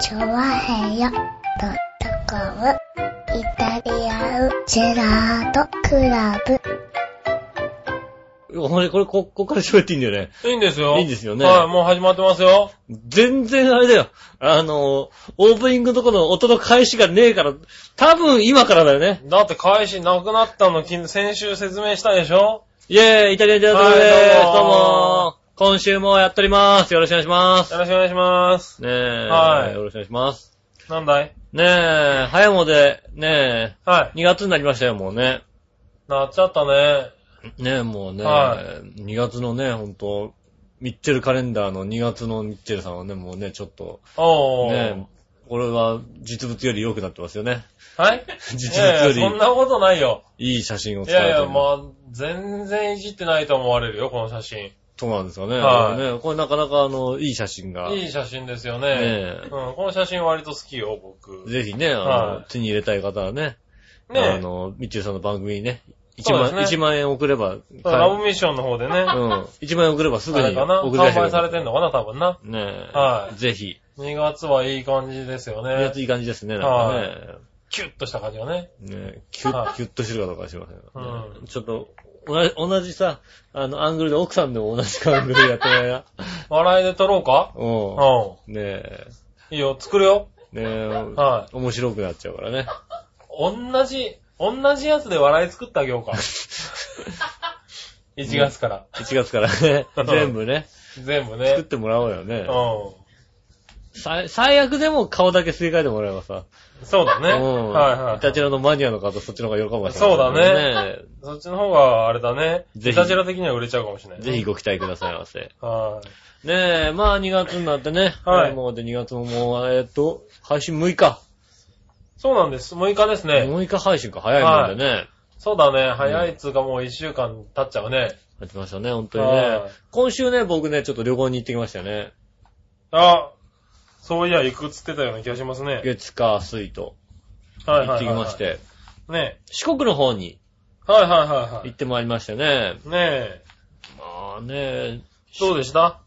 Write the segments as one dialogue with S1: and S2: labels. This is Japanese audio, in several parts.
S1: チョワヘヨドットコムイタリアンジェラートクラブ。
S2: お前これ、こ、こっから喋っていいんだよね。
S3: いいんですよ。
S2: いいんですよね
S3: はい、もう始まってますよ。
S2: 全然あれだよ。あの、オープニングのとこの音の開始がねえから、多分今からだよね。
S3: だって開始なくなったの、き先週説明したでしょ
S2: イェーイイタリアンジェラートです。どう
S3: はい
S2: もー今週もやっております。よろしくお願いします
S3: よ。ろしくお願いします。
S2: ねえ。
S3: はい
S2: よろしくお願いします。
S3: なんだい
S2: ねえ、早いもで、ね
S3: は
S2: え、
S3: い。
S2: 2月になりましたよ、もうね。
S3: なっちゃったね。
S2: ねえ、もうね、
S3: は
S2: 2月のね、ほんと、ミッチェルカレンダーの2月のミッチェルさんはね、もうね、ちょっと、
S3: おー。
S2: ねえ、これは実物より良くなってますよね。
S3: はい
S2: 実
S3: いやい
S2: 物よ
S3: や、そん
S2: り
S3: なことないよ。
S2: いい写真を
S3: い
S2: 使わ
S3: やい
S2: れて
S3: や、
S2: る。
S3: まあ、全然いじってないと思われるよ、この写真。
S2: そうなんですよね。
S3: はい
S2: ねこれなかなか、あの、いい写真が。
S3: いい写真ですよ
S2: ね
S3: ね。
S2: え
S3: うん、この写真割と好きよ、僕。ね
S2: ぜひね、あの、
S3: はい
S2: 手に入れたい方はね、あの、ミッチェルさんの番組にね、1
S3: そうで
S2: 万、
S3: すね
S2: 一万円送れば、
S3: そうラブミッションの方でね。
S2: うん。1万円送ればすぐ
S3: あ
S2: に
S3: れかな
S2: 送り出
S3: 販
S2: して
S3: 売されてんのかな、多分な。
S2: ねえ。
S3: はい
S2: ぜひ。
S3: 2月はいい感じですよ
S2: い
S3: ね
S2: や。いい感じですね、なんかね。
S3: キュッとした感じがね。
S2: ねキュ
S3: は
S2: ッ、
S3: い
S2: キュッとしてるかどうかは知りませんが、
S3: う
S2: ちょっと、同じ、同じさ、あの、アングルで奥さんでも同じアングルでやってないな。
S3: 笑いで撮ろうか
S2: うん。
S3: う
S2: ねえ。
S3: ん。いいよ、作るよ。
S2: ねえ、
S3: は
S2: 面白くなっちゃうからね。
S3: 同じ、同じやつで笑い作ってあげようか。1月から。
S2: 1月 からね、全部ね、
S3: 全部
S2: 作っ
S3: ね。
S2: てもらおうよね
S3: う。ん。
S2: 最最悪でも顔だけすり替えてもらえばさ。
S3: そうだね。
S2: うん。
S3: はいはい
S2: いたちらのマニアの方、そっちの方が喜ぶかもしれない。
S3: そうだね。そっちの方が、あれだね。
S2: ぜひ
S3: いたちら的には売れちゃうかもしれない。
S2: ねぜひ。ご期待くださいませ。
S3: はい。
S2: ねえ、まあ2月になってね。
S3: はい
S2: もうで2月ももう、えーっと、配信6日。
S3: そうなんです。6日ですね。
S2: 6日配信か、早いもんでね。
S3: そうだね。早いっつうかもう1週間経っちゃうね。
S2: やってましたね、本当にね
S3: はい。
S2: 今週ね、僕ね、ちょっと旅行に行ってきましたね。
S3: あ、そういや、行くっつってたような気がしますね。
S2: 月、火、水と
S3: はいはいはい
S2: 行
S3: は
S2: っ
S3: い。
S2: てきまし。て、
S3: ね
S2: 四国の方に
S3: はいはいはいは
S2: 行ってまいりましたね。
S3: い。ねえ。
S2: まあね、
S3: どうでした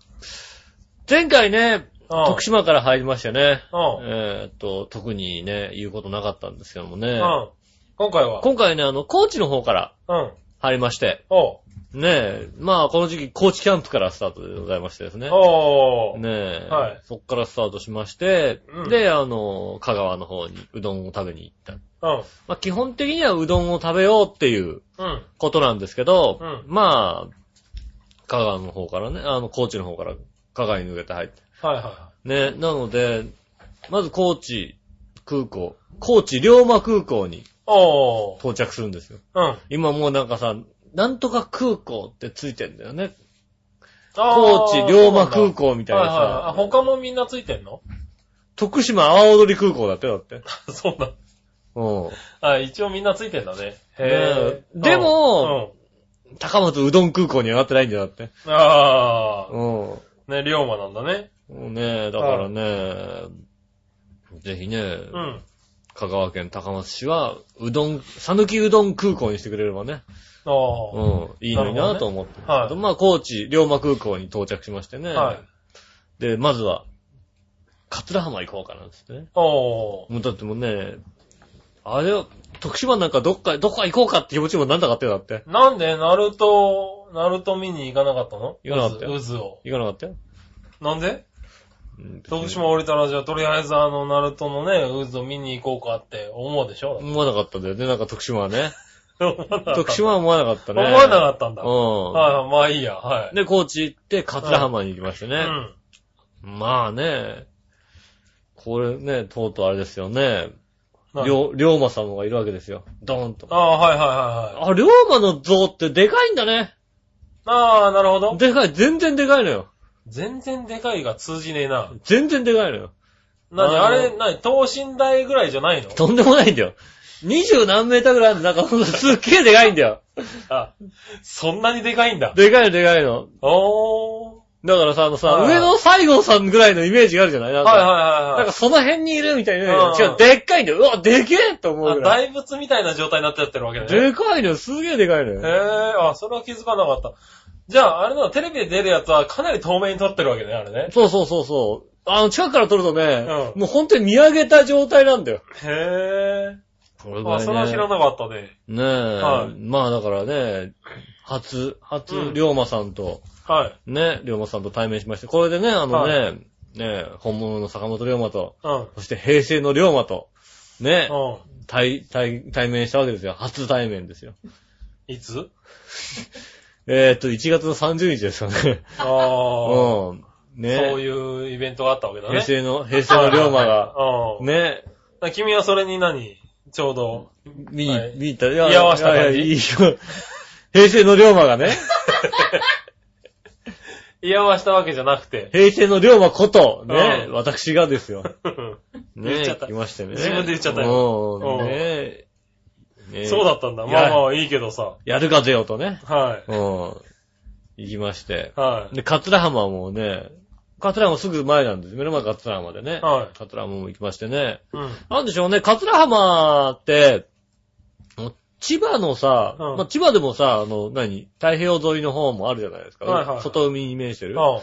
S2: 前回ね、
S3: うん
S2: 徳島から入りましたね。
S3: うん。
S2: えーっと、特にね、言うことなかったんですけども
S3: う
S2: ね。
S3: ん。今回は。
S2: 今回ね、あの、高知の方から
S3: うん。
S2: 入りまして、
S3: おう。
S2: ねえ、まあこの時期高知キャンプからスタートでございましてですね。
S3: おう。
S2: ねえ、
S3: はい
S2: そっからスタートしまして、
S3: うん
S2: で、あの、香川の方にうどんを食べに行った。
S3: うん。
S2: まあ、基本的にはうどんを食べようっていう
S3: うん。
S2: ことなんですけど、
S3: うん
S2: まあ、香川の方からね、あの、高知の方から香川に抜けて入って。
S3: はいは
S2: ね、なので、まず高知空港、高知龍馬空港に
S3: い。おう。
S2: 到着するんですよ。
S3: うん。あ
S2: 今もうなんかさ、なんとか空港ってついてんだよね。
S3: ー
S2: 高知龍馬空港みたい
S3: は
S2: ない
S3: はいはい。あ、
S2: さ、
S3: 他もみんなついてんの
S2: 徳島青鳥空港だってだって。
S3: そうだ。
S2: うん。
S3: あ、一応みんなついてんだね。へ
S2: ねえ
S3: え。
S2: でも、高松うどん空港に上がってないんだよだって。
S3: うん、あ
S2: う
S3: あ、
S2: ん。
S3: ね、龍馬なんだね。
S2: もうね、だからね、ぜひね、
S3: うん。
S2: 香川県高松市は、うどん、さぬきうどん空港にしてくれればね、
S3: ああ、
S2: う
S3: は
S2: ん、いいのになと思ってるんですけど。
S3: なるほどねはい
S2: まあ、高知、龍馬空港に到着しましてね、
S3: い。
S2: で、まずは、桂浜行こうかなんつってね。
S3: おー。
S2: もうだってもうね、あれは、徳島なんかどっか、どっか行こうかって気持ちもなんだかってよだって。
S3: なんで、ナルト、ナルト見に行かなかったの
S2: 行かなかったよ
S3: 渦渦を。
S2: 行かなかったよ。
S3: なんで
S2: うん
S3: 徳島降りたらじゃあ、とりあえずあの、ナルトのね、渦を見に行こうかって思うでしょ
S2: 思わなかったんだよね、なんか徳島は ね。
S3: 徳
S2: 徳島は思わなかった
S3: 思
S2: ね。
S3: わなかったんだ。
S2: う
S3: はい
S2: ん。
S3: はい、まあいいや、はい。
S2: で、高知行って、桂浜に行きまして
S3: う
S2: ね。
S3: ん。
S2: まあね、これね、とうとうあれですよね。
S3: なん
S2: りょう、りょうま様がいるわけですよ。ドーンと。
S3: ああ、はいはいはいはい。
S2: あ、りょうまの像ってでかいんだね。
S3: ああ、なるほど。
S2: でかい。全然でかいのよ。
S3: 全然でかいが通じねえな。
S2: 全然でかいのよ。
S3: なに、
S2: あの
S3: あれ、なに、等身大ぐらいじゃないの
S2: とんでもないんだよ。二十何メーターぐらいあるんだ。なんかほんとすっげえでかいんだよ。
S3: あ、そんなにでかいんだ。
S2: でかいのでかいの。
S3: おー。
S2: だからさ、あのさ、
S3: はい
S2: 上の西郷さんぐらいのイメージがあるじゃないなんか、
S3: はいはいはい
S2: なん
S3: は
S2: かその辺にいるみたいなイメージ。
S3: うん
S2: 違う、でっかいんだよ。うわ、でけえと思う
S3: い。あ
S2: ぐらい。
S3: 大仏みたいな状態になっちゃってるわけね。
S2: でかいのよ。すげえでかいのよ。
S3: へえ、あ、それは気づかなかった。じゃあ、あれなの、テレビで出るやつはかなり透明に撮ってるわけね、あれね。
S2: そうそうそうそう。あの、近くから撮るとね、
S3: うん
S2: もう本当に見上げた状態なんだよ。
S3: へぇ
S2: これ
S3: ー。あ、それは知ら
S2: ね
S3: なかったね。
S2: え、
S3: はい
S2: まあだからね、初、
S3: う
S2: 初、
S3: ん
S2: 龍馬さんと、
S3: はい。
S2: ね、龍馬さんと対面しまして、これでね、あのね、
S3: は
S2: ね、本物の坂本龍馬と、
S3: うん。うん。
S2: そして平成の龍馬と、ね、
S3: うん
S2: 対、対、対面したわけですよ。初対面ですよ。
S3: いつ
S2: えーっと、1月の30日ですよね。
S3: ああ。
S2: うん。ね。
S3: そういうイベントがあったわけだね。
S2: 平成の、平成の龍馬が、
S3: うん。
S2: ね、
S3: だから君はそれに何ちょうど。
S2: 見に、
S3: はい
S2: 見に行った。い
S3: 居合わせた感
S2: いやい
S3: じ
S2: やいいよ平成の龍馬がね、
S3: 居合わしたわけじゃなくて。
S2: 平成の龍馬こと、ね、
S3: うん
S2: 私がですよ。ね、
S3: 言っちゃった
S2: 来ましたよね。
S3: 自分で言っちゃった
S2: よ
S3: よ。
S2: うん、
S3: うん
S2: ねね
S3: そうだったんだ。
S2: い
S3: ま
S2: や
S3: あまあいいけどさ。
S2: やるかぜよとね。
S3: は
S2: うん。行きまして。
S3: い。はい。
S2: で、桂浜もね、桂浜すぐ前なんです。目の前が桂浜でね。
S3: はい
S2: 桂浜も行きましてね。
S3: うん。
S2: なんでしょうね、桂浜って、もう千葉のさ、
S3: うん
S2: まあ、千葉でもさ、あの、何太平洋沿いの方もあるじゃないですか。
S3: はいはい
S2: 外海に面してる。
S3: あ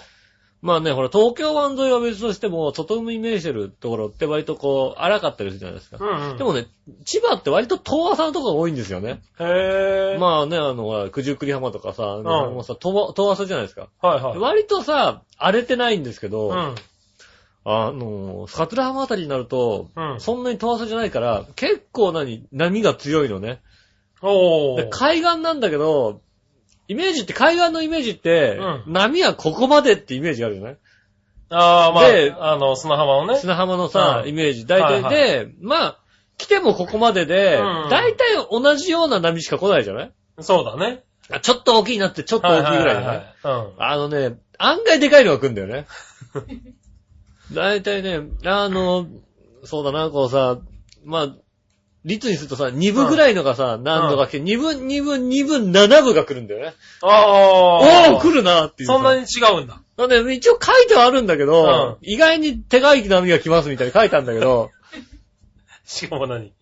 S2: まあね、ほら、東京湾沿いは別としても、外海に面してるところって割とこう、荒かったりするじゃないですか。
S3: うんうん。
S2: でもね、千葉って割と遠浅のとこが多いんですよね。
S3: へぇー。
S2: まあね、あの、ほら九十九里浜とかさ、もうさ遠遠浅じゃないですか。
S3: あ。はいはい。
S2: 割とさ、荒れてないんですけど、
S3: うん。
S2: あの、スカトラ浜あたりになると、
S3: うん
S2: そんなに遠浅じゃないから、結構なに、波が強いのね。
S3: お
S2: で
S3: ー。
S2: 海岸なんだけど、イメージって、海岸のイメージって、
S3: う
S2: 波はここまでってイメージがあるじゃない
S3: ああ、ま
S2: で
S3: あ、あの、砂浜をね。
S2: 砂浜のさ、
S3: うん
S2: イメージ。大体で、
S3: はいは
S2: まあ、来てもここまでで、
S3: うん
S2: 大体同じような波しか来ないじゃない
S3: そうだね。
S2: あちょっと大きいなって、ちょっと大きいぐらいじゃない,、
S3: はいはいはい
S2: あのね、案外でかいのが来んだよ ね。だいたいね、あの、そうだな、こうさ、まあ、率にするとさ、2部ぐらいのがさ、何度か来て、2分、2分、2分、7部が来るんだよね。
S3: うん。ああ。
S2: おおー来るなっていうさ。
S3: そんなに違うんだ。
S2: なんで、一応書いてはあるんだけど、
S3: うん
S2: 意外に手書き波が来ますみたいに書いてあるんだけど、
S3: しかも何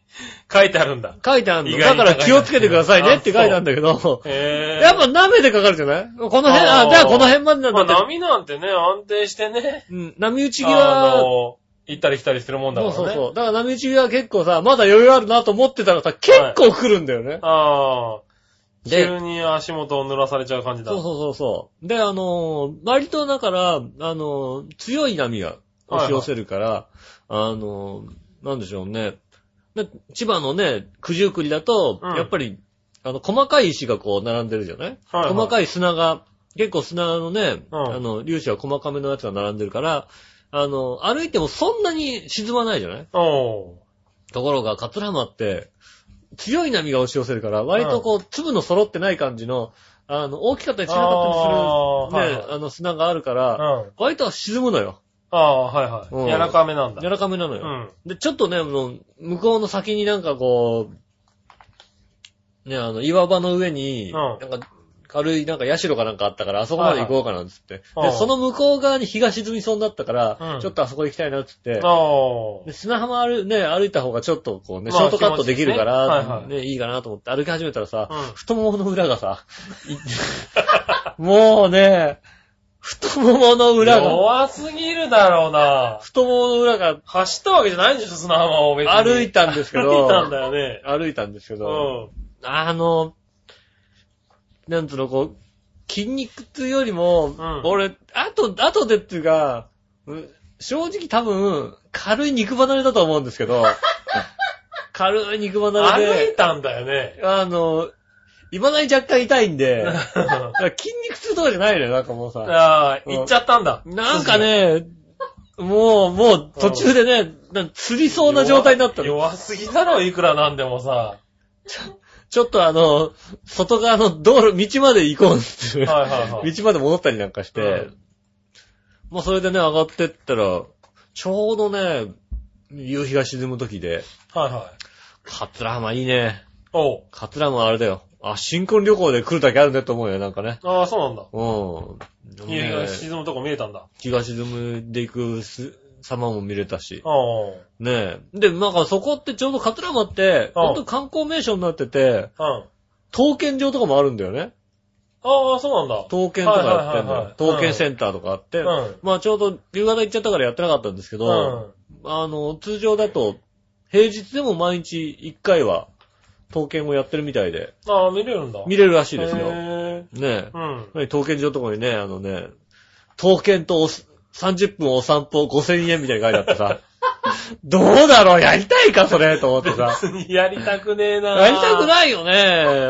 S3: 書いてあるんだ。
S2: 書いてあるの。
S3: 意外
S2: だ
S3: に
S2: から気をつけてくださいねって書いてあるんだけど、
S3: へぇー。
S2: やっぱ舐めてかかるじゃないこの辺、あ
S3: あー
S2: じゃあこの辺までなん
S3: ま
S2: だ
S3: あ
S2: って、
S3: 波なんてね、安定してね。
S2: うん、波打ち
S3: あ
S2: 際、
S3: の、行ったり来たりするもんだか
S2: そ
S3: ら
S2: う
S3: ね。
S2: そうそう。だから波打ち際結構さ、まだ余裕あるなと思ってたらさ、結構来るんだよね。
S3: ああ。
S2: で
S3: 急に足元を濡らされちゃう感じだ。
S2: そうそうそうそう。で、あのー割とだから、あのー強い波が押し寄せるから、あのーなんでしょうね。で千葉のね、九十九里だと、
S3: うん
S2: やっぱり、あの、細かい石がこう並んでるじゃない、
S3: はいはい
S2: 細かい砂が、結構砂のね、
S3: うん
S2: あの、粒子は細かめのやつが並んでるから、あの、歩いてもそんなに沈まないじゃない
S3: お
S2: ところが、桂浜って、強い波が押し寄せるから、割とこう、粒の揃ってない感じの、あの、大きかったり小さかったりする、
S3: あーはい
S2: ね、
S3: はい
S2: あの、砂があるか
S3: う
S2: ら、
S3: ん。
S2: 割と沈むのよ。
S3: ああ、はい
S2: うん
S3: はい。柔らかめなんだ。
S2: 柔らかめなの
S3: う
S2: よ。
S3: ん。
S2: で、ちょっとね、あの向こうの先になんかこう、ね、あの、岩場の上に、
S3: ん
S2: なんか、軽いなんか社かなんかあったから、あそこまで行こうかなんつって。
S3: はいは
S2: で、
S3: い
S2: その向こう側に日が沈みそうになったから、
S3: うん
S2: ちょっとあそこ行きたいなっつって、
S3: お
S2: で砂浜ある、ね、歩いた方がちょっとこうね、シ
S3: まあ
S2: ョートカットできるから、ね
S3: 気持ちいいですねはいはい
S2: い、いかなと思って歩き始めたらさ、
S3: うん
S2: 太ももの裏がさ、い もうね、太ももの裏が、
S3: 弱すぎるだろうな。
S2: 太ももの裏が
S3: 走ったわけじゃないんでしょ、砂浜を別に。
S2: 歩いたんですけど、
S3: 歩いたんだよね。
S2: 歩いたんですけ
S3: う
S2: ど、
S3: ん。
S2: あの、なんつうの、こう、筋肉痛よりも、
S3: ん
S2: 俺、あと、あとでっていうか、う正直多分、軽い肉離れだと思うんですけ ど、軽い肉離れで、
S3: 歩いたんだ よね。
S2: あの、未だに若干痛いんで、だ
S3: あ
S2: から筋肉痛とかじゃないのよ、なんかもうさ。
S3: あ、行っちゃったんだ。
S2: なんかね、もう、もう途中でね、なんか釣り
S3: 筋が、
S2: そうな状態になったの。
S3: 弱弱すぎだろ、いくらなんでもさ。
S2: ちょっとあの、外側の道路、道まで行こうっていう。
S3: はいはいはい
S2: 道まで戻ったりなんかして、
S3: うん
S2: まあそれでね、上がってったら、ちょうどね、夕日が沈む時で、
S3: はいはい。
S2: カツラ浜いいね。
S3: おう。
S2: カツラ浜あれだよ。あ、新婚旅行で来るだけあるねと思うよ、なんかね。
S3: ああ、そうなんだ。
S2: うん。
S3: 家
S2: ね
S3: が沈むとこ見えたんだ。
S2: 気が沈んでいくす様も見れたし。
S3: おう。
S2: ねえ。で、なんかそこってちょうど桂浜って、
S3: うん
S2: ほんと観光名所になってて、
S3: うん。
S2: 刀剣場とかもあるんだよね。
S3: ああ、そうなんだ。
S2: 刀剣とかやってん
S3: はいはいはいは
S2: の
S3: い。
S2: 刀剣センターとかあって、
S3: うん
S2: まあちょうど夕方行っちゃったからやってなかったんですけ
S3: う
S2: ど、
S3: ん。
S2: あの、通常だと、平日でも毎日1回は、刀剣をやってるみたいで、
S3: ああ、見れるんだ。
S2: 見
S3: れ
S2: れるらしいですよ。ね
S3: へ
S2: え
S3: え。。うん。
S2: 何刀剣場のとこにね、あのね、刀剣とおす30分お散歩5000円みたいに書いてあって さ、どうだろうやりたいかそれと思ってさ。
S3: やりたくねえな
S2: やりたく
S3: い
S2: ないよね。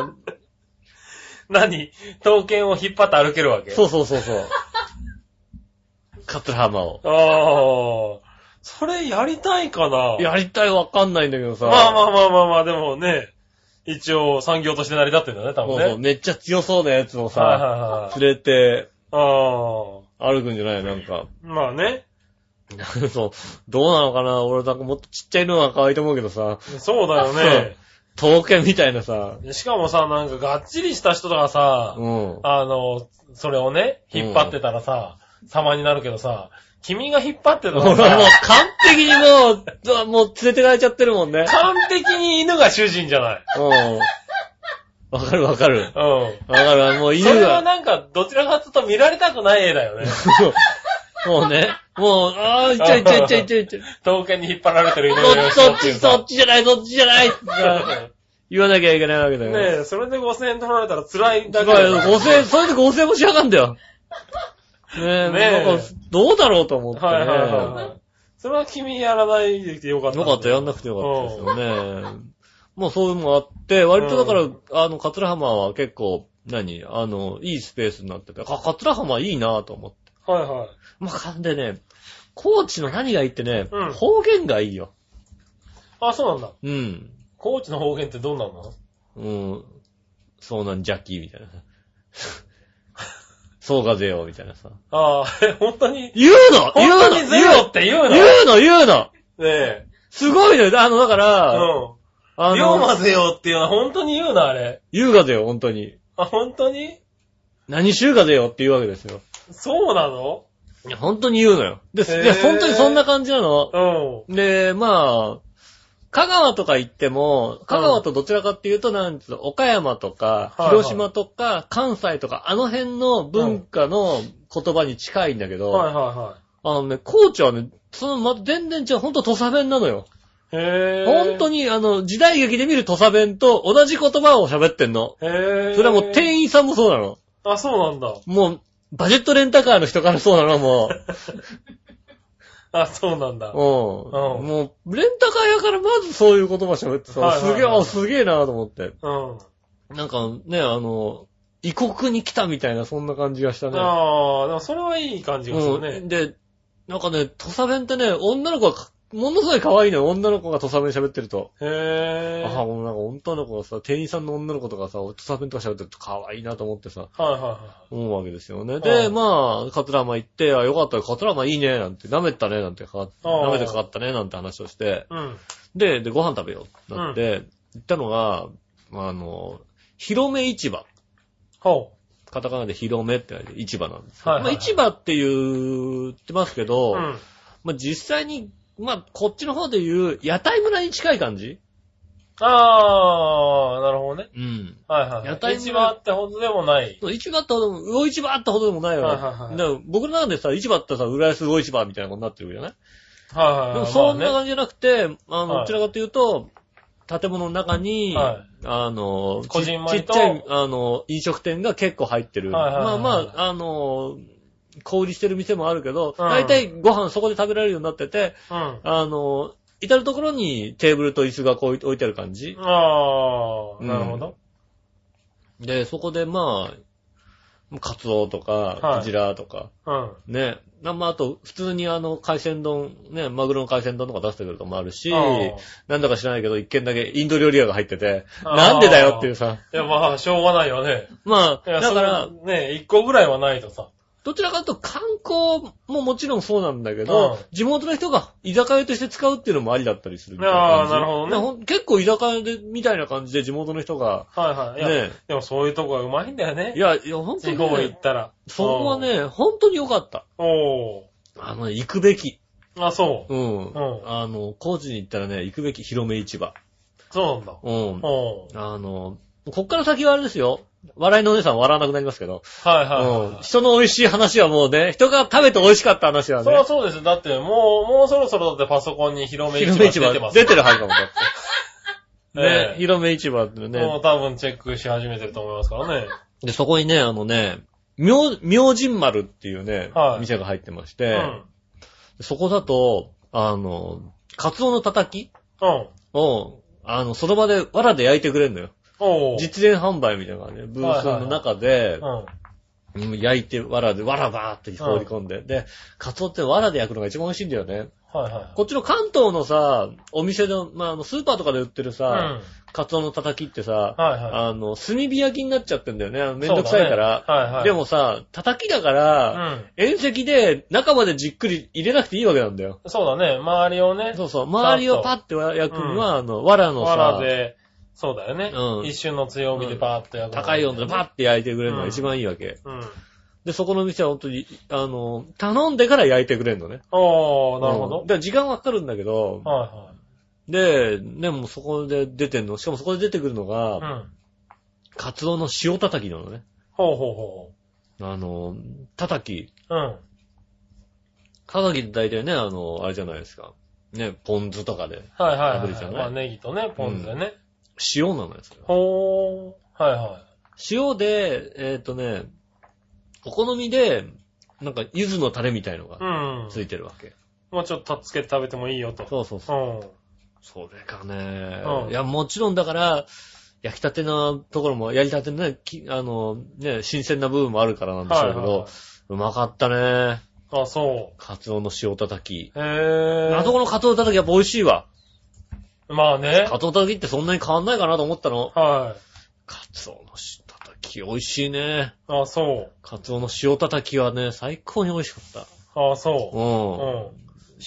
S3: 何刀剣を引っ張って歩けるわけ。
S2: そううそうそう そう。カットハーマーを。
S3: ああ。それやりたいかな
S2: やりたいわかんないんだけどさ。
S3: まあまあまあまあまあ、でもね、一応産業として成り立ってんだね、多
S2: そ
S3: 分
S2: う
S3: ね。
S2: そう、めっちゃ強そうなやつを
S3: はい
S2: さ、
S3: はいはい。
S2: 連れて
S3: ああ。
S2: 歩くんじゃないなんか。
S3: まあね。
S2: そう、どうなのかな俺なんかもっとちっちゃいのが可愛いと思うけどさ、
S3: そうだよね。
S2: 刀剣みたいなさ、
S3: しかもさ、なんかがっちりした人がさ、
S2: うん。
S3: あの、それをね、引っ張ってたらさ、様になるけどさ、君が引っ張ってた
S2: 俺は
S3: ら
S2: もう
S3: さ、
S2: 完璧にもううわ、もう連れてかれちゃってるもんね。
S3: 完璧に犬が主人じゃない。
S2: うん。わかるわかる。
S3: う。
S2: わ かる。もうん
S3: そ
S2: 犬
S3: れは
S2: が。
S3: なんか、どちらかというと見られたくない絵 だよね。
S2: もうね。もう、ああ、いっちゃいっちゃいっちゃいっちゃいっちゃい。
S3: 刀剣に引っ張られてる犬
S2: も
S3: が
S2: う
S3: 主人
S2: そ
S3: っ
S2: って
S3: い
S2: ち、
S3: う
S2: そ
S3: さ
S2: っ。ちじゃない、そっちじゃないって言わなきゃいけないわけだよ。
S3: ねえ、それで5000円取られたら辛いだけ
S2: まあ、
S3: だよね
S2: 5000円、それで5000円もしやがんだよ。ねえ、
S3: ねえ
S2: なんか、どうだろうと思ってね。
S3: はいはいはいはい。それは君やらないでよかった。
S2: よかった、やんなくてよかったですよね。もうそういうのもあって、割とだから、あの、桂浜は結構、何あの、いいスペースになってて、か桂浜いいなと思って。
S3: た。はいはい。
S2: まあ、かんでね、高知の何がいいってね、
S3: うん
S2: 方言がいいよ。
S3: あ、そうなんだ。
S2: うん。
S3: 高知の方言ってどんなの
S2: うん。そうなんじゃき、みたいな。 そうかぜよ、みたいなさ。
S3: ああ、え、本当に、
S2: 言うの
S3: 本
S2: 言う
S3: 当
S2: の
S3: にゼロって言うの
S2: 言うの言うの
S3: ねえ。
S2: すごいのよ。あの、だか
S3: う
S2: ら、
S3: ん。
S2: あ
S3: 龍馬
S2: の、
S3: ぜよっていうのは本当に言うな、あれ。
S2: 優雅だよ、本当に。
S3: あ、本当に
S2: 何週雅だよって言うわけですよ。
S3: そうなの
S2: いや、本当に言うのよ。で、
S3: へー
S2: いや、本当にそんな感じなの。
S3: う
S2: で、まあ、香川とか行っても、香川とどちらかっていうと、なんつうの、岡山とか、
S3: はいはい
S2: 広島とか、関西とか、あの辺の文化の言葉に近いんだけ
S3: ん。は
S2: ど、
S3: いは
S2: あのね、高知はね、その、ま、全然違う、ほんと土佐弁なのよ。
S3: いはい。へえ。
S2: 本当
S3: に。
S2: に、あの、時代劇で見る土佐弁と同じ言葉を喋ってんの。
S3: へ え。
S2: それはもう店員さんもそうなの。
S3: あ、そうなんだ。
S2: もう、バジェットレンタカーの人からそうなの、も う。
S3: あ、そうなんだ。
S2: うん。
S3: うん
S2: もう、レンタカー屋からまずそういう言葉喋って
S3: は
S2: さ、
S3: いはいはい
S2: すげえ、あ、すげえなと思って。
S3: うん。
S2: なんかね、あの、異国に来たみたいな、そんな感じがしたね。
S3: ああ、でもそれはいい感じがする
S2: うん。
S3: ね。
S2: で、なんかね、土佐弁ってね、女の子がか、ものすごい可愛いのよ、女の子が土佐弁喋ってると。
S3: へえ。
S2: あ、
S3: はい
S2: もうなんか女の子がさ、店員さんの女の子とかさ、土佐弁とか喋ってると可愛いなと思ってさ、
S3: はいはい。
S2: 思うわけですよね。で、
S3: うん
S2: まあ、カトラマ行って、あ、よかったよ、カトラマいいね、なんて、舐めたね、なんてかかっ、
S3: あー
S2: 舐めてかかったね、なんて話をして、
S3: うん。
S2: で、で、ご飯食べようってなって、行ったのが、あの、広め市場。
S3: ほ
S2: カタカナで広めって書いて市場なんですけど、
S3: はいはいはい
S2: まあ市場って言ってますけど、
S3: う。うん。
S2: まあ実際に、まあこっちの方で言う屋台村に近い感じ
S3: ああ、なるほどね。
S2: うん。
S3: はいはい。
S2: 屋台村
S3: 市場ってほどでもない。
S2: そう市場ってほどでも、魚市場ってほどでもないよね。
S3: はいはいはい
S2: だから僕の中でさ、市場ってさ、浦安魚市場みたいなことになってるわけじゃない
S3: はいはい
S2: で
S3: は
S2: も
S3: い。
S2: そんな
S3: まあね
S2: 感じじゃなくて、あの、
S3: は
S2: ど
S3: い
S2: ちらかというと、建物の中に、
S3: はい
S2: あの、ち
S3: こじんま
S2: ち
S3: り
S2: っ
S3: と
S2: ちゃい、あの、飲食店が結構入ってる。
S3: はいはいはい
S2: まあまあ、あの、小売りしてる店もあるけど、
S3: うん
S2: 大体ご飯そこで食べられるようになってて、
S3: うん。
S2: あの、至るところにテーブルと椅子がこう置いてある感じ。
S3: ああ、
S2: うん
S3: なるほど。
S2: で、そこでまあ、カツオと
S3: は
S2: か
S3: い、
S2: クジラとか、
S3: うん。
S2: ね。なまあ、あと、普通にあの、海鮮丼、ね、マグロの海鮮丼とか出してくるとこもあるし、
S3: あー
S2: なんだか知らないけど、一軒だけインド料理屋が入ってて、
S3: あー
S2: なんでだよっていうさ。
S3: いや、まあ、しょうがないよね。
S2: ま
S3: い
S2: あ、
S3: や
S2: だから
S3: そ、のね、一個ぐらいはないとさ。
S2: どちらかというと観光ももちろんそうなんだけど、
S3: うん
S2: 地元の人が居酒屋として使うっていうのもありだったりするみたい
S3: あー
S2: 感じ
S3: なるほどね
S2: でほん結構居酒屋で、みたいな感じで地元の人が、
S3: はいはい。いや、
S2: ね
S3: でもそういうとこがうまいんだよね
S2: い。や、いや、本当
S3: 地
S2: に
S3: 方行
S2: ね、
S3: ったら。
S2: そこはね、本当に良かった。
S3: うん。お
S2: あのね、行くべき。
S3: ー。あ、そう。
S2: うん。
S3: ん
S2: あの、高知に行ったらね、行くべき広め市場。
S3: そうなんだ。
S2: うん。
S3: おー。
S2: あの、こっから先はあれですよ。笑いのお姉さんは笑わなくなりますけど。
S3: はいはいはいは
S2: うん。
S3: い。
S2: 人の美味しい話はもうね、人が食べて美味しかった話は
S3: そりゃ
S2: ね、
S3: そうです。だって、もう、もうそろそろだってパソコンに広め市
S2: 広め
S3: 場出
S2: 市場
S3: てます
S2: 出てるはず だもんだって。
S3: え
S2: ね
S3: え、
S2: 広め市場って
S3: も
S2: ね
S3: う。多分チェックし始めてると思いますからね。
S2: で、そこにね、あのね、明、明神丸っていうね、
S3: はい
S2: 店が入ってまし
S3: う
S2: て、
S3: ん。
S2: そこだと、あの、カツオのたたき
S3: うん。
S2: を、あの、その場で、藁で焼いてくれるのよ。
S3: おう。
S2: 実演販売みたいなね、ブースの中で、
S3: うん。
S2: うん焼いて、藁で、藁ばーって放り込んで、で、カツオって藁で焼くのが一番美味しいんだよね。
S3: はいはい。
S2: こっちの関東のさ、お店の、まあ、あの、スーパーとかで売ってる
S3: うん。
S2: さ、カツオのたたきってさ、
S3: はいはい
S2: あの、炭火焼きになっちゃってんだよね。あのめんどくさいから。
S3: そうだねはいはい
S2: でもさ、たたきだか
S3: う
S2: ら、
S3: ん。
S2: 遠赤で中までじっくり入れなくていいわけなんだよ。
S3: そうだね。周りをね、
S2: そうそう。周りをパッて焼くには、あの、藁の
S3: わら
S2: さ、
S3: で、そうだよね。
S2: うん
S3: 一瞬の強火でパーッとやる、
S2: 高い温度でパッて焼いてくれるのが一番いいわけ。
S3: うん。
S2: で、そこの店は本当に、あの、頼んでから焼いてくれるのね。
S3: おー、なるほ
S2: うん
S3: ど。
S2: だから時間はかかるんだけど、
S3: は
S2: で、ね、もうそこで出てんの、しかもそこで出てくるの
S3: いは
S2: が、
S3: い。うん。
S2: カツオの塩叩きなのね。
S3: ほうほうほ
S2: あの、叩き。
S3: う。うん。
S2: 叩きって大体ね、あの、あれじゃないですか。ね、ポン酢とかで。
S3: はいはい、
S2: 炙
S3: は
S2: りじゃな
S3: い。
S2: い
S3: まあネギとね、ポン酢でね。
S2: 塩なのよ、それは
S3: ほー。はいは
S2: 塩で、えーっ、とね、お好みで、なんか、柚子のタレみたいのが
S3: い。うん。
S2: ついてるわけ。
S3: もうちょっとつけて食べてもいいよと。
S2: そうそうそう。
S3: う。
S2: それかね、
S3: うん
S2: いや、もちろんだから、焼きたてのところも、やりたてのね、きあの、ね、新鮮な部分もあるからなん
S3: ん。
S2: でしょうけど、
S3: は
S2: うまかったね。
S3: い。あ、そう。
S2: カツオの塩叩き。
S3: へぇー。
S2: あそこのカツオ叩きやっぱ美味しいわ。
S3: まあね。
S2: カツオ叩きってそんなに変わんないかなと思ったの。
S3: はい。
S2: カツオの塩叩き美味しいね。
S3: あ、そう。
S2: カツオの塩叩きはね、最高に美味しかった。
S3: あ、
S2: う
S3: そ
S2: ん
S3: う。う。ん。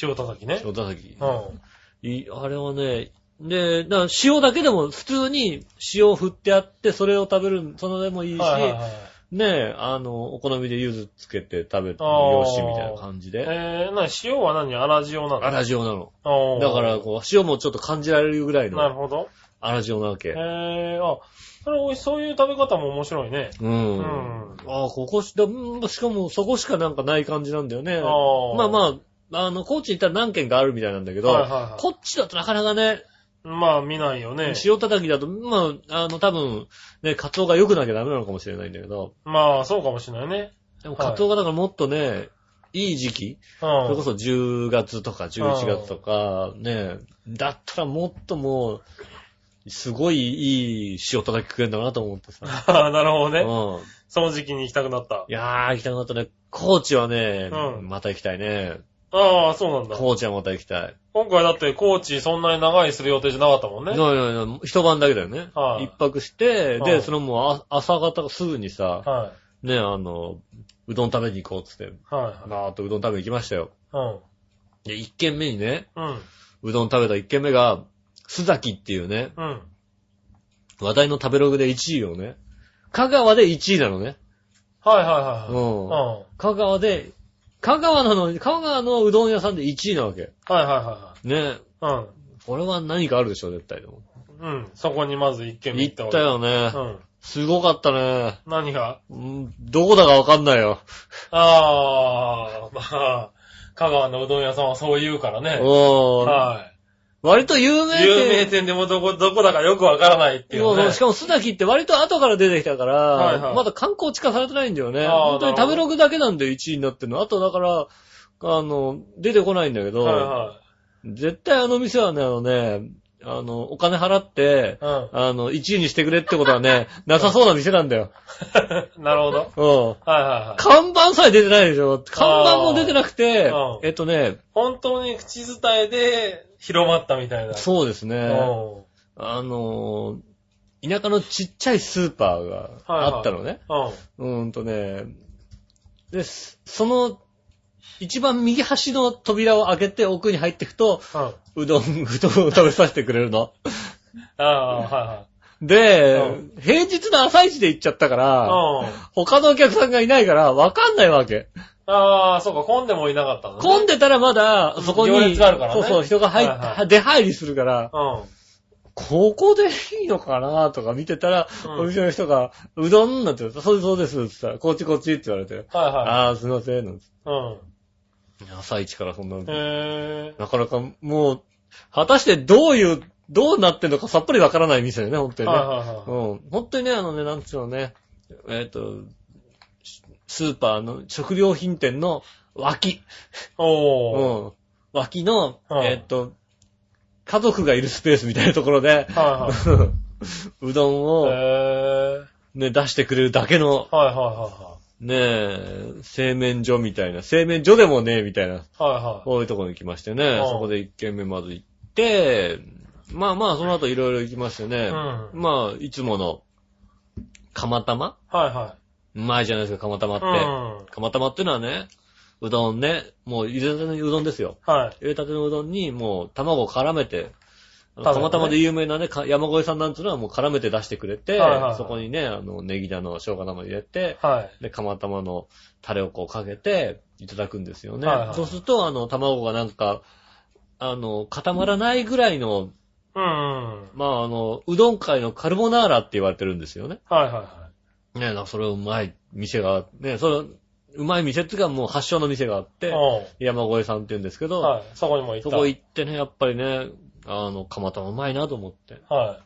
S3: 塩叩きね。
S2: 塩叩き
S3: う。ん。
S2: いあれはね、で、だから塩だけでも普通に塩を振ってあって、それを食べる、そのでもいいし、
S3: はいはいはい。
S2: ねえ、あの、お好みで柚子つけて食べてよし、みたいな感じで。
S3: えー、なに、塩は何粗塩なの
S2: 粗塩なの。
S3: おー
S2: だから、こう、塩もちょっと感じられるぐらい
S3: なる
S2: の
S3: ほど。
S2: 粗塩なわけ。
S3: へぇー。あ、それ美味しそういう食べ方も面白いね。
S2: うん。
S3: うん
S2: ああ、ここし、だうんしかもそこしかなんかない感じなんだよね。
S3: あ
S2: まあ
S3: あ。
S2: まあ、あの、高知行ったら何軒かあるみたいなんだけど、
S3: はいはいはい
S2: こっちだとなかなかね、
S3: まあ見ないよね。
S2: 塩叩きだと、まあ、あの、多分、ね、カツオが良くなきゃダメなのかもしれないんだけど、
S3: まあそうかもしれないね。
S2: でも
S3: はい
S2: カツオがだからもっとね、いい時期、
S3: う
S2: それこ
S3: ん。
S2: そ10月とか11月とか、ね、だったらもっともう、すごいいい塩叩き食えんだなと思ってさ。
S3: なるほど
S2: う
S3: ね。
S2: ん。
S3: その時期に行きたくなった
S2: い。やー、行きたくなったね。高知はね、
S3: うん
S2: また行きたいね。
S3: ああ、そうなんだ。
S2: 高知はまた行きたい。
S3: 今回だって高知そんなに長いする予定じゃなかったもんね。
S2: い
S3: はい
S2: やいやいや一晩だけだよね。
S3: はい
S2: 一泊して、
S3: は
S2: で、
S3: い
S2: そのもうあ朝方すぐにさ、
S3: は
S2: ね、あの、うどん食べに行こうっつって、
S3: い。は
S2: バーっとうどん食べに行きましたよ。
S3: い。うん。
S2: で、一軒目にね、
S3: うん。
S2: うどん食べた一軒目が、須崎っていうね、
S3: うん。
S2: 話題の食べログで1位をね、香川で1位なのね。
S3: はいはいはいはい。
S2: う
S3: うんん。は
S2: 香川で、香川なのに、香川のうどん屋さんで1位なわけ。
S3: いはいは
S2: ね。
S3: いはい。
S2: これは何かあるでしょ、絶対でも。
S3: うん。うん。そこにまず一軒目
S2: 行
S3: 行った
S2: っ
S3: わ
S2: た
S3: け。
S2: よね。
S3: うん。
S2: すごかったね。
S3: 何が
S2: うんどこだかわかんないよ。
S3: ああ、まあ、香川のうどん屋さんはそう言うからね。
S2: うん。
S3: は
S2: 割と有名
S3: い。
S2: 店。
S3: 有名店でもどこ、どこだかよくわからないっていう
S2: そ
S3: ね。
S2: うそうしかも須崎って割と後から出てきたから、
S3: はいはい
S2: まだ観光地化されてないんだよね。
S3: あー
S2: 本当に食べログだけなんで1位になってるの。あとだから、あの、出てこないんだけど、
S3: は
S2: 絶対あの店はね、あのね、あの、お金払って
S3: い、は
S2: あの、1位にしてくれってことは ね、なさそうな店なんだよ。
S3: い。うん。な るほど。
S2: うん。
S3: はいはいはい。
S2: 看板さえ出てないでしょ。看板も出てなくて
S3: あー、
S2: えっとね、
S3: 本当に口伝えで広まったみたいな。
S2: そうですね。
S3: うん。
S2: あのー、田舎のちっちゃいスーパーがあったのね。
S3: うん。
S2: うーんとね、で、すその、一番右端の扉を開けて奥に入っていくと、
S3: うん。
S2: うどん、うどんを食べさせてくれるの。
S3: ああ、は
S2: で、
S3: う
S2: 平日の朝一で行っちゃったか
S3: い
S2: ら、
S3: はい。うん。
S2: 他のお客さんがいないから、わかんないわけ。
S3: ああ、そうか、混んでもいなかったのね。
S2: 混んでたらまだ、そこに、
S3: 行列があるからね
S2: そうそう、人が入っ
S3: はいは
S2: て、出入りするから、
S3: う
S2: ここでいいのかなとか見てたら、
S3: うん
S2: お店の人が、うどんなんて言われたそうです、そうです、って言ったら、こっちこっちって言われて、
S3: は
S2: ああ、すいません、なんて。
S3: いはい。
S2: 朝一からそんな
S3: うん。へ
S2: なかなかもう、果たしてどういう、どうなってんのかさっぱりわからない店だよね、本当
S3: ぇー。
S2: に
S3: はい
S2: ね。
S3: はいはい。
S2: うん。本当にね、あのね、なんつうのね、えっ、と、しスーパーの食料品店の脇。う
S3: お
S2: ん。
S3: ー。
S2: 脇の、
S3: うん
S2: えっ、と、家族がいるスペースみたいなところで、
S3: は
S2: うどん
S3: いはい。
S2: を、
S3: へぇー。
S2: ね、出してくれるだけの、
S3: はいはいは
S2: ねえ、製麺所みたいな、製麺所でもねえ、みたいな、
S3: いはい。はいはい。
S2: こういうところに来ましてね、
S3: うん
S2: そこで一軒目まず行って、まあまあ、その後いろいろ行きましてね、
S3: うん
S2: まあ、いつもの、釜玉
S3: はいは
S2: うまいじゃないですか、釜玉っ
S3: い。
S2: て。
S3: うん。
S2: 釜玉ってのはね、うどんね、もう入れたてのうどんですよ。
S3: はい。
S2: 入れたてのうどんにもう卵を絡めて、あの
S3: 卵
S2: 釜
S3: ね
S2: 玉で有名なね、か山越えさんなんていうのはもう絡めて出してくれて、
S3: はいはいはい
S2: そこにね、あの、ネギだの、生姜玉入れて、
S3: はい。
S2: で、釜玉のタレをこうかけて、いただくんですよね。
S3: はいはい
S2: そうすると、あの、卵がなんか、あの、固まらないぐらいの、
S3: うん。はい
S2: まあ、あの、うどん界のカルボナーラって言われてるんですよね。
S3: はいは
S2: ねえ、なんかそれうまい店が、ねそれ、うまい店っていうかもう発祥の店があっ
S3: い。
S2: て、
S3: う
S2: 山越えさんって言うんですけど、
S3: ん。はい。そこにも行った。
S2: そこ行ってね、やっぱりね、あの、釜玉うまいなと思って。
S3: は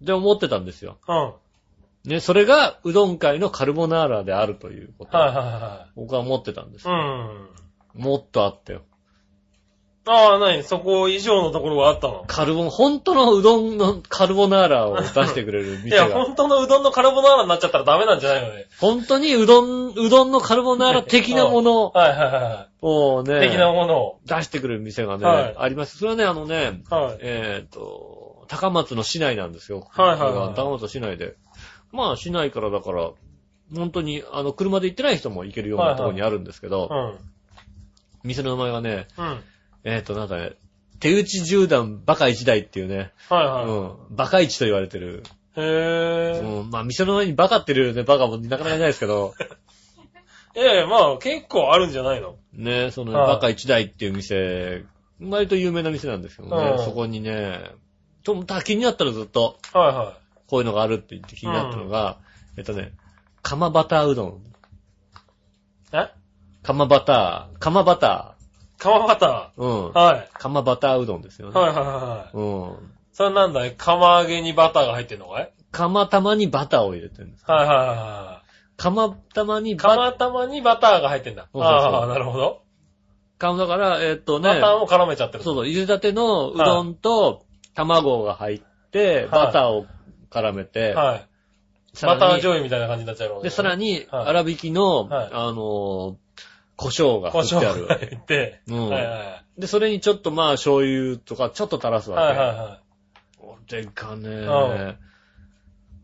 S2: で、思ってたんですよ。
S3: い。うん。はい
S2: ね、それがうどん界のカルボナーラであるということ。
S3: はいは
S2: 僕は思ってたんです
S3: い。。うん。
S2: もっとあったよ。
S3: ああ、なにそこ以上のところがあったの
S2: カルボン、本当のうどんのカルボナーラを出してくれる
S3: い
S2: 店
S3: や、
S2: が、
S3: 本当のうどんのカルボナーラになっちゃったらダメなんじゃないのね。
S2: 本当にうどん、うどんのカルボナーラ的なもの
S3: はいはいは
S2: を
S3: いはい。
S2: ね
S3: 的、なものを。
S2: 出してくれる店がね、
S3: はい
S2: あります。それはね、あのね、
S3: はい。
S2: えっ、と、高松の市内なんですよ。
S3: はいはいはい
S2: これが高松の市内で。まあ、市内からだから、本当に、あの、車で行ってない人も行けるよう
S3: はい
S2: な
S3: はい
S2: ところにあるんですけど、
S3: うん。
S2: 店の名前がね、
S3: うん。はい
S2: えっ、と、なんかね、手打ち銃弾バカ一台っていうね、う
S3: は
S2: ん、バカ一と言われてる
S3: い。へぇ
S2: うん、まあ、店の前にバカってるね、バカもなかなかいないですけ ど、
S3: ー。いやいや、まあ、結構あるんじゃないの
S2: ね、その、
S3: はい
S2: バカ一台っていう店、割と有名な店なんですけどね、
S3: うん
S2: そこにね、ちょっと気になったらずっと、
S3: はいはい。
S2: こういうのがあるって言って気になったのが、えっとね、釜バターうどん。
S3: え
S2: 釜バター、釜バタ
S3: 釜バタ
S2: ー、うん
S3: ー。。はい。
S2: 釜バターうどんですよね。
S3: はいはいはい。
S2: うん。
S3: それなんだい釜揚げにバターが入ってんのかい
S2: 釜玉にバターを入れてるんです。
S3: はいはいはいは
S2: 釜玉に
S3: い。
S2: バ
S3: 釜玉にバターが入ってんだ。
S2: そうそうそう
S3: ああ、なるほど。
S2: ター、だから、えっと
S3: バ
S2: ね
S3: タ、ーも絡めちゃってる。
S2: そう
S3: う。
S2: そう、ゆでたてのうどんと卵が入って、
S3: はい
S2: バターを絡めて、
S3: はい。
S2: さらに
S3: バター醤油みたいな感じになっちゃうの
S2: で、さら
S3: に、
S2: に、
S3: はい
S2: 粗挽きの、
S3: はい
S2: あのー、胡椒が
S3: 胡
S2: 振って
S3: 椒
S2: あ
S3: が
S2: る。
S3: 入って。
S2: うん
S3: はいは
S2: で、それにちょっとまあ醤油とかちょっと垂らす
S3: い。
S2: わけ。
S3: はいはいは
S2: これが
S3: ん
S2: ね、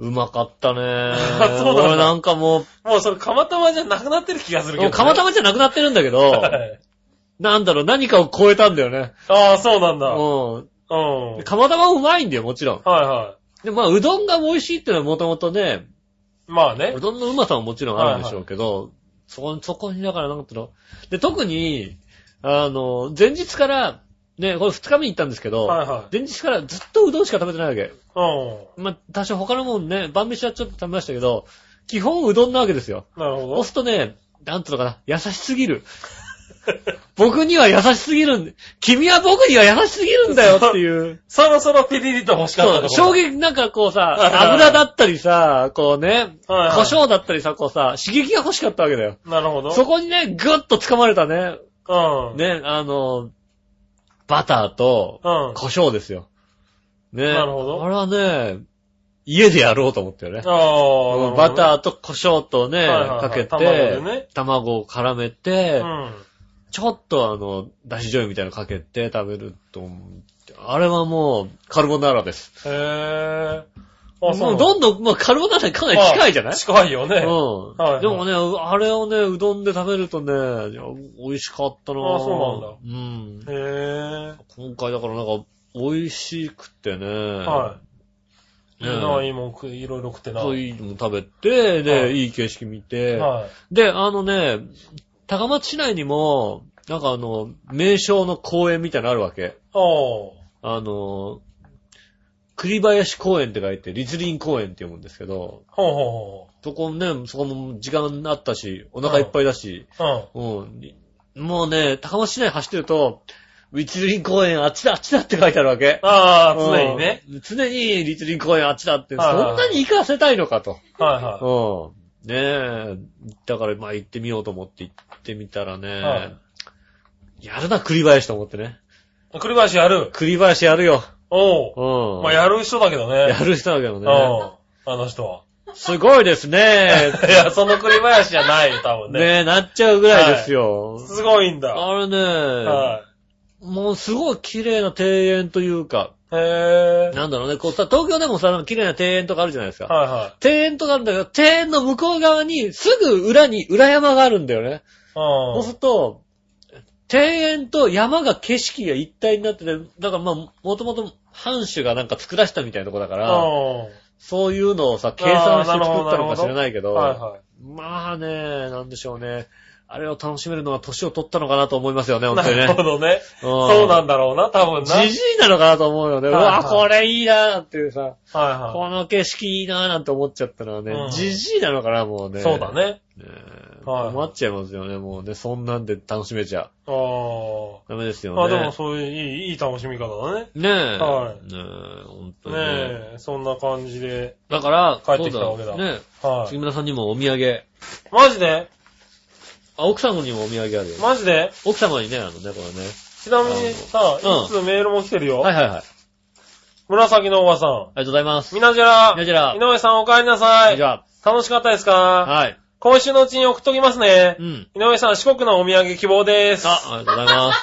S2: うまかったね。
S3: そうなんだ
S2: 俺なんかも
S3: い。もうそれ釜玉じゃなくなってる気がす
S2: う、
S3: るけ
S2: もう
S3: ど、ね。
S2: 釜玉じゃなくなってるんだけど、
S3: はい。
S2: なんだろう、何かを超えたんだよね。
S3: ああ、そうなんだ。うん。
S2: う
S3: は
S2: ん。
S3: い
S2: 釜玉うまいんだよ、もちろん。
S3: は
S2: で、まあ、うどんが美味しいってのはもともとね、
S3: い。まあね
S2: う。どんのうまさももちろんあるんでしょうけど、そこに、そこにだからなんていうの。で、特に、あの、前日から、ね、これ二日目に行ったんですけど、
S3: はいはい。
S2: 前日からずっとうどんしか食べてないわけ。
S3: う
S2: まあ、多少他のもんね、晩飯はちょっと食べましたけど、基本うどんなわけですよ。
S3: ん。なるほ
S2: そう
S3: ど
S2: す。るとね、なんつうのかな、優しすぎる。 僕には優しすぎるん君は僕には優しすぎるんだよっていう。
S3: そろそろピリリと欲しかった
S2: そ
S3: と
S2: う、
S3: ころ
S2: 衝撃なんかこう
S3: はい
S2: さ、
S3: はい
S2: 油だったりさ、こうね、胡
S3: はいはい
S2: 椒だったりさ、こうさ、刺激が欲しかったわけだよ。
S3: なるほど。
S2: そこにね、ぐっと掴まれたね、
S3: うん。。
S2: ね、あの、バターと
S3: うん。
S2: 胡椒ですよ。ね。
S3: なるほど
S2: あれはね、家でやろうと思ったよね。
S3: ああ、
S2: バタ
S3: ー。
S2: ーと胡椒とね、
S3: はいはいはい
S2: かけ
S3: 卵で
S2: て、
S3: ね
S2: 卵を絡めて、
S3: うん。
S2: ちょっとあの、だし醤油みたいなのかけて食べると思う、あれはもう、カルボナーラです。
S3: へぇー。
S2: も
S3: あ、
S2: う
S3: そう。
S2: ど
S3: ん
S2: んどん、まあ、カルボナーラにかなり近いじゃない
S3: 近いよね。
S2: うん、
S3: はいはい
S2: でもね、うあれをね、うどんで食べるとね、いや美味しかったなぁ
S3: あそ
S2: うん
S3: へぇ
S2: 今回だからなんか、美味しくてね。
S3: ー。はい。いい
S2: ね
S3: な、いいもん食い、いろいろ食ってな。
S2: そういうのも食べて、で、
S3: はい
S2: い、い景色見て、
S3: はい。
S2: で、あのね、高松市内にも、なんかあの、名称の公園みたいなのあるわけ。
S3: おー。
S2: あの、栗林公園って書いて、栗林公園って読むんですけど、
S3: ほうほ
S2: そこね、そこも時間あったし、お腹いっぱいだし、
S3: うほうほう。
S2: うん。もうね、高松市内走ってると、栗林公園あっちだ、あっちだって書いてあるわけ
S3: うん。。ああ、常にね。
S2: うん。常に栗林公園あっちだって、そ
S3: はいはい
S2: んなに行かせたいのかと。
S3: はいは
S2: うん。ねえ。だから、まあ行ってみようと思って行ってみたらね、
S3: はい
S2: やるな、栗林と思ってね。
S3: い。栗林やる。
S2: 栗林やるよ。
S3: お
S2: う
S3: う。
S2: ん。
S3: まあ、やる人だけどね。
S2: やる人だけど
S3: う
S2: ね
S3: ん。。あの人は。
S2: すごいですね。
S3: いや、その栗林じゃないよ、多分 ね。
S2: ねえ、なっちゃうぐらいですよ。
S3: すごいんだ。
S2: あれね、
S3: は
S2: もうすごい綺麗な庭園というか、
S3: い。へぇ ー。
S2: なんだろうね、こうさ、東京でもさ、なんか綺麗な庭園とかあるじゃないですか。
S3: はいはい。
S2: 庭園とかあるんだけど、庭園の向こう側に、すぐ裏に裏山があるんだよね。そうす
S3: う
S2: ると、庭園と山が景色が一体になってて、だからまあ、もともと藩主がなんか作らしたみたいなとこだから、
S3: ん。
S2: そういうのをさ、計算して
S3: あーなるほ
S2: 作
S3: ど
S2: ったのか知らないけ
S3: う
S2: ど、
S3: ん。はいは
S2: まあね、なんでしょうね。あれを楽しめるのは年を取ったのかなと思いますよね、
S3: い。
S2: 本
S3: な
S2: 当にね。
S3: るほどね。
S2: うん
S3: そうなんだろうな、多分な。はい
S2: じじいなのかなと思うよね。う
S3: はいはい
S2: わ、これいいなーっていうさ、
S3: は
S2: この景色いいなーなんて思っちゃったのは
S3: う
S2: ね
S3: ん、
S2: じじいなのかな、もう
S3: い。
S2: ね。
S3: そうだ。ね。
S2: ねえ
S3: はい
S2: 困っちゃいますよね、もうね。そんなんで楽しめちゃ
S3: ああ。
S2: ダメですよね。
S3: あ、でもそういういい、いい楽しみ方だね。
S2: ねえ。
S3: は
S2: ねえ、ほんとにね。
S3: ねえ、そんな感じで。
S2: だから、
S3: 帰ってきたわけだ
S2: そうねえ。
S3: はい。
S2: 杉村さんにもお土産。
S3: マジで
S2: あ、奥様にもお土産あるよ。
S3: マジで
S2: 奥様にね、あのね、これね。
S3: ちなみにさ、
S2: うん
S3: いつメールも来てるよ。
S2: はいはいはい。あ
S3: 紫のおばさん。
S2: りがとうございます。
S3: みなじら
S2: み、なじら
S3: 井上さんお帰りなさい
S2: じ。ゃ
S3: 楽しかったです
S2: あ、
S3: か
S2: はい。
S3: 今週のうちに送っときますね
S2: う。ん。
S3: 井上さん、四国のお土産希望です。
S2: あ、ありがとうござい ます。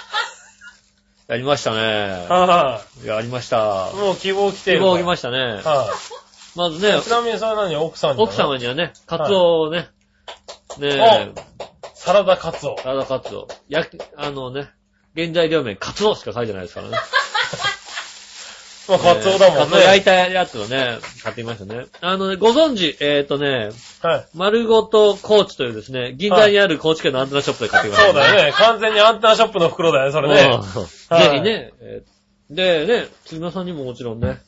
S2: やりましたね。
S3: はい
S2: や、ありました。
S3: い。もう希望来て
S2: 希
S3: る。
S2: 望来ま
S3: し
S2: したね。
S3: は
S2: まずね
S3: い。ち、なみにそれは何奥さんに
S2: 奥様にはね、カツオをね、ねえ、
S3: サラダカツオ。
S2: サラダカツオ。焼き、あのね、原材料名、カツオしか書いてないですからね。
S3: まあ、カツオだも
S2: カ
S3: ん
S2: ツオ焼い
S3: ね。
S2: たやつをね、買ってみましたね。あのね、ご存知、えっとね、
S3: はい。
S2: 丸ごと高知というですね、銀座にある高知県のアンテナショップで買ってきました。
S3: そうだよ ね。完全にアンテナショップの袋だよね、それね。
S2: うん
S3: はい
S2: ぜひね、えーでね、杉村さんにももちろんね、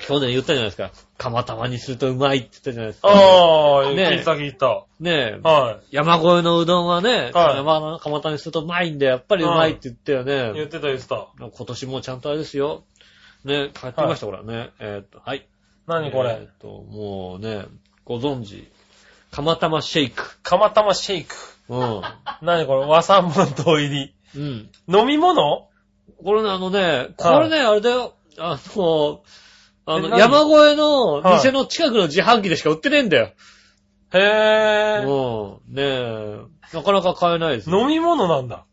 S2: 去年言ったじゃないですか。釜玉にするとうまいって言ったじゃないですか。
S3: ああ、
S2: ねえ
S3: 聞いた聞いた。
S2: ねえ、
S3: は
S2: 山越えのうどんはね、
S3: はい
S2: 山の釜玉にするとうまいんで、やっぱりうまいって言ったよ
S3: い。言
S2: ね。
S3: ってた言ってた。
S2: 今年もちゃんとあれですよ。ね、買ってきました、ほらね。えーっと、はい。
S3: 何こ
S2: えー
S3: れ
S2: っ。と、もうね、ご存知。釜玉シェイク。
S3: 釜玉シェイク。
S2: うん。
S3: 何これ和三盆糖入り。
S2: うん。
S3: 飲み物
S2: これね、あのね、これね、あれだよ。あの、あ
S3: え
S2: の、
S3: 何
S2: 山越えの
S3: はい
S2: 店の近くの自販機でしか売ってねえんだよ。
S3: へぇ
S2: うん。ねえ。なかなか買えないです
S3: ー。飲
S2: よ。
S3: み物なんだ。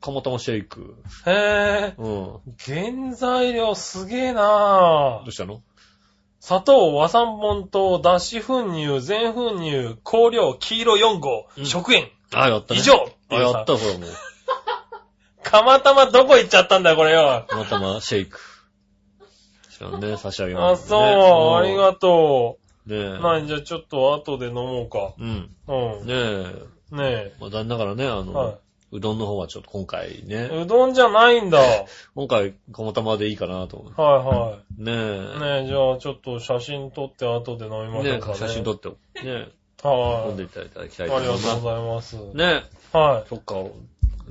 S2: かもたまシェイク。
S3: へ
S2: うん。ど
S3: ぇー。原材料すげえな
S2: う
S3: ぁ。
S2: したの
S3: 砂糖、和三盆糖、脱脂粉乳、全粉乳、香料、黄色4号、
S2: うん
S3: 食塩、
S2: あ、やったね。
S3: 以上っ
S2: あ、
S3: ていう
S2: や
S3: さ
S2: った、これもう。
S3: 釜玉どこ行っちゃったんだよ、これよ。
S2: かもたまシェイク。知らん ね、差し上げ
S3: あ、
S2: ます、
S3: そ
S2: ね。
S3: う、ありがと
S2: とうん。
S3: う。
S2: ね
S3: 何じゃあちょっと後で飲もうか。
S2: え。うん。
S3: う
S2: ねえ。
S3: ん。ね
S2: まあ、残念ながらね、あの、
S3: え。は
S2: うどんの方はちょっと今回ね、
S3: い。うどんじゃないんだ。はい
S2: 今回、かもたまでいいかなと思う。
S3: はい。
S2: ねえ。
S3: ねえ、じゃあちょっと写真撮って後で飲みましょ
S2: ね
S3: うかね。
S2: 写真撮って、ね
S3: は
S2: 飲んで
S3: い。
S2: いただきた
S3: あ
S2: いと
S3: りが
S2: 思いま
S3: とう
S2: す。
S3: ございます。
S2: ね
S3: は。
S2: そっか、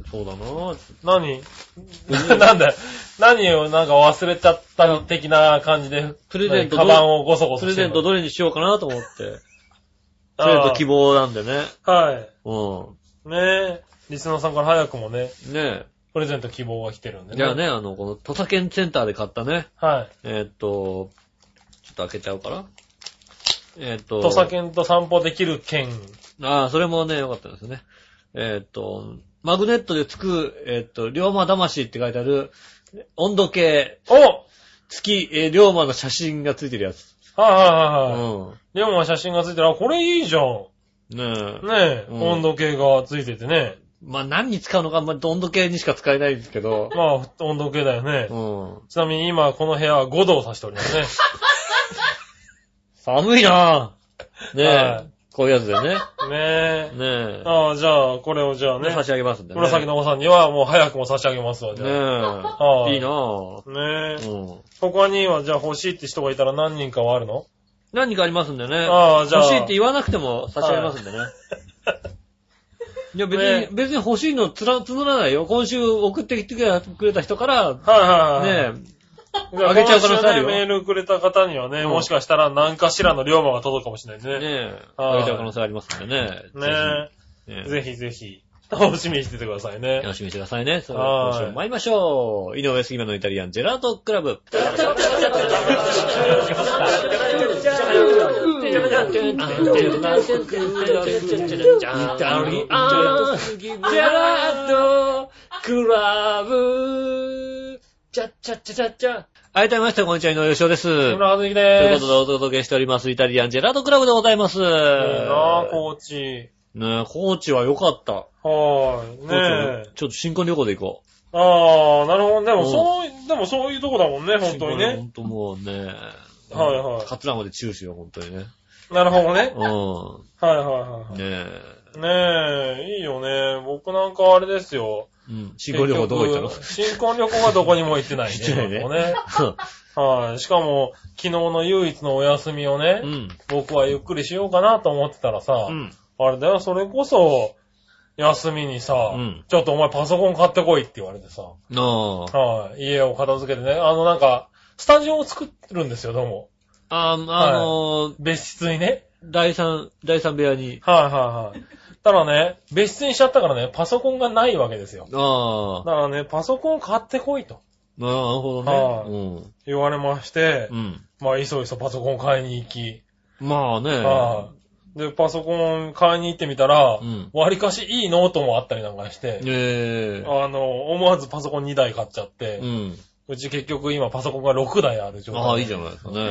S2: そうだない
S3: 何 なんだよ何をなんか忘れちゃった的な感じで、
S2: プレゼントど
S3: カ
S2: う
S3: バンをゴソゴ
S2: プ
S3: ソ
S2: レ
S3: して
S2: ゼ
S3: る
S2: ン
S3: の。
S2: トどれにしようかなと思って。プレゼン
S3: あ
S2: ト希望なんでね。
S3: あは
S2: う
S3: い。ねえ。リスナーさんから早くもね、
S2: ん。ね
S3: プレゼント希望が来てるんで
S2: え。
S3: ね。
S2: じゃあ。ね、あの、この、土佐県センターで買ったね、
S3: はい。
S2: えーっと、ちょっと開けちゃうから。えーっと、
S3: 土佐犬と散歩できる券。
S2: ああ、それもね、よかったですね。えーっと、マグネットでつく、えーっと、龍馬魂って書いてある、温度計
S3: おはい
S2: 付き、えー龍馬の写真がついてるやつ。
S3: はいはいはい。
S2: うん。
S3: でも写真がついてる。あ、これいいじゃん。
S2: ねえ。
S3: ねえ。
S2: うん
S3: 温度計がついててね。
S2: まあ、何に使うのか、まあ、どんど計にしか使えないんですけど。
S3: まあ、温度計だよね
S2: う。ん。
S3: ちなみに今、この部屋は5度を指しておりますね。
S2: 寒いなぁ。ねえ。
S3: はい
S2: こういうやつでね。
S3: ねえ。
S2: ね
S3: ああ、じゃあ、これをじゃあ
S2: え。ね、
S3: ね
S2: 差、し上げますんでね。
S3: 紫のおばさんにはもう早くも差し上げますわ、じ
S2: ね
S3: ゃ
S2: え。
S3: あ。はい
S2: いいなぁ。
S3: ねえ。
S2: うん。
S3: 他には、じゃあ欲しいって人がいたら何人かはあるの
S2: 何かありますんでね。
S3: ああじゃあ
S2: 欲しいって言わなくても差し上げますんでね。いや別に、
S3: ね
S2: 別に欲しいのつら、募らないよ。今週送ってきてくれた人から、
S3: はいはいはい。
S2: ね
S3: じゃ
S2: あげちゃう可能性あるよ
S3: 今週ねメールくれた方にはね、
S2: うん
S3: もしかしたら何かしらの龍馬が届くかもしれないで
S2: え、
S3: すね。
S2: ねえ、
S3: はい
S2: あげちゃう可能性ありますんでね。
S3: ね
S2: え。ね
S3: え。
S2: え
S3: ぜひぜひ、楽しみにしててくださいね。
S2: 楽しみにしてくださいね。それで
S3: は
S2: は、
S3: い
S2: 今週も参りましょう。井上杉間のイタリアンジェラートクラブ。改めまして、こんにちは、井上芳雄です。と
S3: 木
S2: いう
S3: 村和之
S2: こ
S3: で
S2: と
S3: す。
S2: でお届けしております、イタリアンジェラートクラブでございます。
S3: いいなぁ、高知。
S2: ねえ、高知は良かった。
S3: はーい。
S2: 高知は
S3: ねえ。
S2: ちょっと新婚旅行で行こう。
S3: ああ、なるほど。で
S2: う
S3: も
S2: ん
S3: そうい、でもそういうとこだもんね、本当にね。
S2: 本当もうね。
S3: はいはい
S2: カツラまでチューしよう、本当にね。
S3: なるほどね。
S2: う
S3: はいはいはいは
S2: ん。
S3: い。
S2: ねえ。
S3: ねえ、いいよね。僕なんかあれですよ。
S2: うん。新婚旅行どこ行ったの
S3: 結局新婚旅行はどこにも行ってな い
S2: 行ってないね
S3: ね。もうね
S2: そう
S3: はい。しかも、昨日の唯一のお休みをね
S2: う、ん。
S3: 僕はゆっくりしようかなと思ってたらさ
S2: う、ん。
S3: あれだよ、それこそ、休みにさ
S2: うん、
S3: ちょっとお前パソコン買ってこいって言われてさ、
S2: なあ。
S3: はい。家を片付けてね、あのなんか、スタジオを作ってるんですよ、どうも。
S2: あ、あのー、
S3: 別室にね。
S2: 第三、第三部屋に。
S3: はいはいはい。ただね、別室にしちゃったからね、パソコンがないわけですよ。
S2: ああ
S3: だ。からね、パソコン買ってこいと
S2: なるほど
S3: は
S2: ね。
S3: 言われまして
S2: う、ん。
S3: まあ、いそいそパソコン買いに行き、
S2: うん。まあね。
S3: はいで、パソコン買いに行ってみたら
S2: うん、
S3: わりかしいいノートもあったりなんかして、
S2: ええ。
S3: あの、思わずパソコン2台買っちゃって
S2: う、ん。
S3: うち結局今パソコンが6台ある状態。
S2: ああ、いいじゃないですかね。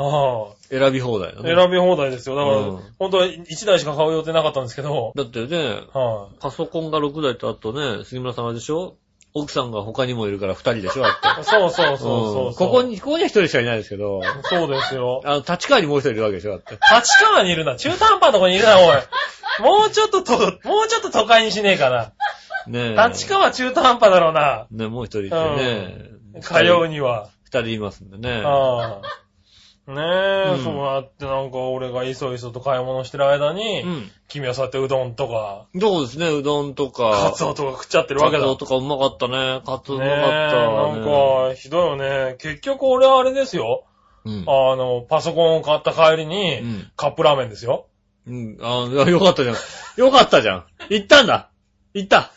S3: はい
S2: 選び放題だね。
S3: 選び放題ですよ。だか
S2: うん
S3: ら、本当は1台しか買う予定なかったんですけど、
S2: だってね、
S3: は
S2: パソコンが6台とあとね、杉村さんはでしょ奥さんが他にもいるから2人でしょだって。
S3: い。そうそうそう そううんそう。
S2: ここ。に、ここには一人しかいないですけど、
S3: そうですよ。
S2: あの、立川にもう一人いるわけでしょだって。
S3: 立川にいるな。中途半端なとこにいるな、おい。もうちょっとと、もうちょっと都会にしねえか
S2: ね
S3: な。
S2: え。
S3: 立川中途半端だろうな。
S2: ね、もう一人いてね。
S3: 通うには。
S2: 二人いますんでね。
S3: ああねえ、
S2: うん
S3: そうやってなんか俺がいそいそと買い物してる間に、
S2: うん。
S3: 君はそうやってうどんとか、
S2: そうですね、うどんとか。
S3: カツオとか食っちゃってるわけだ。
S2: カツオとかうまかったね。カツオう
S3: ね
S2: ま
S3: え、
S2: かったわ
S3: な
S2: ね。
S3: んか、ひどいよね。結局俺はあれですよ。
S2: うん、
S3: あの、パソコンを買った帰り
S2: う
S3: に、
S2: ん。
S3: カップラーメンですよ。
S2: うん。ああ、よかったじゃん。よかったじゃん。行ったんだ行った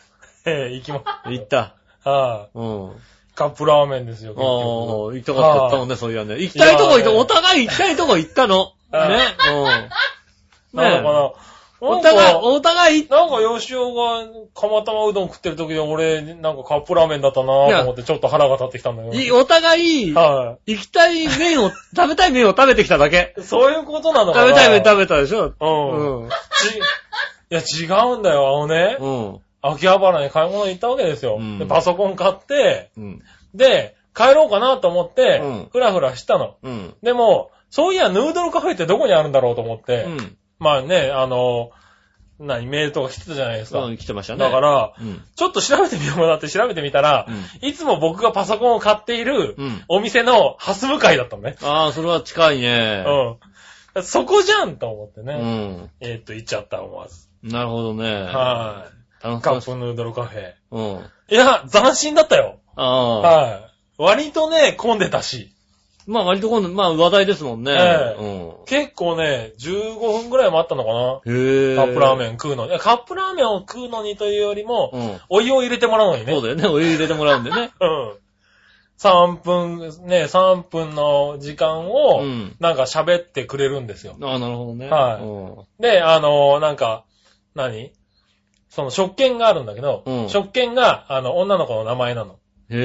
S3: ええ、行きま、
S2: 行った。
S3: は
S2: うん。あ
S3: い。カップラーメンです
S2: あ、
S3: よ、結局。
S2: 行きたかったもんね、そういやね。行きたいとこ行った、お互い行きたいとこ行ったの。ね
S3: はい。
S2: うん。
S3: なのか
S2: ね
S3: な
S2: お
S3: なん
S2: 互い、
S3: か、
S2: お互い、
S3: なんか、吉尾が、釜玉うどん食ってる時で俺、なんかカップラーメンだったなぁと思って、ちょっと腹が立ってきたんだけ
S2: いお互い
S3: ど。、は
S2: 行きたい麺を、 食べたい麺を食べてきただけ。
S3: い。そういうことなのか
S2: 食べ
S3: な
S2: たい麺食べたでしょ。
S3: うん。
S2: うん。
S3: ちいや、違うんだよ。あのね、
S2: うん。
S3: 秋葉原に買い物行ったわけですよ。
S2: うん
S3: で、パソコン買って、
S2: うん。
S3: で、帰ろうかなと思って、
S2: うん
S3: ふらふらしたの。
S2: うん。
S3: でも、そういや、ヌードルカフェってどこにあるんだろうと思って、
S2: うん。
S3: まあね、あの、何、メールとか来てたじゃないですか。
S2: うん、来てましたね。
S3: だか、ら、
S2: うん。
S3: ちょっと調べてみようかなって調べてみたら、いつも僕がパソコンを買っている
S2: うん。
S3: お店のハス向かいだったのね。
S2: ああ、それは近いね。
S3: うん。そこじゃんと思って
S2: う
S3: ね。
S2: ん。
S3: えーっと、行っちゃった、思わず。
S2: なるほどね。
S3: は
S2: 楽
S3: い。
S2: しか
S3: カ
S2: っ
S3: ップヌードルカフェ。
S2: た。うん。
S3: いや、斬新だったよ。
S2: ああ。
S3: はい。割とね、混んでたし。
S2: まあ割と今度、まあ話題ですもんね。
S3: え
S2: う
S3: 結構ね、15分ぐらい待ったのかな。
S2: ん。へえ。
S3: カップラーメ
S2: ン。
S3: ン食うのに。いやカップラーメンを食うのにというよりも、
S2: うん。
S3: お湯を入れてもらうのにね。
S2: そうだよね。お湯入れてもらうんで ね。
S3: うん。3分、ね、3分の時間を
S2: うん、
S3: なんか喋ってくれるんですよ。
S2: ああ、なるほどね。
S3: はいで、あのなんか、何その、食券があるんだけど、
S2: うん
S3: 食券が、あの、女の子の名前なの。
S2: い。へ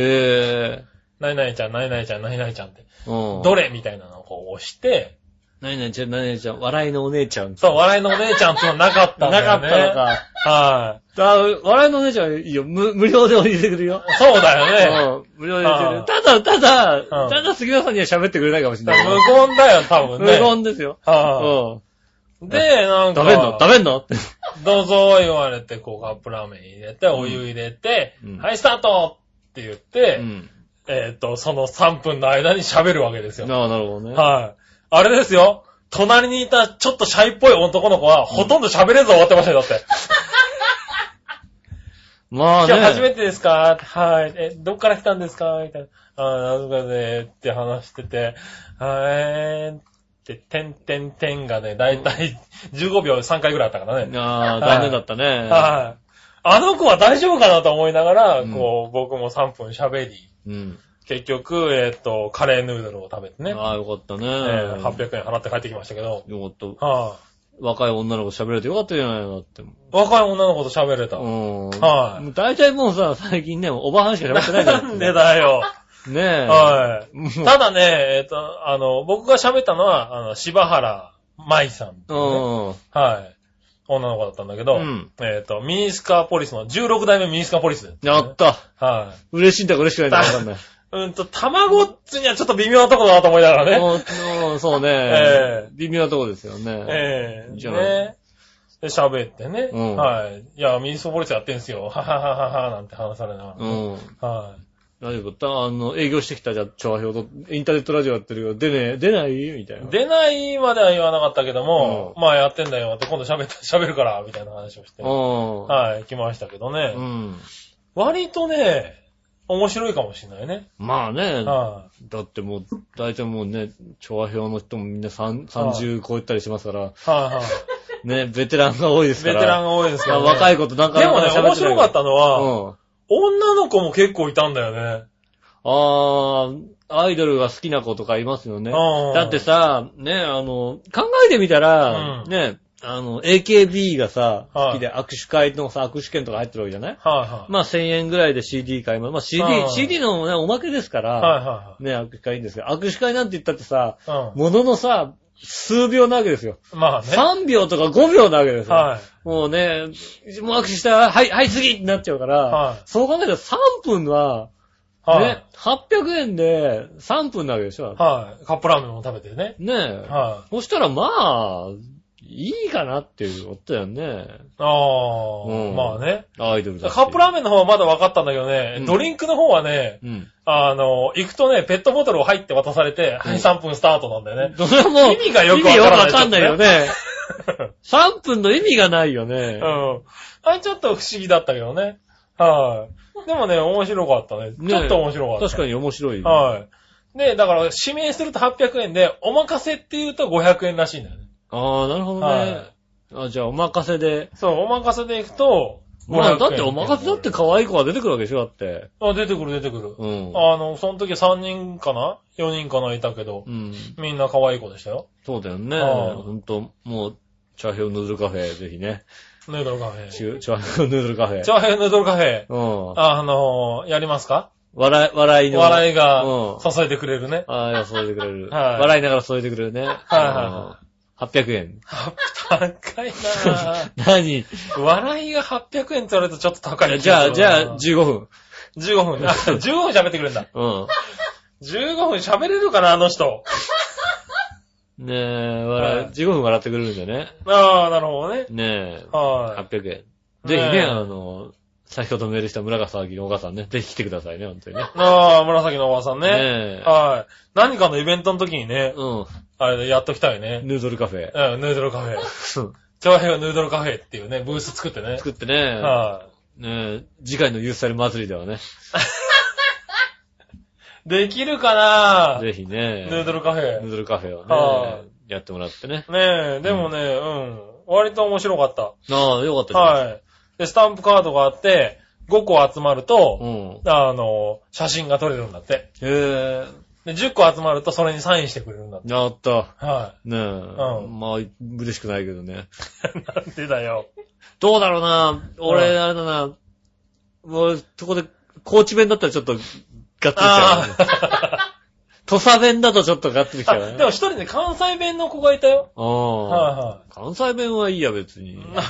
S2: え。
S3: 何々ちゃん、何々ちゃん、何々ちゃんって。
S2: うん。
S3: ど
S2: れ
S3: れみたいなのをこう押して、
S2: 何々ちゃん、何々ちゃん、笑いのお姉ちゃん。
S3: そう、笑いのお姉ちゃんってのなかったんだ
S2: なか
S3: よ
S2: った
S3: ね。
S2: のか。
S3: は
S2: あ笑いのお姉ちゃんいいよ。無無料でお湯入れてくるよ。
S3: い。そうだよね。
S2: うん無料で入れて
S3: ああ
S2: る。ただ、ただ、
S3: うん
S2: ただ杉浦さんには喋ってくれないかもしれ
S3: だ
S2: ない
S3: から。無言だよ、多分
S2: 無
S3: ね。
S2: 言ですよ。
S3: は
S2: うん。
S3: いで、なんか、
S2: 食べんの食べんのって。
S3: どうぞ言われて、こうカップラーメン入れて、お湯入れて、
S2: うん
S3: はい、スタートって言って、
S2: うん。
S3: えっ、と、その3分の間に喋るわけですよ。
S2: ああ、なるほどね。
S3: はい。あれですよ。隣にいたちょっとシャイっぽい男の子は、ほとんど喋れず終わってましたよ、だって。
S2: まあ
S3: 今日初
S2: ね。
S3: めてですかはい。え、どっから来たんですかみたいな。あーなんとかね、って話してて、はーい。って、てんてんてんがね、だいたい15秒3回ぐらいあったからね。
S2: ああ、残念だったね。
S3: はい。あの子は大丈夫かなと思いながら、
S2: うん
S3: こう、僕も3分喋り、
S2: うん。
S3: 結局、えっと、カレーヌードルを食べてね、
S2: ああ、よかったね。
S3: えー800円払って帰ってきましたけど、
S2: よかった。
S3: は
S2: 若い女の子喋れてよかったじゃないのだって。う
S3: い。若い女の子と喋れた。
S2: ん。
S3: はい
S2: もう大体もうさ、最近ね、おばはんしか喋ってないから。
S3: なんでだよ。
S2: ね え。。
S3: はい
S2: もう
S3: い。ただね、えっ、と、あの、僕が喋ったのは、あの、柴原舞さんっていうね、
S2: う
S3: はい。女の子だったんだけど、
S2: うん
S3: えっ、と、ミニスカポリスの、16代目ミニスカポリス、
S2: ん。やった。
S3: は
S2: 嬉しいんだか嬉しくないんだかわか んない。
S3: い。うんと、卵っつにはちょっと微妙なとこだなと思いながらね。
S2: もうもうそうね
S3: え。
S2: 微妙なとこですよね。
S3: ええ
S2: いいじゃない
S3: ね。で、喋ってね、
S2: うん
S3: はい。いや、ミニスカポリスやってんすよ。ははははは、なんて話されながら
S2: う
S3: ね、
S2: ん。
S3: はい。
S2: 大丈夫だあの、営業してきたじゃん、調和表と、インターネットラジオやってるけど、出ねえ、出ないみたいな。
S3: 出ないまでは言わなかったけども、
S2: う
S3: まあやってんだよって、今度喋った、喋るから、みたいな話をして、
S2: うん。
S3: はい、来ましたけどね、
S2: うん。
S3: 割とね、面白いかもしれないね。
S2: まあね、
S3: は
S2: だってもう、大体もうね、調和表の人もみんな3 30超えたりしますから、
S3: い、はい、はい、
S2: ね、ベテランが多いですか
S3: ベ
S2: ら。
S3: テランが多いですけど、ね。
S2: まあ若い
S3: 子
S2: ことなんか。
S3: でもね、面白かったたのは、
S2: うん。
S3: 女の子も結構いたんだよね。
S2: ああ、アイドルが好きな子とかいますよね。
S3: うん
S2: だってさ、ね、あの、考えてみたら、
S3: うん
S2: ね、あの、AKB がさ、
S3: はい
S2: 好きで握手会のさ、握手券とか入ってるわけじゃない
S3: はい、はい、
S2: まあ1000円ぐらいで CD 買います。まあ CD、
S3: うん
S2: CD のね、おまけですから、
S3: は
S2: ね、握手会いいんですけど、握手会なんて言ったってさ、
S3: い、はい。
S2: もののさ、数秒なわけですよ。
S3: うん。まあね。
S2: 3秒とか5秒なわけですよ。
S3: はい。
S2: もうね、もう握手したら、はい、はい、次ってなっちゃうから、
S3: はい
S2: そう考えたら3分は、
S3: はい、
S2: ね、800円で3分なわけでしょ。
S3: はい。カップラーメンも食べてね。
S2: ねえ。
S3: はい。
S2: そしたらまあ、いいかなっていうことだよね。
S3: ああ、
S2: うん
S3: まあね。
S2: アイドルだ
S3: カップラー
S2: ン
S3: メンの方はまだ分かったんだけどね、
S2: うん
S3: ドリンクの方はね、
S2: うん。
S3: あの、行くとね、ペットボトルを入って渡されて、
S2: うん
S3: はい、3分スタートなんだよね。
S2: それはもう、
S3: 意味がよくわからな
S2: 意
S3: い
S2: 味よくわかんないよ ね。3分の意味がないよ
S3: う
S2: ね。
S3: ん。あれちょっと不思議だったけどね。はい。でもね、面白かったね。
S2: ね
S3: ちょっと面白かった。
S2: 確かに面白い。
S3: はい。で、だから、指名すると800円で、お任せって言うと500円らしいんだよね。
S2: ああ、なるほどね。あじゃあ、お任せで。
S3: そう、お任せで行くと、
S2: まあ、だってお任せだって
S3: か。
S2: 可愛い子が出てくるわけでしょだって。
S3: あ、出てくる出てくる。
S2: うん。
S3: あの、その時3人かな ?4 人かないたけど
S2: う、ん。
S3: みんな可愛い子でしたよ。
S2: そうだよね。
S3: はい
S2: ほんと、もう、チャーヒョンヌードルカフェ、ぜひね。
S3: ヌードルカフェ。
S2: チュチャーヒョンヌードルカフェ。
S3: 長編ヌードルカフェ、
S2: うん。
S3: あのーやりますか
S2: 笑い、笑いの。
S3: 笑いが
S2: うん
S3: 支えてくれるね。
S2: ああ、添えてくれる。
S3: はい
S2: 笑いながら添えてくれるね。はい
S3: は
S2: 800円。
S3: 高いなぁ
S2: 何
S3: 笑いが800円取れるとちょっと高い。
S2: じゃあ、じゃあ、、15分。
S3: 15分。あ15分 喋ってくれるんだ。
S2: うん。
S3: 15分喋れるかな、あの人。
S2: ねえ、笑い、
S3: はい
S2: 15分笑ってくれるんだよね。
S3: ああ、なるほどね。
S2: ねえ、
S3: は
S2: 800円。
S3: い。
S2: ぜひね、
S3: え
S2: あの、先ほどメールした村が騒ぎのお母さんね、ぜひ来てくださいね、本当にね。
S3: ああ、紫のおばさんね。
S2: ねえ。
S3: はい。何かのイベントの時にね、
S2: う
S3: あれ、やっときたいね
S2: ん。。ヌードルカフェ。
S3: うん、ヌードルカフェ。
S2: うん
S3: 長編ヌードルカフェっていうね、ブース作ってね。
S2: 作ってね、
S3: はい。
S2: ねえ、次回のユースタイル祭りではね、
S3: できるかな
S2: ぜひね、
S3: ヌー
S2: ヌ
S3: ドルカフェ
S2: ー。ドルカフェを
S3: は
S2: ね、やってもらってね。
S3: ねえ、でもね、うん。割と面白かっ
S2: ああ、よかった
S3: た。
S2: じゃない
S3: はい。で、スタンプカードがあって、5個集まると、
S2: うん。
S3: あの、写真が撮れるんだって。
S2: へえ。
S3: で、10個集まるとそれにサインしてくれるんだって。
S2: やった。
S3: は
S2: ねえ。
S3: ん
S2: まあ、嬉しくないけどね。
S3: い。 なんでだよ。
S2: どうだろうな。
S3: う
S2: 俺、あれだな。もう、そこで、高知弁だったらちょっと、がっつりきちゃうよね。
S3: あ
S2: 土佐弁だとちょっとがっつりきち
S3: あ。
S2: ゃうよ
S3: あ
S2: ね。
S3: でも一人ね、関西弁の子がいたよ。
S2: あ
S3: は
S2: あ。関西弁はいいや、別に。
S3: いは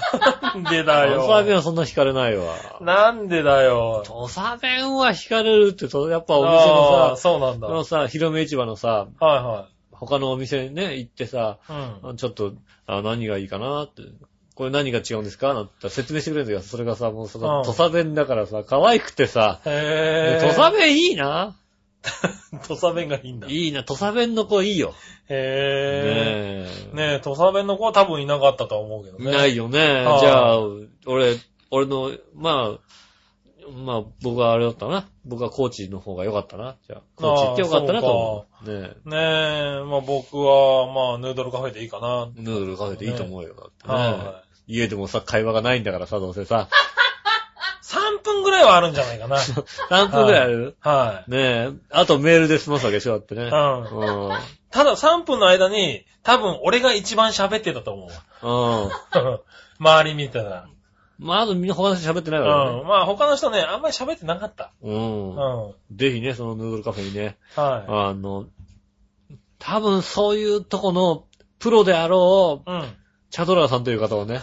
S3: い。なんでだ
S2: 関西弁
S3: よ。
S2: はそんな惹かれないわ。
S3: なんでだよ。
S2: 土佐弁は惹かれるって、そのやっぱお店
S3: ああ
S2: のさ、
S3: そうなんだ。
S2: あ
S3: は
S2: の
S3: い
S2: さ、広め市場のさ、
S3: は
S2: 他のお店ね、行ってさ、
S3: うん。
S2: あちょっと、あ何がいいかなって。これ何が違うんですかなんて言ったら説明してくれるんだけど、それがさ、もうその、
S3: うん
S2: 土佐弁だからさ、可愛くてさ、
S3: へ
S2: で
S3: ぇ
S2: 土佐弁いいな
S3: 弁。土佐弁がいいんだ。へ
S2: いいな、土佐弁の子いいよ。ね
S3: ぇ
S2: え
S3: ー。ねえ、土佐弁の子は多分いなかったとは思うけどね。
S2: ないよね。
S3: はい
S2: じゃあ、俺、俺の、まあ、まあ、僕はあれだったな。僕はコーチの方が良かったな。じゃあ、コーチ行って良かったなと思う。ねえ。
S3: ねえ、まあ僕は、まあヌードルカフェでいいかな。
S2: ヌードルカフェでいいと思うよ。だってね
S3: は
S2: 家でもさ、会話がないんだからさ、どうせ さ。
S3: い。3分ぐらいはあるんじゃない かな。
S2: 3分ぐらいある
S3: は
S2: ねえ。あとメールで済ますわけでしょ、だってね。う
S3: い。うん。
S2: ん。うん。
S3: ただ3分の間に、多分俺が一番喋ってたと思う。 周り見てたら。
S2: まあ、あとみんな他の人喋ってないうからね
S3: ん。。まあ他の人ね、あんまり喋ってなかった。
S2: う
S3: うんん。。は
S2: ぜひね、そのヌードルカフェにね、
S3: い。
S2: あの、多分そういうとこのプロであろう、
S3: うん。。
S2: チャドラーさんという方をね、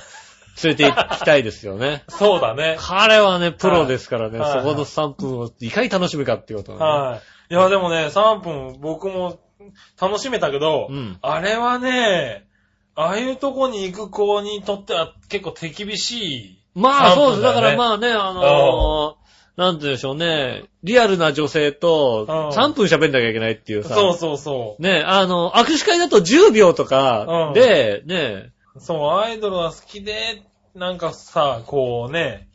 S2: 連れて行きたいですよね
S3: そうだね。
S2: 彼はね、プロですからね、
S3: はい
S2: そこの3分をいかに楽しむかっていうことをね。
S3: はい。いや、でもね、3分僕も楽しめたけど、
S2: うん
S3: あれはね、ああいうとこに行く子にとっては結構手厳しい。
S2: まあ
S3: 3分
S2: そうです。だか
S3: だ
S2: ら
S3: ね
S2: まあね、あのーなんて言うんでしょうね、リアルな女性と
S3: うん
S2: 3分喋んなきゃいけないっていうさ。
S3: そうそうそ
S2: ねあの、握手会だと10秒とかで、ね
S3: う。そう、アイドルは好きで、なんかさ、こうね、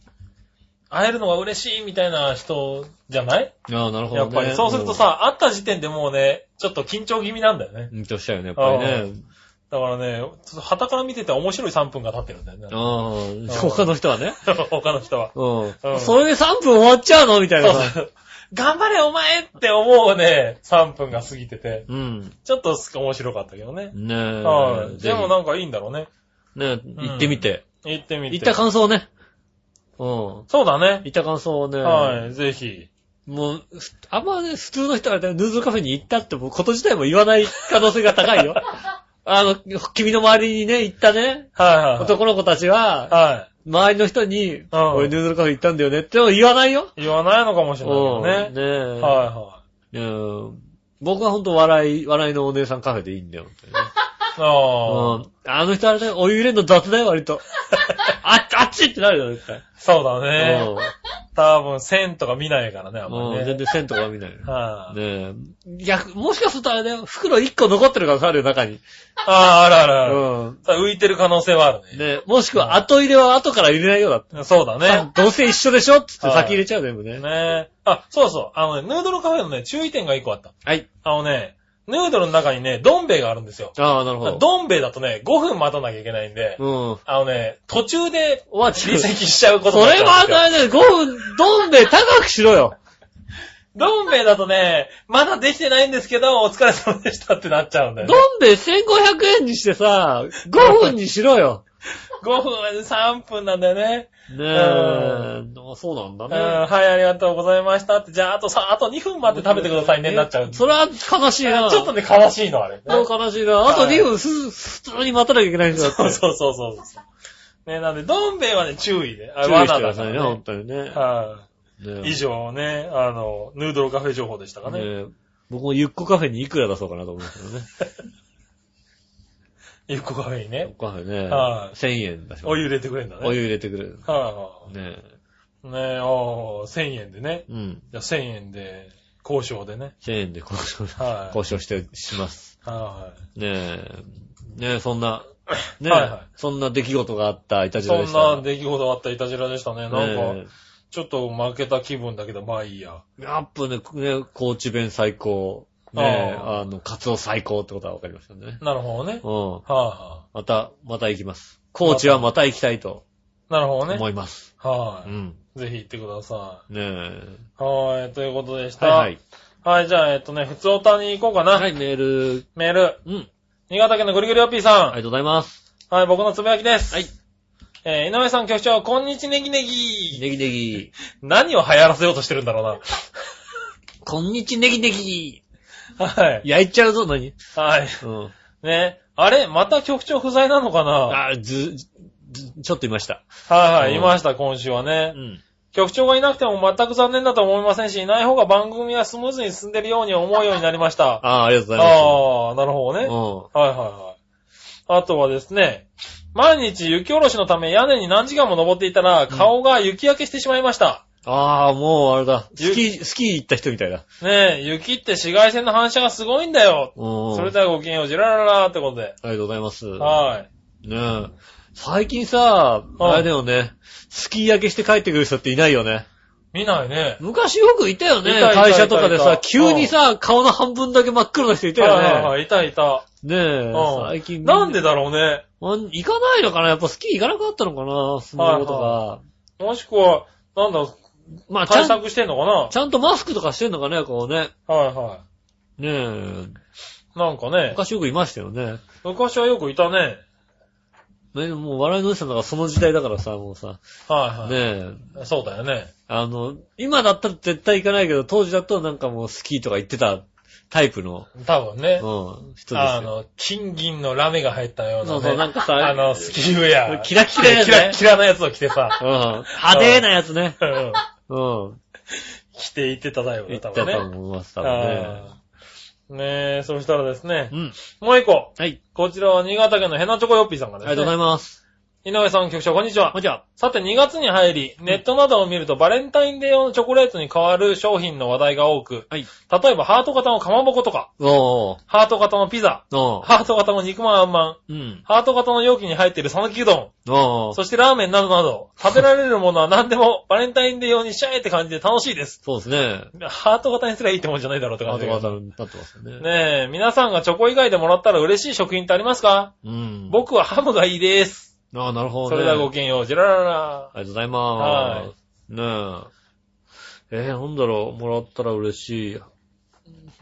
S3: 会えるのが嬉しいみたいな人じゃない
S2: ああ、なるほど、
S3: や
S2: ね。
S3: っぱり。そうするとさ、会った時点でもうね、ちょっと緊張気味なんだよね
S2: う。ん、緊張しちゃうよね、やっぱりね。
S3: だからね、ちょっと旗から見てて面白い3分が経ってるんだよね。
S2: うん。他の人はね。
S3: 他の人は。
S2: う。
S3: うんん
S2: それで3分終わっちゃうのみたいな
S3: そう
S2: さ。
S3: そう。 頑張れお前って思うね、3分が過ぎてて。
S2: うん。
S3: ちょっとす面白かったけどね。
S2: ね
S3: は
S2: え。
S3: い。
S2: ぜ
S3: で
S2: ひ
S3: もなんかいいんだろうね。
S2: ねえ、行ってみて。
S3: 行ってみて。
S2: 行った感想をね。うん。行
S3: そうだね。
S2: った感想をね。
S3: はい。ぜひ。
S2: もう、ふあんまね、普通の人はね、ヌードルカフェに行ったってもうこと自体も言わない可能性が高い よ。あの、君の周りにね、行ったね、
S3: はいはい。
S2: 男の子たちは、
S3: は
S2: 周りの人に、俺ヌードルカフェ行ったんだよねってのを言わないよ。
S3: い。言わないのかもしれないけどね。
S2: うんねえ。
S3: は
S2: うん僕はほんと笑い、笑いのお姉さんカフェでいいんだよ。本当にね
S3: いはい。ああ。
S2: うんあの人あれだよ、お湯入れるの雑だよ、割 と。あっち、あっちってなるよ、絶対。
S3: そうだね。
S2: う
S3: 多分、線とか見ないからね、あん
S2: ん。
S3: ま
S2: うん
S3: り
S2: 全
S3: ね。
S2: 然銭湯は見ないよ。ね
S3: はい。
S2: え。逆、もしかするとあれだよ、袋1個残ってる可能性あるよ、中に。
S3: ああ、あるあるある。
S2: う
S3: さ浮いてる可能性はある
S2: ん。
S3: ね。
S2: ねえもしくは後入れは後から入れないようだって。
S3: そうだね。
S2: どうせ一緒でしょっつって
S3: はい
S2: 先入れちゃう、全部ね。
S3: ねあ、そうそう。あのね、ヌードルカフェのね、注意点が一個あった。
S2: はい。
S3: あのね、ヌードルの中にね、どん兵衛があるんですよ。
S2: ああ、なるほど。
S3: どん兵衛だとね、5分待たなきゃいけないんで、
S2: うん。
S3: あのね、途中で
S2: おわ、
S3: 離席しちゃうこと
S2: そ
S3: になっ
S2: れ
S3: ち
S2: は
S3: ゃ
S2: あ
S3: うんですよ。
S2: れだよ、5分、どん兵衛高くしろよ。
S3: どん兵衛だとね、まだできてないんですけど、お疲れ様でしたってなっちゃうんだよ、ね。
S2: どん兵衛1500円にしてさ、5分にしろよ。
S3: 5分は3分なんだよね。
S2: ねえ、あそうなんだ
S3: うん、
S2: ね。
S3: はい、ありがとうございましたって。じゃあ、あとさ、あと2分待って食べてくださいね、になっちゃうんです
S2: それは悲しいな。
S3: ちょっとね、悲しいの、あれ、ね。
S2: もう悲しいな。あと
S3: はい
S2: 2分す、普通に待たなきゃいけないんだって。
S3: そうそうそうそうそう。ね、なんで、どん兵衛はね、注意で。あ
S2: 注意して
S3: 罠
S2: くだ
S3: だか
S2: さ
S3: ら
S2: いね、本当にね。
S3: は
S2: ね
S3: い。以上ね、あの、ヌードルカフェ情報でしたかね。
S2: ね僕もゆっこカフェにいくら出そうかなと思うんです けどね。
S3: ゆっこカフェに
S2: ゆっ
S3: ね、
S2: こカフェね。
S3: はい
S2: 1000円出しま
S3: お
S2: す。
S3: 湯入れてくれるんだね。
S2: お
S3: はい
S2: 湯入れてくれる。
S3: はい
S2: ね
S3: はい。ねえ、おー、1000円でね。
S2: うん。
S3: じゃあ1000円で、交渉でね。
S2: 1000円で交渉、
S3: はい
S2: 交渉して、します。
S3: は
S2: ねえ。ねえ、そんな、ねえ、
S3: はいはい
S2: そんな出来事があったいた
S3: い。
S2: じら
S3: そ
S2: で
S3: ん
S2: した。
S3: な出来事あったいたじらでしたね。なん
S2: ね
S3: か、ちょっと負けた気分だけど、まあいいや。
S2: えやっぱね、ね高知弁最高。ねえ、
S3: あ
S2: あの、カツオ最高ってことは分かりましたね。
S3: なるほどね。
S2: うん。
S3: は
S2: また、また行きます。高知はまた行きたいと
S3: いはい。なるほど
S2: 思
S3: ね。
S2: います。
S3: は
S2: うん。
S3: い。ぜひ行ってくださ
S2: ねえ。
S3: い。はい、ということでした。
S2: はいはい。
S3: はい、じゃあ、えっとね、普通おたに行こうかな。
S2: はい、メール。
S3: メール。
S2: うん。
S3: 新潟県のぐりぐりおっぴー
S2: あり
S3: さ
S2: がとうございます。
S3: ん。はい、僕のつぶやきです。
S2: はい。
S3: えー、井上さん局長、こんにちネギネギ。
S2: ネギネギ。
S3: 何を流行らせようとしてるんだろ
S2: こんにちネギネギ。
S3: うな。はい。
S2: 焼いちゃうぞ、何
S3: はい。
S2: うん。
S3: ね。あれまた局長不在なのかな
S2: あ、ず、ず、ちょっといました。
S3: はいは
S2: うん
S3: い、いました、今週は
S2: う
S3: ね。
S2: ん。
S3: 局長がいなくても全く残念だと思いませんし、いない方が番組はスムーズに進んでるように思うようになりました。あ
S2: ああ、ありがとうございま
S3: あー、なるほどね。
S2: す。
S3: はいはいはい。あとはですね、毎日雪下ろしのため屋根に何時間も登っていたら、顔が雪焼けしてしまいました。
S2: うん。ああ、もうあれだ。
S3: ゆ
S2: スキー、スキー行った人みたいだ。
S3: ねえ、雪って紫外線の反射がすごいんだよ。
S2: うん。
S3: それではごきげんよう、ジラララーってことで。
S2: ありがとうございます。
S3: はい。
S2: ねえ。最近さ、
S3: はい
S2: あれだよね。スキー焼けして帰ってくる人っていないよね。
S3: 見ないね。
S2: 昔よくいたよね
S3: いたい。た
S2: 会社とかで
S3: いたい
S2: さ
S3: た、
S2: 急にさ、顔の半分だけ真っ黒な人いた
S3: はいはい
S2: よね。
S3: はい、いたいた。
S2: ねえ
S3: うん、
S2: 最近。
S3: なんでだろうね。
S2: あ行かないのかなやっぱスキー行かなくなったのかなスノボとか。
S3: もしくは、なんだ、
S2: まあ、ちゃ
S3: 対
S2: ん、
S3: 策してんのかな
S2: ちゃんとマスクとかしてんのかねこうね。
S3: はいは
S2: ねえ。
S3: い。なんかね、
S2: 昔よくいましたよね。
S3: 昔はよくいたね。
S2: ねもう笑いのおじさんだからその時代だからさ、もうさ。
S3: はいはい。
S2: ねえ。
S3: そうだよね。
S2: あの、今だったら絶対行かないけど、当時だとなんかもうスキーとか行ってたタイプの、
S3: 多分
S2: うん
S3: ね。、
S2: 人です
S3: あ
S2: よ。
S3: の、金銀のラメが入ったようなね。
S2: そうそう、なんかさ、
S3: あの、スキーウェア。
S2: キラキラやつ
S3: キラ
S2: ね。
S3: キラなやつを着てさ
S2: う。ん。派手なやつね。
S3: うん
S2: うん。行
S3: 着て行ってたタイプ
S2: っ
S3: だ、
S2: た
S3: 多分ね。
S2: と思います、多分ね。
S3: あーねえ、そしたらですね
S2: う、ん。
S3: もう一個。
S2: はい。
S3: こちらは新潟県のヘナチョコヨッピーさんが
S2: あ
S3: で
S2: りが
S3: す
S2: とうござい
S3: ね。
S2: ます。
S3: 井上さん、局長、こんにち
S2: こん
S3: は。
S2: にちは。
S3: さて、2月に入り、ネットなどを見ると、バレンタインデー用のチョコレートに代わる商品の話題が多く、
S2: はい。
S3: 例えば、ハート型のかまぼことか、
S2: おー。
S3: ハート型のピザ、
S2: おー。
S3: ハート型の肉まんあんまん、
S2: うん。
S3: ハート型の容器に入っている讃岐うどん、
S2: おー。
S3: そしてラーメンなどなど、食べられるものは何でもバレンタインデー用にしちゃえって感じで楽しいです。
S2: そうですね。
S3: ハート型にすりゃいいってもんじゃないだろうって
S2: あ
S3: 感じ
S2: と
S3: だけ
S2: は
S3: ど。
S2: 当たってますよね。
S3: ねえ、皆さんがチョコ以外でもらったら嬉しい食品ってありますか
S2: うん。
S3: 僕はハムがいいです。
S2: ああ、なるほどね。
S3: それではごきげんよう、ジェラララ。
S2: ありがとうございます。ねえ。えー、なんだろう、もらったら嬉しい。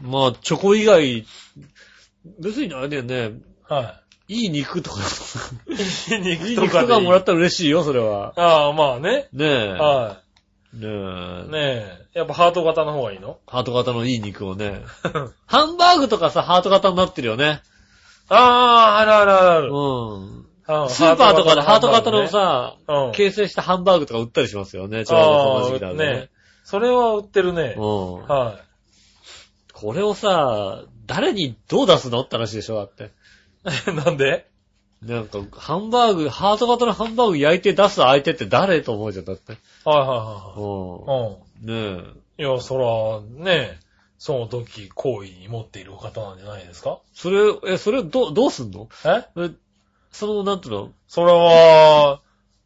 S2: まあ、チョコ以外、別にあれだよね、
S3: はい
S2: い肉とか、
S3: い。
S2: いい
S3: 肉
S2: 肉とかもらったら嬉しいよ、それは。
S3: ああ、まあね。
S2: ねえ。
S3: は
S2: ねえ。
S3: い。ねえ。やっぱハート型の方がいいの
S2: ハート型のいい肉を ね。ハンバーグとかさ、ハート型になってるよね。
S3: ああ、あるあるあ
S2: う
S3: る
S2: ん。
S3: ある。
S2: スーパーとかでハート型の
S3: ハ
S2: さ、
S3: ート型のハンバーグね、
S2: 形成したハンバーグとか売ったりしますよね、ちょうどその時期
S3: う
S2: だ
S3: ん。ああ、
S2: と
S3: ね。それは売ってるね。
S2: うん。
S3: は
S2: これをさ、誰にどう出すのって話でしょだって。
S3: い。 なんで
S2: なんか、ハンバーグ、ハート型のハンバーグ焼いて出す相手って誰と思うじゃん、だって。
S3: はいはいうはいはい。うん。
S2: ん。ねえ。
S3: いや、そら、ねえ、その時、好意に持っている方なんじゃないですか
S2: それ、え、それをどう、どうすんの
S3: え
S2: えその、なんていうの
S3: それは、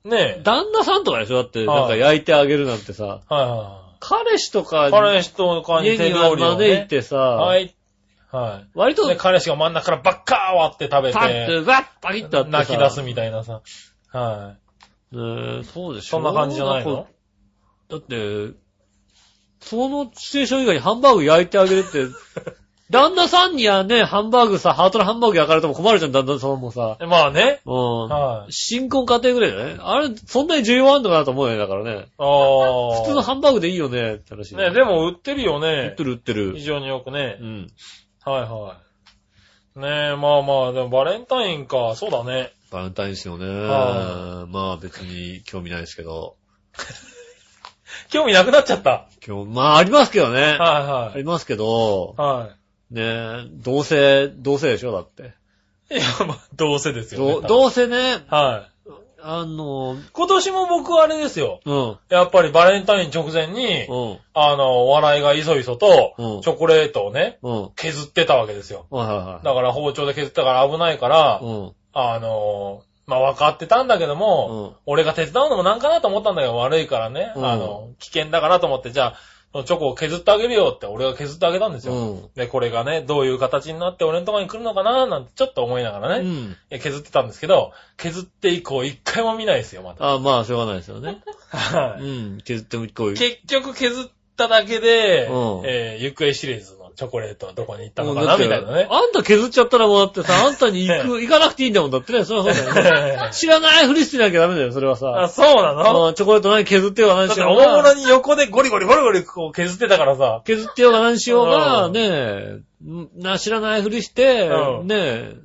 S3: ねえ、
S2: 旦那さんとかでしょだって、
S3: はい
S2: なんか焼いてあげるなんてさ、
S3: はいはい
S2: 彼氏とか、
S3: 彼氏とかに
S2: 家
S3: 手
S2: に
S3: 料理を、
S2: 招い
S3: ね。
S2: てさ、
S3: はい。は
S2: 割
S3: い。
S2: と
S3: で、、彼氏が真ん中からバッカー割って食べ
S2: パッ
S3: て、
S2: て、バッパキッとやってさ
S3: 泣き出すみたいなさ。は
S2: ねえそうで
S3: い。
S2: しょ
S3: そんな感じじゃないの
S2: だって、そのシチュエーション以外にハンバーグ焼いてあげる って、旦那さんにはね、ハンバーグさ、ハートのハンバーグ焼かれても困るじゃん、旦那さんもさ。
S3: えまあね。
S2: うん。
S3: はい。
S2: 新婚家庭ぐらいじゃないあれ、そんなに重要あんのかなと思うよね、だからね。
S3: ああ。
S2: 普通のハンバーグでいいよね、って話。
S3: ね、でも売ってるよ
S2: 売っ
S3: ね
S2: て。る売って
S3: 非
S2: る。
S3: 常によくね
S2: う。ん。
S3: はいはい。ねえ、まあまあ、でもバレンタインか、そうだね。
S2: バレンタインですよね。
S3: は
S2: まあ別に興味ないですけど。
S3: 興味なくなっちゃった。
S2: 今日、まあありますけどね。あ
S3: はいはい。
S2: りますけど、
S3: はい。
S2: ねえ、どうせ、どうせでしょ、だって。
S3: いや、まあ、どうせですよ、ね。
S2: ど
S3: 多分
S2: どうせね、
S3: は
S2: あの、
S3: い。今年も僕はあれですよ。
S2: うん。
S3: やっぱりバレンタイン直前に、
S2: うん。
S3: あの、お笑いがいそいそと
S2: うん、
S3: チョコレート をね、
S2: うん。
S3: 削ってたわけですよ。
S2: はいはいは
S3: だから包丁で削ったから危ないから
S2: い。う、ん。
S3: あの、まあ、分かってたんだけども、俺が手伝うのもなんかなと思ったんだけど、悪いからね、
S2: うん
S3: あの、危険だからと思って、じゃあ、そのチョコを削ってあげるよって、俺が削ってあげたんですよ。
S2: うん
S3: で、これがね、どういう形になって俺のところに来るのかななんてちょっと思いながらね、
S2: うん。
S3: え削ってたんですけど、削って以降一回も見ないですよ、また。
S2: あまあ、しょうがないですよね。
S3: は
S2: う
S3: い
S2: ん。削っても一個いい。
S3: 結局削っただけで、
S2: うん
S3: えー行方シリーズのチョコレートはどこに行った
S2: も
S3: の
S2: う
S3: か
S2: だ
S3: な、
S2: って
S3: みたいなね。
S2: あんた削っちゃったらもうだってさ、あんたに 行く、行かなくていいんだもんだってね。それはそうだよね。知らないふりしてなきゃダメだよ、それは
S3: あ、
S2: さ。
S3: そうなの
S2: うんチョコレート何削ってようが何
S3: だ
S2: し
S3: っ
S2: てよ
S3: お
S2: う
S3: もむろ
S2: が。
S3: に横でゴリゴリゴリゴリこう削ってたからさ。
S2: 削ってようが何しようが、
S3: うん
S2: ねえ、んな、知らないふりして
S3: う、ん
S2: ねえ、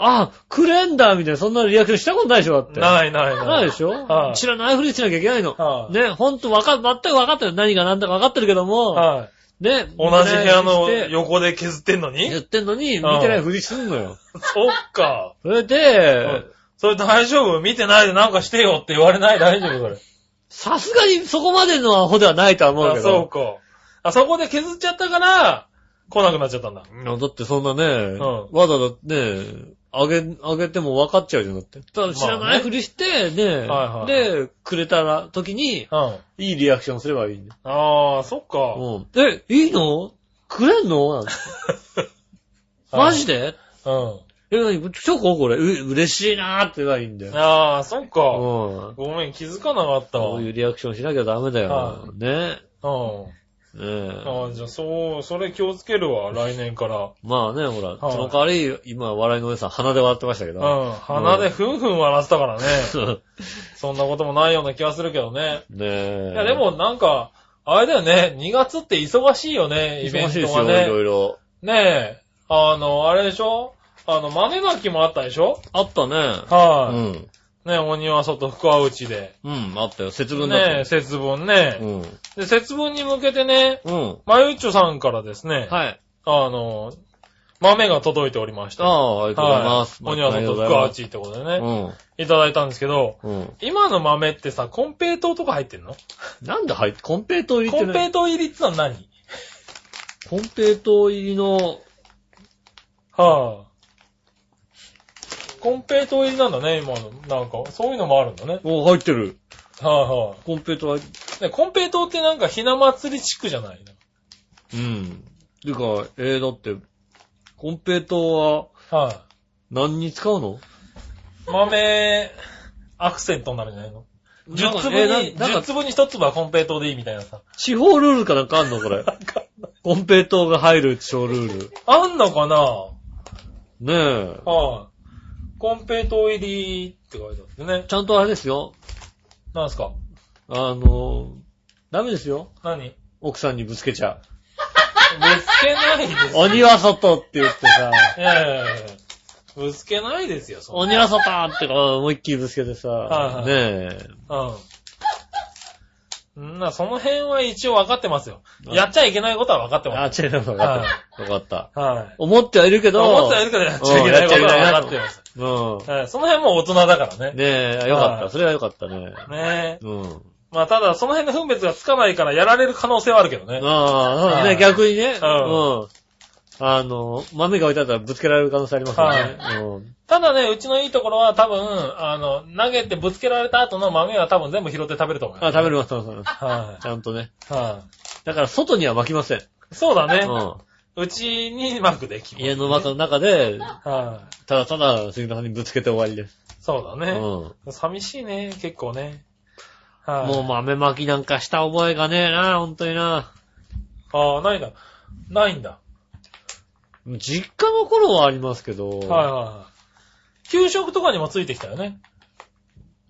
S2: あ、くれんだみたいな、そんなリアクションしたことないでしょ、だって。
S3: ないないない。
S2: ないでしょ、
S3: はい
S2: 知らないふりしなきゃいけないの。
S3: はい
S2: ね、ほんとわか、全く分かってる。何が何だか分かってるけども、
S3: はい。
S2: ね、
S3: 同じ部屋の
S2: 見てないふりして
S3: 横で削ってんの
S2: 言
S3: に
S2: ってんのに、見
S3: うん
S2: てないふりすんのよ。
S3: そっか。
S2: それで、
S3: それ大丈夫見てないでなんかしてよって言われない大丈夫それ。
S2: さすがにそこまでのアホではないとは思う
S3: あ、
S2: け
S3: そう
S2: ど。
S3: か。あそこで削っちゃったから、来なくなっちゃったんだ。
S2: いやだってそんなね、
S3: ん
S2: わざわざね、あげ、あげても分かっちゃうじゃなくて。ただ知ら
S3: まあ
S2: ない
S3: ね
S2: ふりして、ね、
S3: はいはい
S2: で、くれたら、時に、
S3: うん。
S2: いいリアクションすればいいんだよ
S3: ああ、そっか。
S2: うん。え、いいのくれんのなん てマジで
S3: うん。
S2: え、なに、チョコこれ、う、嬉しいなーって言えばいいんだよ。
S3: ああ、そっ
S2: う
S3: か。
S2: ん。
S3: ごめん、気づかなかった
S2: そう
S3: わ。う
S2: い
S3: ん。
S2: うリアクションしなきゃダメだよ
S3: は。
S2: ね。ね
S3: ああ、じゃあ、そう、それ気をつけるわ、来年から。
S2: まあね、ほら、
S3: はい
S2: その代わり、今、笑いのお姉さん鼻で笑ってましたけ
S3: う
S2: ど。
S3: ん。鼻でふんふん笑ってたからね。
S2: そう
S3: そんなこともないような気がするけどね。
S2: ねえ。
S3: いや、で、もなんか、あれだよね、2月って忙しいよね、イベ
S2: 忙
S3: ン
S2: しいで
S3: ト
S2: すよ、
S3: が
S2: いろ
S3: ね。
S2: いろ。
S3: ねえ、あの、あれでしょあの、豆まきもあったでしょ
S2: あったね。う
S3: はい、
S2: ん。
S3: ねえ、鬼は外、福は内で。
S2: うん、あったよ。節分だった
S3: ねえ、
S2: よ。
S3: 節分ね、
S2: うん。
S3: で、節分に向けてね、
S2: うん。
S3: まゆっちょさんからですね、
S2: はい。
S3: あの、豆が届いておりました。
S2: ああ、ありがとうございます。
S3: はい。鬼は
S2: ありが
S3: 外、
S2: とうご
S3: 福
S2: ざい
S3: は
S2: ます
S3: 内ってことでね、
S2: うん。
S3: いただいたんですけど、
S2: うん。
S3: 今の豆ってさ、コンペイトーとか入ってんの
S2: なんで入って、コンペイトー入りっ
S3: コ
S2: て
S3: ンペ
S2: ね。
S3: イトー入りってのは何
S2: コンペイトー入りの、
S3: はぁ。コンペイトー入りなんだね、今の。なんか、そういうのもあるんだね。
S2: お、入ってる。
S3: はいは
S2: コンペイトー入り。
S3: い。で、コンペイトーってなんかひな祭り地区じゃない
S2: うん。てか、えー、だって、コンペイトーは
S3: の。はい、
S2: 何に使うの
S3: 豆、アクセントになるんじゃないの
S2: なんか
S3: ?10 粒
S2: えー
S3: に、
S2: ななん
S3: 10
S2: か、
S3: 粒に1粒はコンペイトーでいいみたいなさ。
S2: 地方ルールかなんかあんの これ。コンペイトーが入る地方ルール。
S3: あんのかなはい、
S2: ねえ。
S3: コンペイトー入りって書いてあるね。
S2: ちゃんとあれですよ。
S3: なんすか
S2: あの、ダメですよ。
S3: 何ぶ
S2: 奥さんにぶつけちゃ
S3: つけないです
S2: う。
S3: よ。
S2: 鬼は外って言ってさ、
S3: いやいやいやいやぶつけないですよ、そんな
S2: 鬼は外ってか、思いっきりぶつけてさ
S3: は、
S2: ね
S3: い
S2: え。
S3: うん。な、その辺は一応分かってますよ。
S2: うん
S3: やっちゃいけないことは分かって
S2: あ
S3: ま、
S2: 違う、よかった。よかった。
S3: す。はい。
S2: 思ってはいるけど、
S3: 思ってはいるけどやっちゃいけないことは分かってます。
S2: う
S3: はい。その辺もう大人だから
S2: ん。
S3: ね。
S2: ねえ、よかっ
S3: は
S2: た。
S3: い
S2: それはよかったね。
S3: ねえ。
S2: うん。
S3: まあただ、その辺の分別がつかないからやられる可能性はあるけどね。
S2: ああ、
S3: は
S2: ね、
S3: い
S2: 逆にね。う
S3: うん
S2: ん。あの、豆が置いてあったらぶつけられる可能性ありますよね。うん
S3: ただね、うちのいいところは多分、あの、投げてぶつけられた後の豆は多分全部拾って食べると思います。
S2: あ、食べれます、食べれます。
S3: は
S2: ちゃんとね。
S3: い。は
S2: だから外には巻きません。
S3: い。そうだね。
S2: う
S3: うちにマークでき
S2: ん。家の中の中で、
S3: はい。
S2: ただただ杉田さんにぶつけて終わりです。
S3: そうだ
S2: う
S3: ね。
S2: ん。も
S3: 寂しいね、結構ね。はい。
S2: う豆巻きなんかした覚えがねえな、本当にな。
S3: ああ、ないんだ。ないんだ。
S2: 実家の頃はありますけど。
S3: はいはいはい。給食とかにもついてきたよね。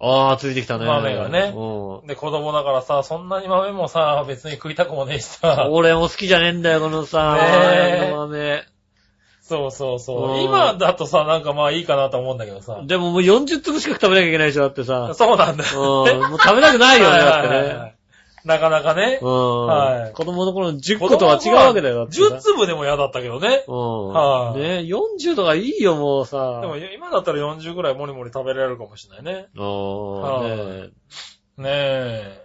S2: ああ、ついてきたね。
S3: 豆がね
S2: うん。
S3: で、子供だからさ、そんなに豆もさ、別に食いたくもねえしさ。
S2: 俺も好きじゃねえんだよ、このさ、
S3: ねえ
S2: 豆。
S3: そうそう
S2: う
S3: そ
S2: ん
S3: う。今だとさ、なんかまあいいかなと思うんだけどさ。
S2: でももう40粒しか食べなきゃいけないでしょ、だってさ。
S3: そうなんだ
S2: うん。
S3: よね。
S2: もう食べたくないよね、だって
S3: はいはいはいは
S2: ね。
S3: いなかなかね
S2: うん。。
S3: はい
S2: 子供の頃の10個とは違うわけだよ、だってさ。
S3: 10粒でも嫌だったけどね。は
S2: うん。
S3: い
S2: ね40とかいいよ、もうさ。
S3: でも今だったら40ぐらいもりもり食べられるかもしれないね。
S2: あーね
S3: ねえ。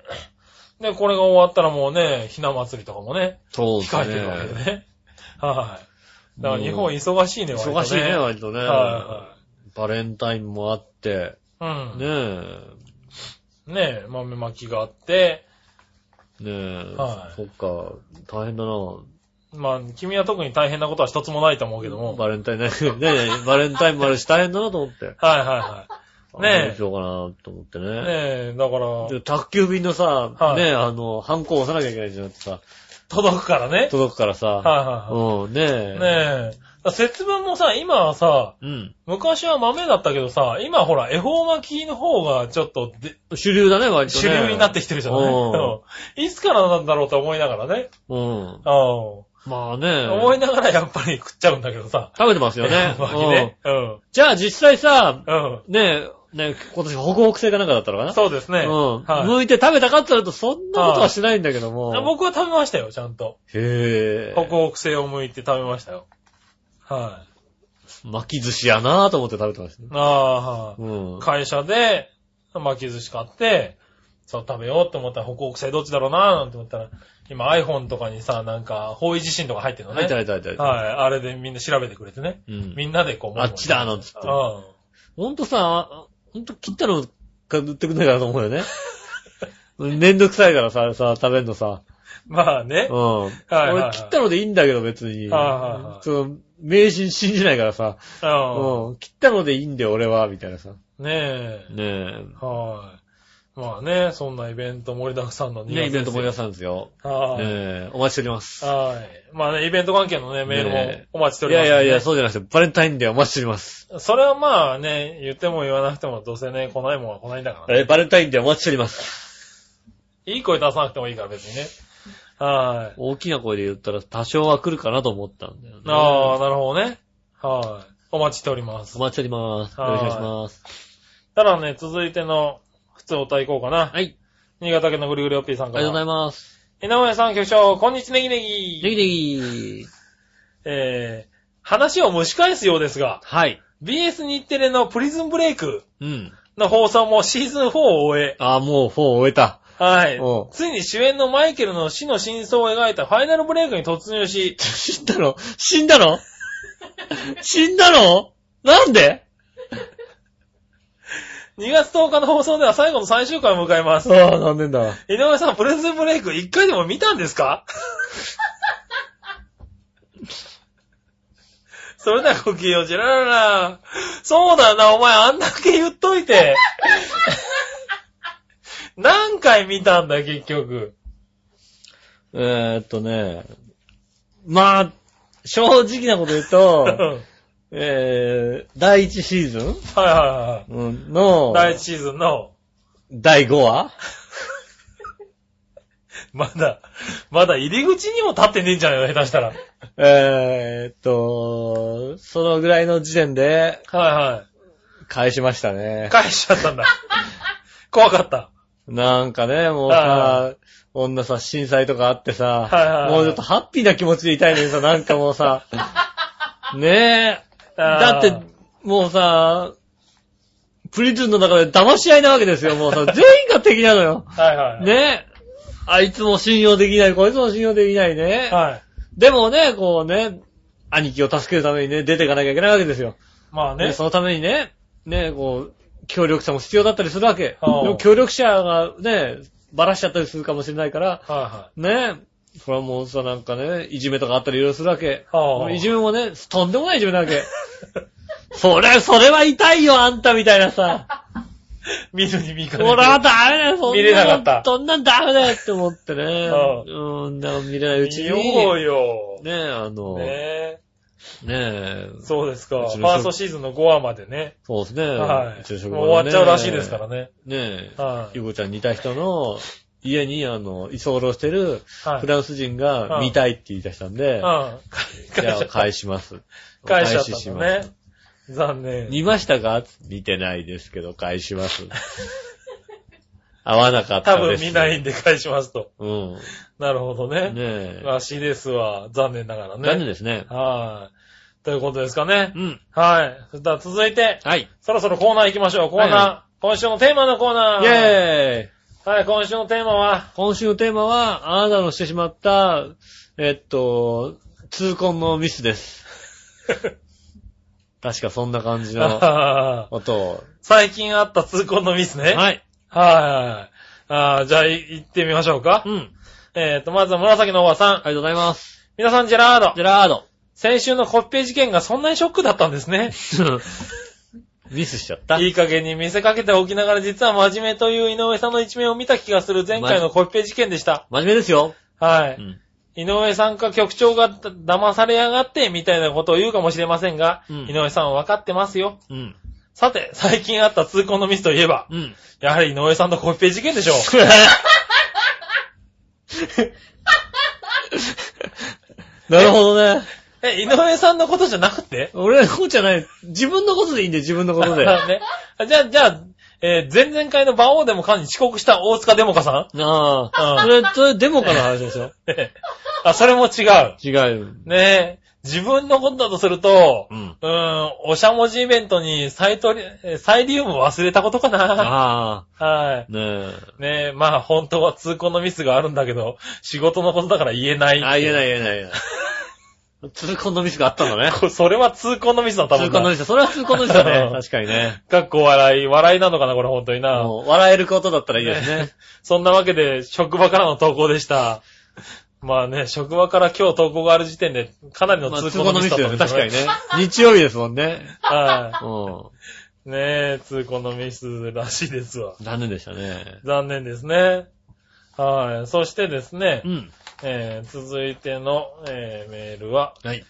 S3: で、これが終わったらもうね、ひな祭りとかもね、
S2: そうで
S3: 控え
S2: す
S3: てるわけで
S2: ね。
S3: ね。はい。だから日本忙しいね、割とね
S2: 忙しいね、割とね。
S3: は
S2: バレンタインもあって、
S3: いはい。うん。
S2: ね
S3: ね
S2: え。
S3: え、豆巻きがあって、
S2: ねえ。
S3: はい
S2: そっか、大変だな。
S3: まあ、君は特に大変なことは一つもないと思うけども。はい
S2: バレンタインね。 ねえ、バレンタインもあるし大変だなと思って。
S3: はいはねえ
S2: どうしようかなと思って
S3: い。ね
S2: ね。
S3: え、だから、
S2: で卓球便のさ、
S3: はい
S2: ねえ、あの、ハンコを押さなきゃいけないじゃなくてさ、
S3: 届くからね。
S2: 届くからさ。
S3: は
S2: うん、ね
S3: い
S2: え。
S3: はいはい。ねえ。だから節分もさ、今はさ、
S2: うん。
S3: 昔は豆だったけどさ、今ほら、恵方巻きの方がちょっとで
S2: 主流だね、割とね。
S3: 主流になってきてるじゃない
S2: うん
S3: いつからなんだろうと思いながらね。
S2: うん。
S3: ああ。
S2: まあね。
S4: 思いながらやっぱり食っちゃうんだけどさ。
S2: 食べてますよ
S4: や
S2: ね
S4: っ。ぱりね。うん
S2: うん。じゃあ実際さ、
S4: う。
S2: ねえ、ねえ、今年北北西かなんかだったのかなん
S4: そうですね。
S2: うん。
S4: はい。
S2: 剥いて食べたかって言われると、そんなことはしないんだけども。
S4: 僕は食べましたよ、ちゃんと。
S2: へえ。
S4: 北北西を向いて食べましたよ。はい。
S2: 巻き寿司やなぁと思って食べてましたね。
S4: ああ、はい。
S2: うん。
S4: 会社で巻き寿司買って、そう食べようと思ったら、北北西どっちだろうななんて思ったら、今 iPhone とかにさ、なんか、方位地震とか入ってるのね。
S2: 入った入った入った入った。
S4: はい。あれでみんな調べてくれてね。
S2: うん。
S4: みんなでこう。
S2: あっちだなんつって
S4: うん。あ
S2: ほんとさ、ほんと切ったのか塗ってくんないかなと思うよ ね。めんどくさいからさ、さ、食べんのさ。
S4: まあね
S2: う。ん。
S4: いはい
S2: 俺切ったのでいいんだけど別に。
S4: はいはいはい
S2: その、迷信信じないからさ。
S4: う
S2: うん。切ったのでいいんだよ俺は、みたいなさ。
S4: ん。ねえ。
S2: ね
S4: はい。まあね、そんなイベント盛りだくさんの
S2: え。
S4: 2
S2: ねえ、イベント盛り出
S4: す。
S2: したんですよ。ね
S4: はい。
S2: え、お待ちしております。
S4: はい。まあね、イベント関係のね、メールも
S2: ね
S4: お待ちしてお
S2: い
S4: りま
S2: や
S4: す、
S2: いやいや、
S4: そ、
S2: そうじゃなくて、バレンタインデーお待ちしております。
S4: それはまあね、言っても言わなくても、どうせね、来ないもんは来ないんだからね。
S2: えーバレンタインデーお待ちしております。
S4: いい声出さなくてもいいから、別にね。はい。
S2: 大きな声で言ったら多少は来るかなと思ったんだよね。
S4: ああ、なるほどね。はい。お待ちしておりま
S2: お
S4: す。
S2: 待ちしております。よ
S4: はい
S2: ろしくお願いします。
S4: ただね、続いての、普通お歌いこうかな。
S2: はい。
S4: 新潟県のぐるぐるおっぴーさん
S2: あ
S4: か
S2: りがとうござい
S4: ら。
S2: ます。
S4: 井上さん、局長、こんにちは、ネギネ
S2: ネ
S4: ギ。
S2: ギネギ
S4: えー、話を蒸し返すようですが、
S2: はい。
S4: BS 日テレのプリズンブレイク
S2: うん。
S4: の放送もシーズン4を終え、
S2: ああ、もう4終えた。
S4: はい
S2: おう。
S4: ついに主演のマイケルの死の真相を描いたファイナルブレイクに突入し、
S2: 死んだの死んだの死んだのなんで
S4: 2月10日の放送では最後の最終回を迎えます。
S2: ああ、残念だ。
S4: 井上さん、プリズンブレイク1回でも見たんですかそれではごきげんよう、ジェラララ。そうだな、お前あんだけ言っといて。 何回見たんだ、結局。
S2: えーっとね。まあ、正直なこと言う と、
S4: はい
S2: えー、第1シーズン
S4: はいはい。
S2: うんの、
S4: 第1シーズンの、
S2: 第5話
S4: まだ、まだ入り口にも立ってねえんじゃないの下手したら。はい
S2: えーっと、そのぐらいの時点で
S4: は
S2: 返しました
S4: い。
S2: ね。
S4: 返しちゃっ たんだ。怖かった。
S2: なんかね、もう
S4: は
S2: さ、女さ、震災とかあって
S4: はいはいは
S2: さ
S4: い、
S2: もうちょっとハッピーな気持ちでいたいのにさ、なんかもう さ、ねえ、だ
S4: あ
S2: っ
S4: ー
S2: て、もうさ、プリズンの中で騙し合いなわけですよ、もう さ、全員が敵なのよ。
S4: はいはいはい。。
S2: ねえ、あいつも信用できない、こいつも信用できないね。
S4: はい。
S2: でもね、こうね、兄貴を助けるためにね、出ていかなきゃいけないわけですよ。
S4: まあ
S2: ね、
S4: ね。
S2: そのためにね、ね、こう、協力者も必要だったりするわけ。で
S4: はあ
S2: も協力者がね、ばらしちゃったりするかもしれないから、
S4: は
S2: ね、それはもうさ、なんかね、いじめとかあったりいろいろするわけ。
S4: いはい。はいい
S2: じめもね、とんでもないいじめなわけ。 それ、それは痛いよ、あんたみたいなさ。
S4: 見るに見かねて
S2: 俺はダメだよ、そんなの。
S4: 見れなかった
S2: そんなんダメだよって思ってね。
S4: はあ
S2: うん、でも見れないうちに。
S4: 見ようよ。ね
S2: ねあの、ね
S4: え。
S2: え、
S4: そうですか。フ
S2: うち
S4: ァ
S2: の人
S4: ーストシーズンの5話までね。
S2: そうですね。
S4: は
S2: うちの
S4: い。
S2: 職場
S4: も
S2: の
S4: う
S2: ね
S4: 終わっちゃうらしいですからね。
S2: ねえ、
S4: はい
S2: ゆうこちゃんに似た人の家に、あの、居候してる
S4: はい。
S2: フランス人が
S4: はい
S2: 見たいって言い出したんで、
S4: うん。
S2: じゃあ
S4: 返しちゃっ
S2: 返します。
S4: た。返しちゃ
S2: お
S4: ったのね。残念。
S2: 見ましたか見てないですけど、返し ます。合わなかっ
S4: 多
S2: たで
S4: 分
S2: す。
S4: 見ないんで返しますと。
S2: うん。
S4: なるほど
S2: ねえ。
S4: ね。らしいですわ。残念ながらね。
S2: 残念ですね。
S4: はい。ということですかね
S2: う。ん。
S4: はい。そしたら続いて、
S2: はい。
S4: そろそろコーナー行きましょう。コーナー。
S2: はいは
S4: 今週のテーマのコー
S2: イ
S4: ナー。
S2: ェーイ
S4: はい、今週のテーマは、
S2: 今週のテーマは、あなたのしてしまった、えっと、痛恨のミス です。確かそんな感じ の音を。
S4: 最近あった痛恨のミスね。はい。
S2: はい。
S4: はい。あーじゃあ、い行ってみましょうか
S2: う。ん。
S4: えーと、まずは紫のおばさん。
S2: ありがとうございます。
S4: 皆さん、ジェラード
S2: ジ。ェラード。
S4: 先週のコッペ事件がそんなにショックだったんですね。
S2: ミスしちゃった。
S4: いい加減に見せかけておきながら実は真面目という井上さんの一面を見た気がする前回のコッペ事件でした。
S2: 真面目ですよ。
S4: はい。
S2: うん。
S4: 井上さんか局長がだ騙されやがってみたいなことを言うかもしれませんが、
S2: うん
S4: 井上さんは分かってますよ。
S2: うん。
S4: さて、最近あった通行のミスといえば、
S2: うん。
S4: やはり井上さんのコッペ事件でしょう。
S2: なるほどね。
S3: え、井上さんのことじゃなくて
S2: 俺はこうじゃない。自分のことでいいんだよ、自分のことで。 あ
S3: ね。じゃあ、じゃあ、えー前々回の馬王でもかに遅刻した大塚デモカ
S2: あ、
S3: さうん
S2: それ、それデモから話でしょ
S3: ん、ね、あ、それも違う。
S2: 違う。
S3: ねえ、自分のことだとすると、
S2: うん。
S3: うーん、おしゃもじイベントにサイトリ、えサイリウム忘れたことかな。
S2: あ
S3: は
S2: あ、ねえ。
S3: い。ねえ、まあ本当は通行のミスがあるんだけど、仕事のことだから言えない。。
S2: あ、言えないい言えない言えない。通行のミスがあったんだね。
S3: それは通行のミスだったも
S2: 通
S3: ん
S2: 行の
S3: な。
S2: ミス。それは通行のミスだ
S3: う
S2: ね。
S3: ん
S2: 確かにね。
S3: かっこ笑い、笑いなのかな、これ本当にな。
S2: もう笑えることだったらいいですね。
S3: そんなわけで、職場からの投稿でした。まあね、職場から今日投稿がある時点で、かなりの
S2: まあ
S3: 通
S2: 通
S3: 行
S2: 行
S3: の
S2: の
S3: ミ
S2: ミ
S3: ス
S2: ス
S3: だっ
S2: だ
S3: た
S2: よね。
S3: んです
S2: 確かにね。日曜日ですもんね。
S3: は
S2: う
S3: い。ねえ、通行のミスらしいですわ。
S2: ん。残念でしたね。
S3: 残念ですね。はい。そしてですね
S2: う、ん。
S3: えー続いての、えーメールは、
S2: はい。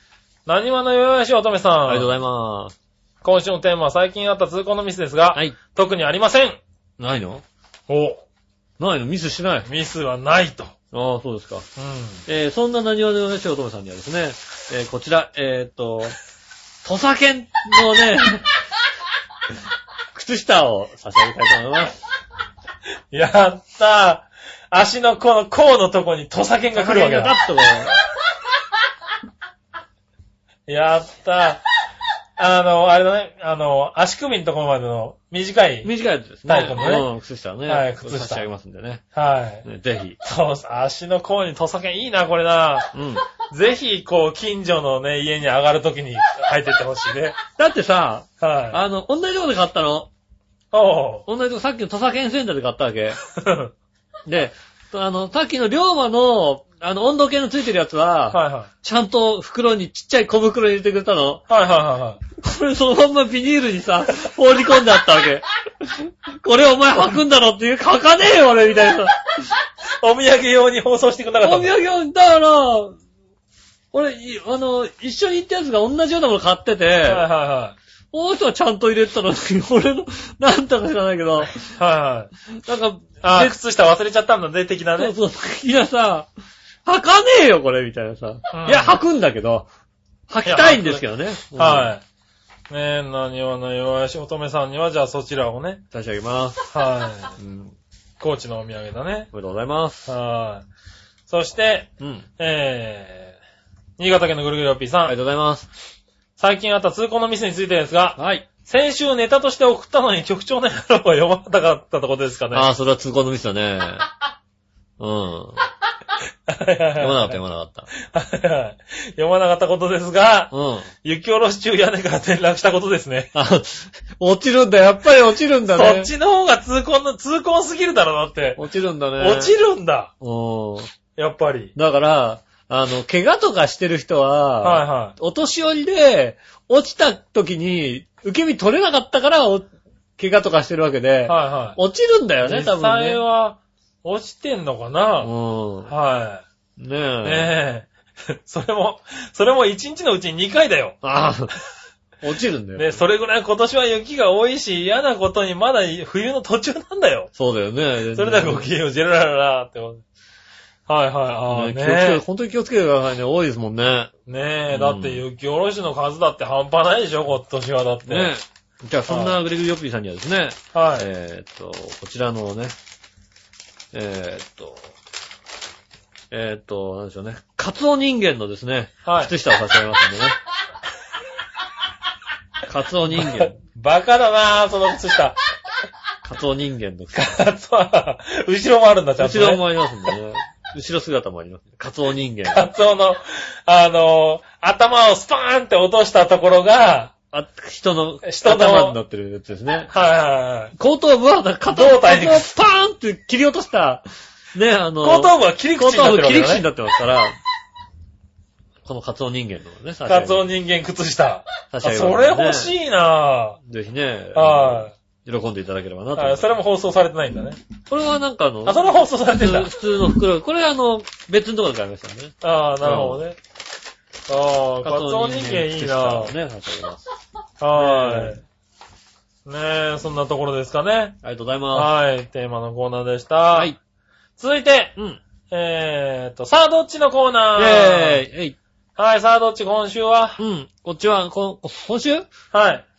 S3: 何話のよよよし乙女さん。
S2: ありがとうございます。
S3: 今週のテーマは最近あった通行のミスですが、
S2: はい。
S3: 特にありません。
S2: ないの
S3: お、
S2: ないのミスしない。あ
S3: ミスはないと。
S2: あ、そうですか。
S3: う
S2: えー、そんな何話の話を乙女さんにはですね、えー、こちら、えー、っと、土佐犬の ね、靴下を差し上げたいと思い ます。
S3: ん。やったー。足のこの甲のとこに土佐犬が来るわけ
S2: 土佐犬が
S3: だ。
S2: パッとこ
S3: やったー。あの、あれだね、あの、足首のところまでの短
S2: う、
S3: い、
S2: 短いやつですね。
S3: タイプのね
S2: うん、靴下ね。
S3: はい靴下
S2: 差し上げますんでね。
S3: はい。
S2: ねぜひ。
S3: そう、足の甲に土佐犬いいな、これな。
S2: うん。
S3: ぜひ、こう、近所のね、家に上がるときに入ってってほしいね。
S2: だってさ、
S3: はい。
S2: あの、同じとこで買ったの。
S3: おう。
S2: 同じとこ、さっきの土佐犬センターで買ったわ け。
S3: はい
S2: で、あの、さっきの龍馬の、あの、温度計のついてるやつは、
S3: は
S2: ちゃんと袋に、ちっちゃい小袋に入れてくれたの。
S3: い。はいはいはいは
S2: これそのまんまビニールにさ、放り込んであったわけ。これお前履くんだろっていう、書かねえよ俺みたいな。
S3: い。お土産用に放送してくれなかった
S2: お
S3: の
S2: 土産を、だから、俺、いあの、一緒に行ったやつが同じようなもの買って
S3: はい
S2: て、
S3: はいは
S2: この人はちゃんと入れてたのに、俺の、なんとか知らないけど、
S3: い。はいはい。
S2: なんか、
S3: あー、
S2: で
S3: 靴下忘れちゃったんだね、的な
S2: そ
S3: ね
S2: う。そう、いやさ、履かねえよ、これ、みたいなさ。
S3: うん
S2: いや、履くんだけど、履きたいんですけどね。
S3: はい。ねえ、何はの弱いし乙女さんには、じゃあそちらをね
S2: い。。差し上げます。
S3: は
S2: うん。
S3: い。高知のお土産だね。
S2: おめでとうございます。
S3: はい。そして、
S2: うん。
S3: えー、新潟県のぐるぐるよっぴー
S2: あ
S3: さ
S2: りがと。
S3: ん
S2: うございます。
S3: 最近あった通行のミスについてですが、
S2: はい。
S3: 先週ネタとして送ったのに局長の野郎が読まなかったとこですかね。
S2: ああ、それは通行のミスだ ね。うん。
S3: はいはい
S2: 読まなか
S3: は
S2: った、読まなかっ
S3: いはい読まなかったことですが
S2: た。、うん。
S3: 雪下ろし中屋根から転落したことですね。
S2: あ、落ちるんだ、やっぱり落ちるんだ
S3: そ
S2: ね。
S3: っちの方が痛恨の、痛恨すぎるだろ、だって。
S2: 落ちるんだね。
S3: 落ちるんだ、
S2: うん。
S3: やっぱり。
S2: だから、あの、怪我とかしてる人
S3: はい
S2: は、
S3: はい。
S2: お年寄りで、落ちた時に、受け身取れなかったから、お怪我とかしてるわけで、
S3: は
S2: 落ちるんだ
S3: い
S2: よ
S3: はい。
S2: ね、
S3: 実
S2: 多分ね
S3: 際。は、落ちてんのかな、は
S2: うん。ねえ。
S3: い。ねえ。それも、それも1日のうちに2回だよ。
S2: あ あ、落ちるんだよ。
S3: ね、それぐらい今年は雪が多いし、嫌なことにまだ冬の途中なんだよ。
S2: そうだよね。
S3: それではごきげんよう、ジェララララって思う。はいはい、ああ
S2: ね
S3: ね
S2: 気をつけて、本当に気をつけてくださいね。多いですもんね。
S3: え。ねえ、
S2: うん
S3: だって雪下ろしの数だって半端ないでしょ、今年はだって。
S2: ねえ。じゃあ、そんなグレグリヨッピーさんにはですね、
S3: はい。
S2: えーっと、こちらのね、えーっと、えーっと、なんでしょうね。カツオ人間のですね、
S3: はい。
S2: 靴下を差し上げますん でね。カツオ人間、
S3: バカだなぁ、その靴下。
S2: カツオ人間の靴下。
S3: カツオは後ろもあるんだ、ちゃんと、
S2: 後
S3: ね。
S2: ろもありますんでね。後ろ姿もあります。カツオ人間。
S3: カツオの、あの頭をスパーンって落としたところが、
S2: あ、人の、
S3: 人の
S2: 頭になってるやつですね。
S3: はいはいはい。
S2: 後頭部は、だから片
S3: 胴体に
S2: 片方パーンって切り落とした、ね、あの、
S3: 後頭部は切り
S2: 後
S3: 口にな
S2: 頭
S3: っ
S2: 部
S3: てるわ
S2: 切
S3: け
S2: り口
S3: だ
S2: に
S3: ね。
S2: なってますから、このカツオ人間のね、差し上げ
S3: カツオ人間靴下。
S2: 差
S3: あ
S2: し上げ
S3: それ欲し
S2: い。
S3: いな
S2: ぜひね、。
S3: ぁ。はい。
S2: 喜んでいただければないと。
S3: はいそれも放送されてないんだね。
S2: これはなんかあの、
S3: あ、それも放送されて
S2: 普
S3: んだ
S2: 通。普通の袋、これあの、別のところで買いましたね。
S3: ああ、なるほどね。ああ、カツオ人間いいな
S2: ね、差し上げます。
S3: はーい。ねえ、そんなところですかね。
S2: ありがとうございま
S3: はい、テーマのコーナーでした。
S2: す。はい。
S3: 続いて、
S2: うん。
S3: えーっと、さあどっちのコーナー
S2: イェーイ。えい。
S4: はい、さあ、どっち今週は
S2: うん。こっちは、こ、今週
S4: はい。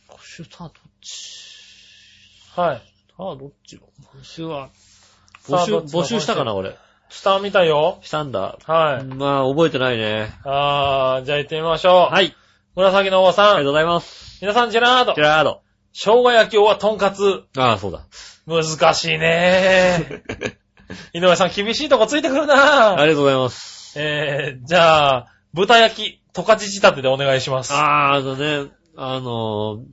S2: 今週さあ、どっち
S4: はい。
S2: さあ、どっち今週は、募
S4: さあ
S2: 集、
S4: どっちの
S2: 募集したかな、俺。
S4: 下見たよ。
S2: したんだ。
S4: はい。
S2: まあ、覚えてないね。
S4: あー、じゃあ行ってみましょう。
S2: はい。
S4: 紫のおば
S2: あ
S4: さ。
S2: りがとうんございます。
S4: 皆さん、ジェラード
S2: ジェ。ラード。
S4: 生姜焼きおはとんかつ。
S2: ああ、そうだ。
S4: 難しいね 井上さん、厳しいとこついてくる
S2: あ
S4: な
S2: りがとうございます。
S4: えー、じゃあ、豚焼き、トカチ仕立てでお願いします。はい
S2: ああ、あのね、あのー、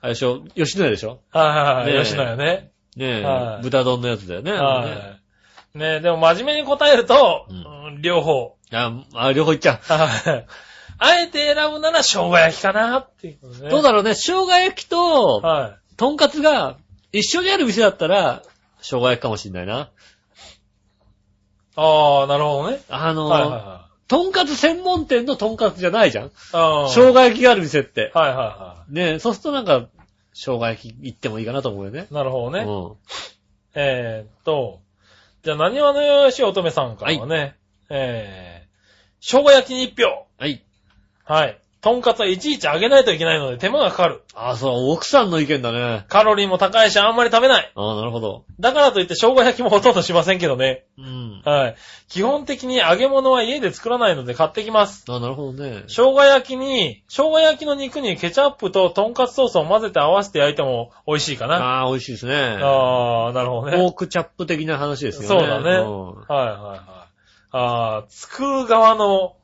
S2: あれでしょ、吉野家でしょ
S4: はい
S2: ね
S4: は
S2: え
S4: い。吉野家ね。
S2: ねえ、
S4: はい
S2: 豚丼のやつだよね。あのね
S4: はい。ねでも真面目に答えると、
S2: う
S4: うん両方。
S2: あ、あ両方いっちゃう。
S4: はいあえて選ぶなら生姜焼きかなっていうことね。
S2: どうだろうね、生姜焼きと、
S4: は
S2: とんかつが一緒にある店だったら、生姜焼きかもしんないな。
S4: い。ああ、なるほどね。
S2: あのー、
S4: はいはいは
S2: とんかつ専門店のとんかつじゃないじゃん
S4: い。あー
S2: 生姜焼きがある店って。
S4: はいはいは
S2: ねえ、そうするとなんか、生姜焼き行ってもいいかなと思うよね。
S4: い。 なるほどね。
S2: うん。
S4: えーっと、じゃあ、何わのよしおとめさんからはね、えー、生姜焼きに一票。
S2: はい。
S4: はい。とんかつはいちいち揚げないといけないので手間がかかる。
S2: ああ、そう、奥さんの意見だね。
S4: カロリーも高いしあんまり食べない。
S2: ああ、なるほど。
S4: だからといって生姜焼きもほとんどしませんけどね。
S2: うん。
S4: はい。基本的に揚げ物は家で作らないので買ってきます。
S2: ああ、なるほどね。
S4: 生姜焼きに、生姜焼きの肉にケチャップととんかつソースを混ぜて合わせて焼いても美味しいかな。
S2: ああ、美味しいですね。
S4: あー、なるほど
S2: フ
S4: ね。
S2: ォークチャップ的な話ですよね。
S4: そうだね
S2: うん
S4: はいはいはい。ああ、作る側の、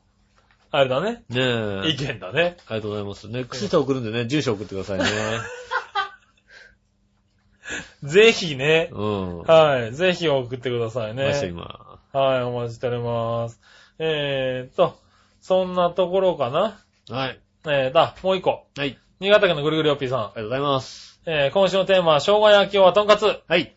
S4: あれだね、
S2: ねえ。
S4: 意見だね。
S2: ありがとうございます。ね、クスと送るんでね、住所送ってくだ さいね。
S4: ぜひね、
S2: うん。
S4: はい、ぜひ送ってください
S2: ました、
S4: ね。
S2: 今。
S4: はい、お待ちしております。えーっと、そんなところかな。
S2: はい。
S4: えーだ、もう一個。
S2: はい。あり
S4: 新潟県のぐるぐるおっぴーさん。
S2: がとうございます。
S4: えー、今週のテーマは、生姜焼きはとんかつ
S2: はい。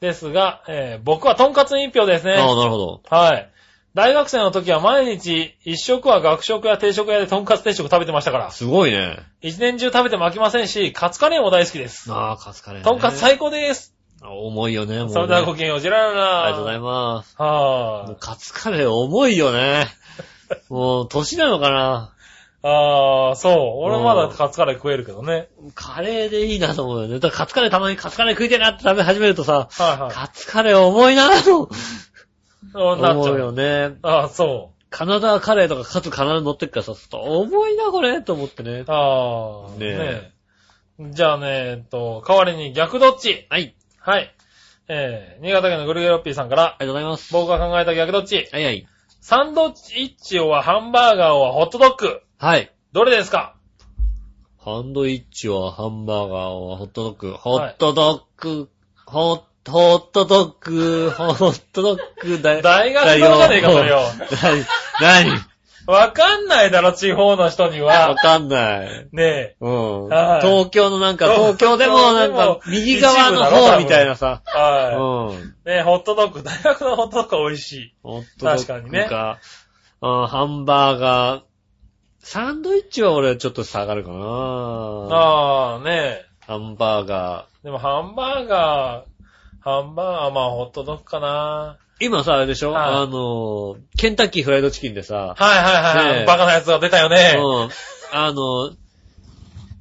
S4: ですが、えー、僕はとんかつに一票ですね。
S2: ああ、なるほど。
S4: はい。大学生の時は毎日、一食は学食や定食屋でとんかつ定食食べてましたから。
S2: すごいね。
S4: 一年中食べても飽きませんし、カツカレーも大好きです。
S2: ああ、カツカレーね。
S4: とんかつ最高です。
S2: 重いよね、もうね。
S4: それではごきげんよう、ジェラララ。
S2: ありがとうござい
S4: ま
S2: ます。
S4: す。は
S2: も
S4: ー
S2: う
S4: い。
S2: カツカレー重いよね。 もう、年なのかな。
S4: あー、そう。俺まだカツカレー食えるけどね。
S2: カレーでいいなと思うよね。だからカツカレーたまにカツカレー食いてえなって食べ始めるとさ、
S4: はいはい。
S2: カツカレー重いなと
S4: そうなっちゃ
S2: 思う
S4: う。
S2: よね。
S4: あー、そ
S2: カナダカレーとかカツカナダ乗ってっからさ、ちょっと重いなこれと思ってね
S4: う。。あ
S2: ね
S4: ー。
S2: え
S4: ねえじゃあね、えっと、代わりに逆どっち
S2: はい。
S4: はい。えー、新潟県のぐるぐるおっぴーさんか
S2: あ、
S4: ら
S2: りがとうございます。
S4: 僕が考えた逆どっち
S2: はいはい。
S4: サンドイッチはハンバーガーはホットドッグ。
S2: はい。
S4: どれですか
S2: ハンドイッチはハンバーガーはホットドッグ、ホ
S4: はい
S2: ットドッグ、ホッホットドッグ、ホットドッグだよ。
S4: 大学生じゃねえか、それよ。
S2: なに、
S4: わかんないだろ、地方の人に
S2: なにわ
S4: は。
S2: かんない。
S4: ねえ。
S2: うん。
S4: はい
S2: 東京のなんか、東京でもなんか
S4: 東京でも、
S2: 右側の方みたいなさ。うん。
S4: は
S2: ホッ
S4: い。ねえ、ホットドッグ、大学のホットドッグは美味しい。
S2: トド
S4: 確か
S2: ッ
S4: に
S2: グ
S4: ね
S2: か、うんハンバーガー。サンドイッチは俺ちょっと下がるかな
S4: ああ、ねえ。
S2: ハンバーガー。
S4: でもハンバーガー、ハンバーガー、まあホットドッグかな。
S2: 今さ、あれでしょ、
S4: はい
S2: あのー、ケンタッキーフライドチキンでさ、
S4: はいはいは
S2: ねえ
S4: い。バカなやつが出たよね。
S2: うん。あのー、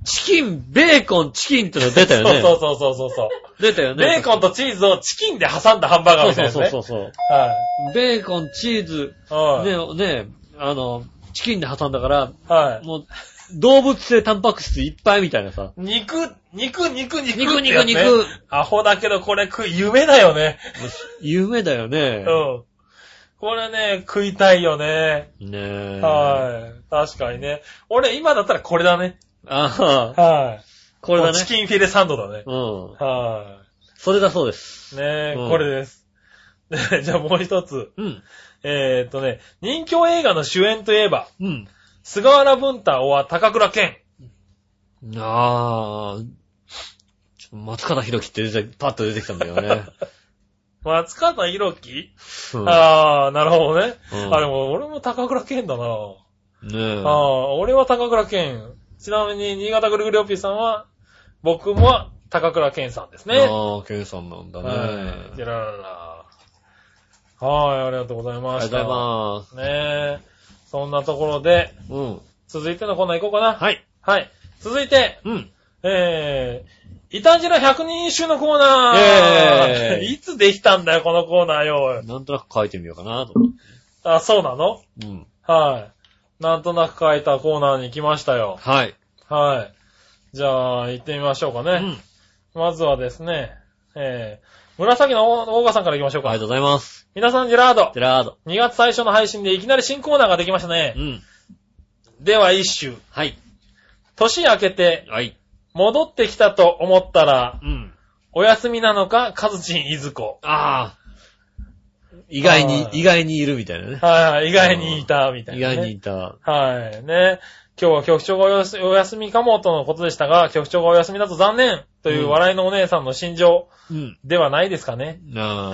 S2: チキン、ベーコン、チキンっての出たよね。
S4: そうそうそうそうそう。
S2: 出たよね。
S4: ベーコンとチーズをチキンで挟んだハンバーガーみたいなやつ
S2: そう
S4: ね。
S2: そうそうそう。
S4: はい。
S2: ベーコン、チーズ、
S4: はい。
S2: ね、ね、あの、チキンで挟んだから、
S4: はい。
S2: もう、動物性タンパク質いっぱいみたいなさ。
S4: 肉、肉、
S2: 肉
S4: 肉、肉。ってや
S2: 肉
S4: つね
S2: 肉。
S4: アホだけどこれ食う、夢だよね。
S2: 夢だよ
S4: う
S2: ね
S4: ん。。これね、食いたいよね。
S2: ねえ。
S4: はい。確かにね。俺、今だったらこれだね。
S2: ああ、
S4: はい。
S2: これだね
S4: チ。キンフィレサンドだね。
S2: うん。
S4: は
S2: それだそうです。
S4: い。ねえ、
S2: うん
S4: これです。でじゃあもう一つ。
S2: うん。
S4: えー、っとね、人気映画の主演といえば、
S2: うん。
S4: 菅原文太は高倉健。
S2: ああ、ちょっと松方弘樹って出て、パッと出てきたんだよ ね。
S4: 松方弘樹、
S2: うん
S4: ああ、なるほどね。
S2: うん
S4: あ、でも俺も高倉健だな。
S2: ねえ。
S4: ああ、俺は高倉健。ちなみに、新潟ぐるぐるおっぴーさんは、僕も高倉健さんですね。
S2: ああ、ケンさんなんだね。
S4: はい。じゃららら。はい、ありがとうござい
S2: あ
S4: ま
S2: りが
S4: し
S2: と
S4: た。
S2: うございます。
S4: ねえ。そんなところで、
S2: うん。
S4: 続いてのコーナー行こうかな。はい。
S2: はい。
S4: 続いて、
S2: うん。
S4: えー、イタジラ100人一周のコーナー。
S2: イェーイ
S4: いつできたんだよ、このコーナーよ。
S2: なんとなく書いてみようかなと思って。
S4: あ、そうなの
S2: うん。
S4: はい。なんとなく書いたコーナーに来ましたよ。
S2: はい。
S4: はい。じゃあ、行ってみましょうか
S2: うん。あ
S4: ね。まずはですね、えー、紫の大川さんから行きましょう
S2: りが
S4: か
S2: と。うございます。
S4: 皆さん、ジェラード
S2: ジ。ェラード。
S4: 2月最初の配信でいきなり新コーナーができました
S2: う
S4: ね。
S2: ん。
S4: では一周。
S2: はい。
S4: 年明けて
S2: はい。
S4: 戻ってきたと思ったら、
S2: うん。
S4: お休みなのか、カズチンいずこ。
S2: ああ。意外に
S4: は、い
S2: 意外にいるみたいなね。
S4: はいはい、意外にいた、みたい
S2: 意
S4: な、ね。
S2: 外にいた。
S4: はい、ね。今日は局長がおやすお休みかもとのことでしたが、局長がお休みだと残念という
S2: うん
S4: 笑いのお姉さんの心情
S2: うん。
S4: ではないですかね。
S2: なあ、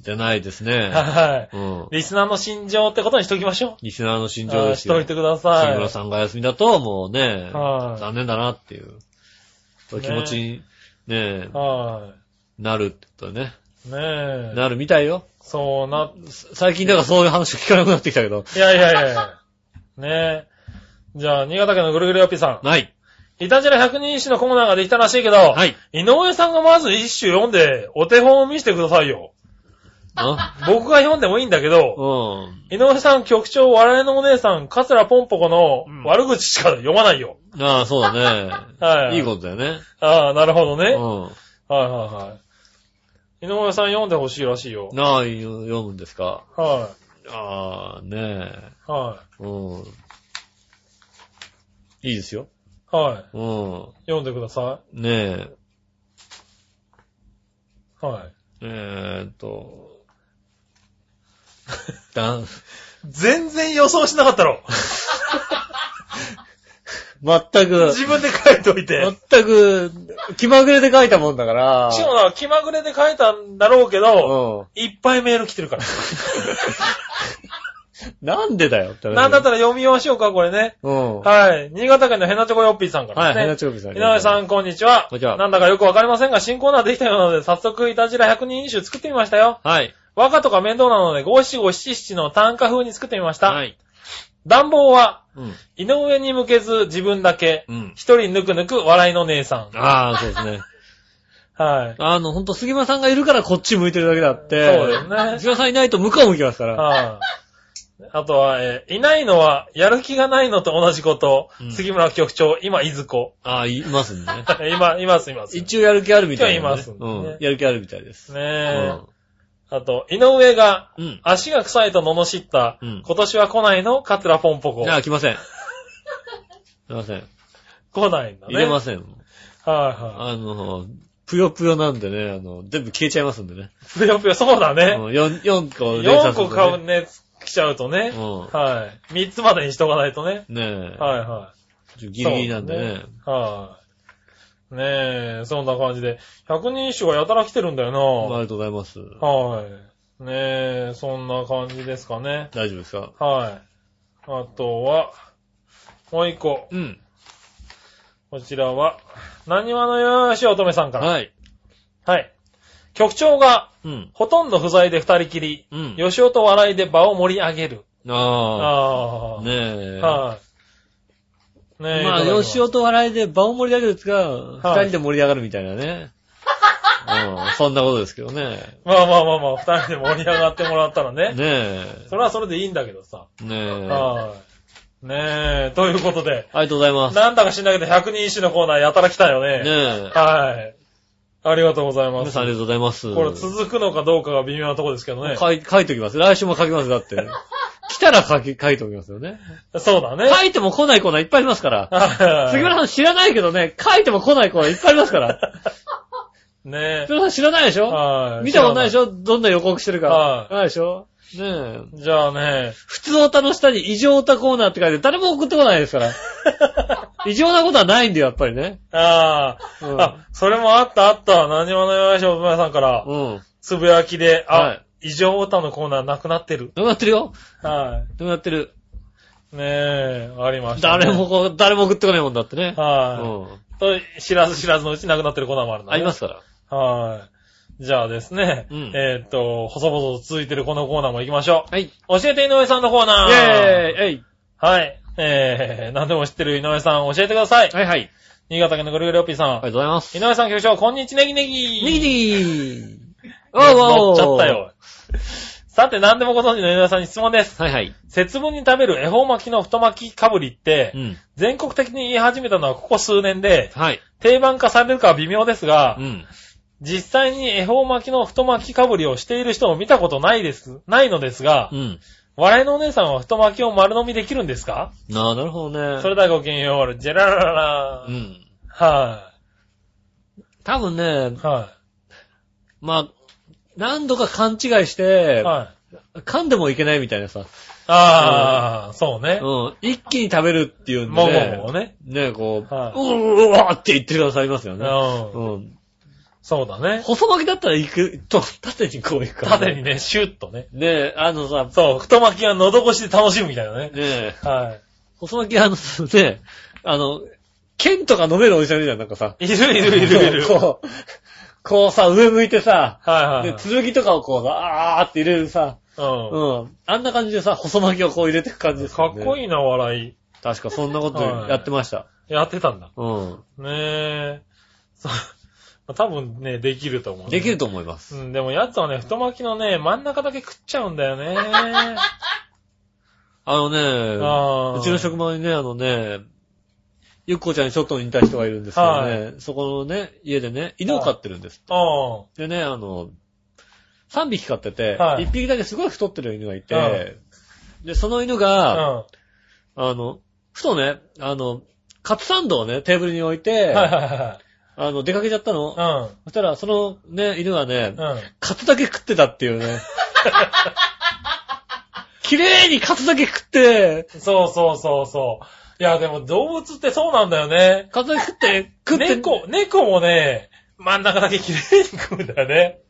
S2: じゃないですね。
S4: は
S2: うん
S4: い。。リスナーの心情ってことにしときましょ
S2: リスナーの心
S4: う。
S2: 情
S4: あー
S2: で
S4: し
S2: すよ。
S4: といてください。
S2: 杉村さんが休みだと、もうね、
S4: はい
S2: 残念だなっていう、そういう気持ちに、ね
S4: は
S2: なるってことね。
S4: い。ねえ。
S2: なるみたいよ。
S4: そうな、
S2: さ最近なんかそういう話が聞かなくなってきたけど。
S4: いやいやいやいや。ねえ。じゃあ、新潟県のぐるぐるよっぴさ
S2: はい。
S4: ん。いたじら100人一首のコーナーができたらしいけど、
S2: はい。
S4: 井上さんがまず一首読んで、お手本を見せてくださいよ。
S2: あ
S4: 僕が読んでもいいんだけ
S2: う
S4: ど、
S2: ん。
S4: 井上さん局長、笑いのお姉さん、桂ぽんぽこ
S2: うん
S4: の悪口しか読まないよ。
S2: ああ、そうだ
S4: は
S2: ね。
S4: い。
S2: いいことだよね。
S4: ああ、なるほどね。はいうはいはい。井上さん読んでほしいらしいよ
S2: ん。。なあ、よ読むんですか。
S4: は
S2: ああ、ねえ。
S4: い。は
S2: うん。いいですよ。
S4: い。はい。
S2: うん。
S4: 読んでくださ
S2: ね
S4: い。はい。
S2: え。えーっ と。だん、
S4: 全然予想しなかったろ。
S2: 全く。
S4: 自分で書いといて。
S2: 全く、気まぐれで書いたもんだから。
S4: しかもな、気まぐれで書いたんだろうけど、
S2: う
S4: いっぱいメール来てる から。
S2: ん。なんでだよって話
S4: なんだったら読みましょうか、これね。
S2: うん。は
S4: はい。新潟県のヘナチョコヨッピーさんか
S2: い、
S4: ら
S2: ヘ
S4: で
S2: ナ
S4: すね。
S2: チョコさん。
S4: 井上さん、こんにちは。
S2: こんにちは
S4: なんだかよくわかりませんが、新コーナーできたようなので、早速、いたじら100人一首作ってみましたよ。
S2: ん。はい。
S4: 和歌とか面倒なので、五七五七七の短歌風に作ってみました。
S2: はい。
S4: 暖房は、
S2: うん。
S4: 井上に向けず自分だけ、
S2: うん。
S4: 一人ぬくぬく笑いの姉さ
S2: ああ、そうですね。
S4: ん。はい。
S2: あの、ほんと、杉村さんがいるからこっち向いてるだけだって。
S4: そうですね
S2: 杉村さんいないと向こう向きますから。
S4: はいあとは、えーいないのは、やる気がないのと同じこと、
S2: うん
S4: 杉村局長、今、いずこ。
S2: ああ、いますんでね。
S4: 今、います、います。ね
S2: 一応やる気あるみたいな、
S4: 今いますんで
S2: うん。
S4: ね
S2: やる気あるみたいです。
S4: え。あと、井上が、
S2: うん。うん。
S4: 足が臭いと罵った、
S2: うん
S4: 今年は来ないのカツラポンポコ。
S2: ああ、来ません。来ません。
S4: 来ないんだね。。
S2: 入れますせん。
S4: はいは
S2: あの、ぷよぷよなんでね、あの、全部消えちゃいますんでね。
S4: い。ぷよぷよ、そうだね。
S2: 4, 四個連
S4: 4
S2: 鎖する
S4: 個
S2: と
S4: 買う
S2: ね
S4: ね、来ちゃうとね。
S2: う
S4: はい。3つまでにしとかないとね。
S2: ん。ねえ。
S4: はいは
S2: ギリギリなんでね。
S4: い。はい。ねえ、そんな感じで。100人一首がやたら来てるんだよ
S2: あ
S4: な。
S2: りがとうございます。
S4: はい。ねえ、そんな感じですかね。
S2: 大丈夫ですか
S4: はい。あとは、もう一個。
S2: うん。
S4: こちらは、何話のよよし乙女さんから。
S2: はい。
S4: はい。局長が、
S2: うん。
S4: ほとんど不在で二人きり、
S2: うん。
S4: よしおと笑いで場を盛り上げる。
S2: あ
S4: あ
S2: あ。
S4: あ。
S2: ねえ。
S4: はい。ねえ。
S2: まあ、
S4: いただき
S2: よ
S4: ます
S2: しおと笑いで場を盛り上げるんですが、
S4: は
S2: 二
S4: い
S2: 人で盛り上がるみたいなね。うん。そんなことですけどね。
S4: まあまあまあまあ、二人で盛り上がってもらったら
S2: ね
S4: ね。
S2: え。
S4: それはそれでいいんだけどさ。
S2: ねえ。あ
S4: はい。ねえ、ということで、
S2: りがとうございます。ね
S4: なんだか知んないけど100人一首のコーナーやたら来たよね。
S2: え。
S4: はい。ありがとうございま
S2: 皆
S4: す。
S2: さんありがとうございます。
S4: これ続くのかどうかが微妙なとこですけどね。
S2: 書い書いときます。来週も書きます。だって。来たら書き、書いておきますよね。
S4: そうだね。
S2: 書いても来ないコーナーいっぱいありますから。
S4: はい
S2: 杉村さん知らないけどね、書いても来ないコーナーいっぱいありますから。
S4: ね
S2: 杉村さん知らないでし
S4: え。
S2: ょ
S4: はい。
S2: 見たことないでし
S4: ょ
S2: ょどんな予告してるか。
S4: はい
S2: ないでしょねえ。
S4: じゃあね。
S2: 普通オタの下に異常オタコーナーって書いて誰も送ってこないですから。 異常なことはないんだよ、やっぱりね。
S4: ああ、
S2: うん
S4: あ、それもあったあった。何者よよしおばさんから、
S2: うん。
S4: つぶやきで、あ、
S2: はい
S4: 異常オタのコーナーなくなってる。
S2: どうなってるよ
S4: は
S2: どうなってる
S4: い。ねえ、ありました、ね。
S2: 誰もこう、誰も送ってこないもんだってね。う
S4: はい、
S2: ん。
S4: と、知らず知らずのうちなくなってるコーナーもあるんだ、ね。
S2: ありますから。
S4: はい。
S3: じゃあですね、
S2: うん
S3: えーっと、細々と続いてるこのコーナーも行きましょ
S2: はい。
S3: う。教えて井上さんのコーナ
S2: イェーイ
S3: ー
S2: えい
S3: はい。えー、何でも知ってる井上さん教えてください。
S2: はいはい。
S3: 新潟県のぐるぐるおっぴーさん。
S2: ありがとうございます。
S3: 井上さん局長、こんにちはネギネギ
S2: ネギネギおーお
S3: 乗
S2: ー
S3: っちゃった。よ。さて、何でもご存知の井上さんに質問です。
S2: はいはい。
S3: 節分に食べる恵方巻きの太巻きかぶりって、
S2: うん。
S3: 全国的に言い始めたのはここ数年で、
S2: はい。
S3: 定番化されるかは微妙ですが
S2: う、ん。
S3: 実際に恵方巻きの太巻きかぶりをしている人を見たことないです、ないのですが
S2: う、ん。
S3: 笑いのお姉さんは太巻きを丸飲みできるんですか
S2: なあ、なるほどね。
S3: それではごきげんよう、ジェララララ
S2: う。ん。
S3: は
S2: 多分ね
S3: い、、は
S2: まあ、何度か勘違いして
S3: い、、はい。
S2: 噛んでもいけないみたいなさ、
S3: ああ、そうね。
S2: うん、一気に食べるっていうんで
S3: もうもうもう
S2: ね、
S3: ね。
S2: ね、こう、う
S3: は
S2: ーわーって言ってくださいますよ
S3: う
S2: ね。
S3: ん。
S2: うん。
S3: そうだね。
S2: 細巻きだったら行く、と、縦にこう行くから。
S3: 縦に。ね、シュッとね。
S2: ね、あのさ、
S3: そう、太巻きが喉越しで楽しむみたいなね。
S2: ね、
S3: は
S2: 細巻きあの、ね、あの、剣とか飲めるお店あるじゃん、なんかさ。
S3: い。いるいるいるいる。はい
S2: こう、こうさ、上向いてさ、
S3: はい
S2: で、
S3: はい。
S2: 剣とかをこうさ、あーって入れるさ、
S3: う
S2: うん。あんな感じでさ、細巻きをこう入れてく感じで
S3: ん。
S2: す
S3: か
S2: よ
S3: っ
S2: ね。
S3: こ
S2: い。
S3: いいな、笑い。
S2: 確かそんなことやってました。
S3: やってたんだ。
S2: うん。
S3: ねえ。そう。多分ね、できると思うね、
S2: できると思います。
S3: うん、でもやつはね、太巻きのね、真ん中だけ食っちゃうんだよね。
S2: あの
S3: う
S2: ね、うちの職
S3: 場
S2: 場にね、あのね、ゆっこちゃんにちょっと似た人がいるんですけどね、そこのね、家でね、犬を飼ってるんです。
S3: うん。
S2: でね、あの、3匹飼ってて、
S3: はい
S2: 1匹だけすごい太ってる犬がいて、
S3: はい
S2: で、その犬が、
S3: うん。
S2: あの、ふとね、あの、カツサンドをね、テーブルに置いて、
S3: はいは
S2: あの、出かけちゃったの。
S3: いはい。
S2: そしたら、そのね、犬はね、
S3: うん。うん。
S2: カツだけ食ってたっていうね。 綺麗にカツだけ食って、
S3: そうそうそうそう。いや、でも動物ってそうなんだよね。
S2: カツだけ食って、食って、
S3: 猫、猫もね、真ん中だけ綺麗に食うんだよね。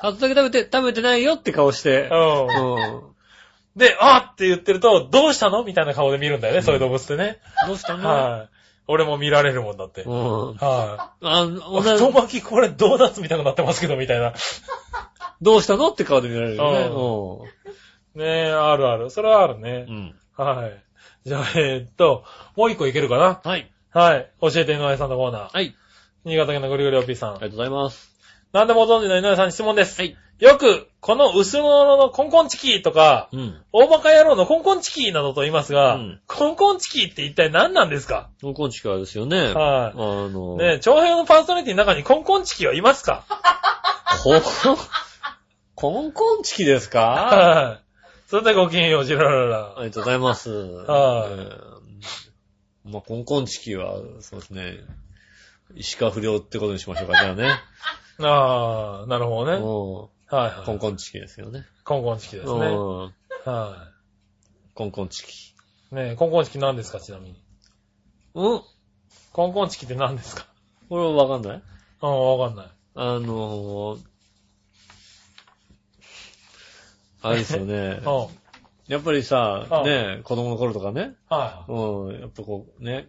S2: カツだけ食べて、食べてないよって顔して。う。
S3: うんん。で、あって言ってると、どうしたのみたいな顔で見るんだよね、そういう動物ってね。
S2: どうしたの、
S3: はい。俺も見られるもんだって。
S2: う
S3: はい。
S2: ん。あの、同
S3: 太
S2: じ、
S3: 巻きこれドーナツみたいになってますけど、みたいな。
S2: どうしたのって顔で見られるよ
S3: ねえ、あるある。それはあるね
S2: ね。う。ん。
S3: はい。じゃあ、えーっと、もう一個いけるかな
S2: はい。
S3: はい。教えて井上さんのコーナー。
S2: はい。
S3: 新潟県のぐりぐりおっぴーさ
S2: あ
S3: ん。
S2: りがとうございます。
S3: 何でもご存知の井上さんに質問です。
S2: はい。
S3: よく、この薄物のコンコンチキとか、
S2: うん。
S3: 大バカ野郎のコンコンチキなどと言いますが、
S2: うん
S3: コンコンチキって一体何なんですか
S2: 香港地からですよね。あ
S3: は
S2: の、
S3: い。ねえ、長編のパーソナリティの中にコンコンチキはいますか
S2: こ、コンコンチキですか
S3: はい。それではごきげんよう、ジララ
S2: あ
S3: ラ。
S2: りがとうございます。
S3: はい
S2: うんまあ、コンコンチキは、そうですね。石川不良ってことにしましょうか、じゃあね。
S3: ああ、なるほどね。
S2: も
S3: はい、
S2: う
S3: はい。
S2: コンコンチキですよね。
S3: コンコンチキですね。
S2: うん
S3: は
S2: コンコンチキ。
S3: い。ねえ、コンコンチキ何ですか、ちなみに。
S2: うん
S3: コンコンチキって何ですか
S2: これはわかんない
S3: うん、わかんない。
S2: あのー、あれですよね
S3: うん。。はい
S2: やっぱりさ、ね、子供の頃とかね、
S3: はい。
S2: うん、やっぱこうね、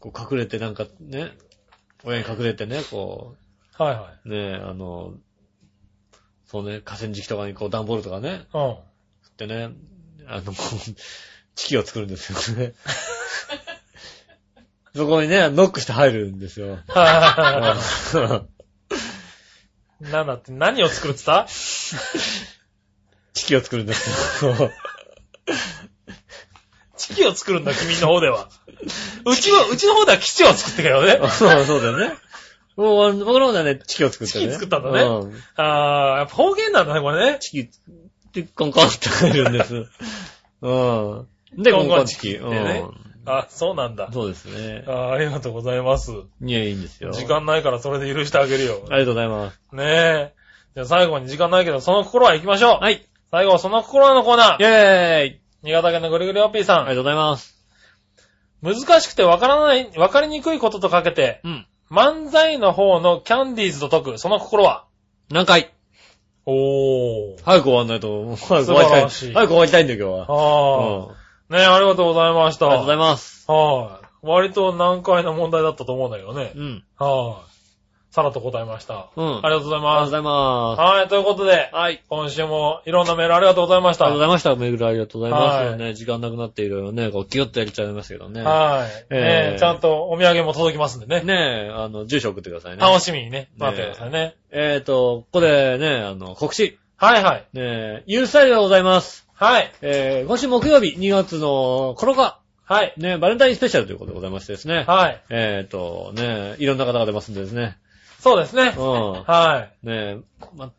S2: こう隠れてなんかね、親に隠れてね、こ
S3: はいは
S2: う、ね、あの、そうね、河川敷とかにこう段ボールとかね、
S3: い。うん。
S2: 振ってね、あの、こう、 チキを作るんですよね。 そこにね、ノックして入るんですよ。
S3: はい。なんだって、何を作るって言った
S2: チキを作るんですよ。
S3: チキを作るんだ、君の方 では。うちは、うちの方では基地を作ってくよね。
S2: そう そうだよね。もう、僕の方ではね、チキを作ってね。
S3: チキ作ったんだね
S2: うん
S3: あー、やっぱ方言なんだね、これね。
S2: チキ、で、コンコンって入るんです。 うん。で、
S3: コ
S2: コ
S3: ン
S2: ン
S3: コ
S2: コ
S3: ン
S2: ン
S3: チ
S2: チ
S3: キ
S2: キ。
S3: ってねあ、そうなんだ
S2: うん。。そうですね
S3: あ。ーありがとうございます。
S2: いや、いいんですよ。
S3: 時間ないからそれで許してあげるよ。
S2: ありがとうございます。
S3: ねえ。じゃあ最後に時間ないけど、その心は行きましょう。
S2: はい。
S3: 最後はその心はのコーナ
S2: イ
S3: ー。
S2: ェーイ
S3: 新潟県のぐるぐるおっぴーさ
S2: ありが
S3: ん。
S2: とうございます。
S3: 難しくてわからない、わかりにくいこととかけて、
S2: うん。
S3: 漫才の方のキャンディーズと解く、その心は
S2: 何回
S3: おー。
S2: 早く終わんないと、早く終わり
S3: 素晴
S2: た
S3: ら
S2: い。
S3: しい
S2: 早く終わりたいんだよ、今日は。
S3: ああ。
S2: うん
S3: ねえ、ありがとうございました。
S2: ありがとうございます。
S3: はい。割と難解な問題だったと思うんだけどね。
S2: うん。
S3: はさらっと答えました。
S2: うん
S3: ありがとうござい
S2: ありがとう
S3: ま
S2: ご
S3: す。
S2: ざいます。
S3: はい、ということで、
S2: はい。
S3: 今週もいろんなメールありがとうございまし
S2: あ
S3: た。
S2: りがとうございました。メールありがとうございます。
S3: はい
S2: ね、時間なくなっていろいろね、こう、ギュッとやりちゃいますけどね。
S3: はい。
S2: え
S3: え
S2: え
S3: ーちゃんとお土産も届きますんでね。
S2: ねえ、あの、住所送ってくださいね。
S3: 楽しみにね、待ってくださいね。
S2: えーと、ここでね、あの、告知。
S3: はいはい。
S2: ねえ、ユースタイルでございます。
S3: はい。
S2: えー、今週木曜日、2月の9日、
S3: はい。
S2: ね、バレンタインスペシャルということでございましてですね。
S3: はい。
S2: えーと、ねいろんな方が出ますんでですね。
S3: そうですね
S2: う。ん。
S3: は
S2: ね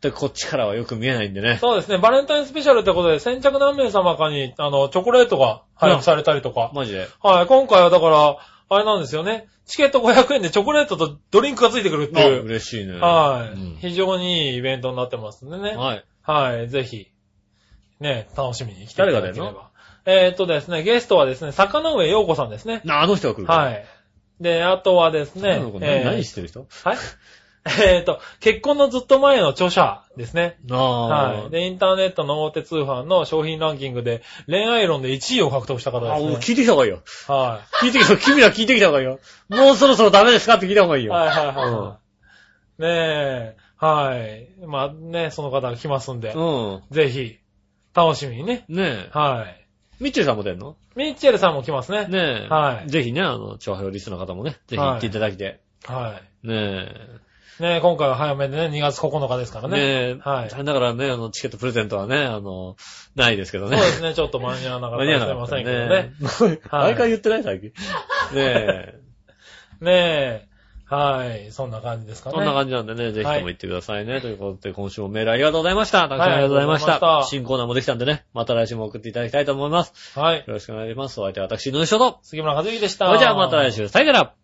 S2: 全くこっちからはよく見えないんで
S3: い。
S2: ね。
S3: そうですね。バレンタインスペシャルってことで、先着何名様かに、あの、チョコレートが配布されたりとか。
S2: マジで。
S3: はい。今回はだから、あれなんですよね。チケット500円でチョコレートとドリンクがついてくるって
S2: あ
S3: いう。
S2: 嬉しいね。
S3: はい、
S2: うん
S3: 非常にいいイベントになってますんでね。
S2: はい。
S3: はい。ぜひ、ね、楽しみに来ていただければ。
S2: 誰が出る
S3: えーっとですね、ゲストはですね、坂上陽子さんですね。
S2: な、あの人が来るから
S3: はい。で、あとはです
S2: な、
S3: ね
S2: のかな
S3: えー
S2: 何してる人
S3: はい。 えーっと、結婚のずっと前の著者ですね。
S2: あ
S3: は
S2: ー
S3: い。で、インターネットの大手通販の商品ランキングで恋愛論で1位を獲得した方
S2: あ、もう
S3: です
S2: 聞いてきた方がいいよ。
S3: ね。は
S2: 聞いてきた、君ら聞いてきた方がいいよ。もうそろそろダメですかって聞いた方がいい
S3: い。
S2: よ。
S3: はいはいはい。ねえ、はい。まあね、その方が来ますんで、
S2: う
S3: ぜひ、楽しみにね。
S2: ん。ねえ。
S3: はい。
S2: ミッチェルさんも出んの
S3: ミッチェルさんも来ますね。
S2: ねえ。
S3: はい
S2: ぜひね、あの、長編リストの方もね、ぜひ行っていただきて。
S3: は
S2: ね
S3: い。ねえ、今回は早めでね、2月9日ですか
S2: え。
S3: ら
S2: ね
S3: ね。
S2: え。
S3: はい
S2: 残念ながらね、あの、チケットプレゼントはね、あの、ないですけど
S3: そ
S2: ね。
S3: うですね、ちょっと間に合わなかっ
S2: 間に
S3: た
S2: 合
S3: か
S2: わ
S3: もしれ
S2: なか
S3: ま
S2: っ
S3: せ
S2: た
S3: んけど
S2: ね
S3: ね。。はい
S2: 毎回言ってない 最近。ねえ。
S3: ねえ、はい。そんな感じですかね。
S2: そんな感じなんでね、ぜひとも行ってくださいね。ということで、今週もメールありがとうございました。たくさんありがとうございまし
S3: あ
S2: た。
S3: りがとうございました
S2: 新コーナーもできたんでね、また来週も送っていただきたいと思います。
S3: はい。
S2: よろしくお願いします。お相手は私、井上翔と。
S3: 杉村和之でした。
S2: それじゃあまた来週。さよなら。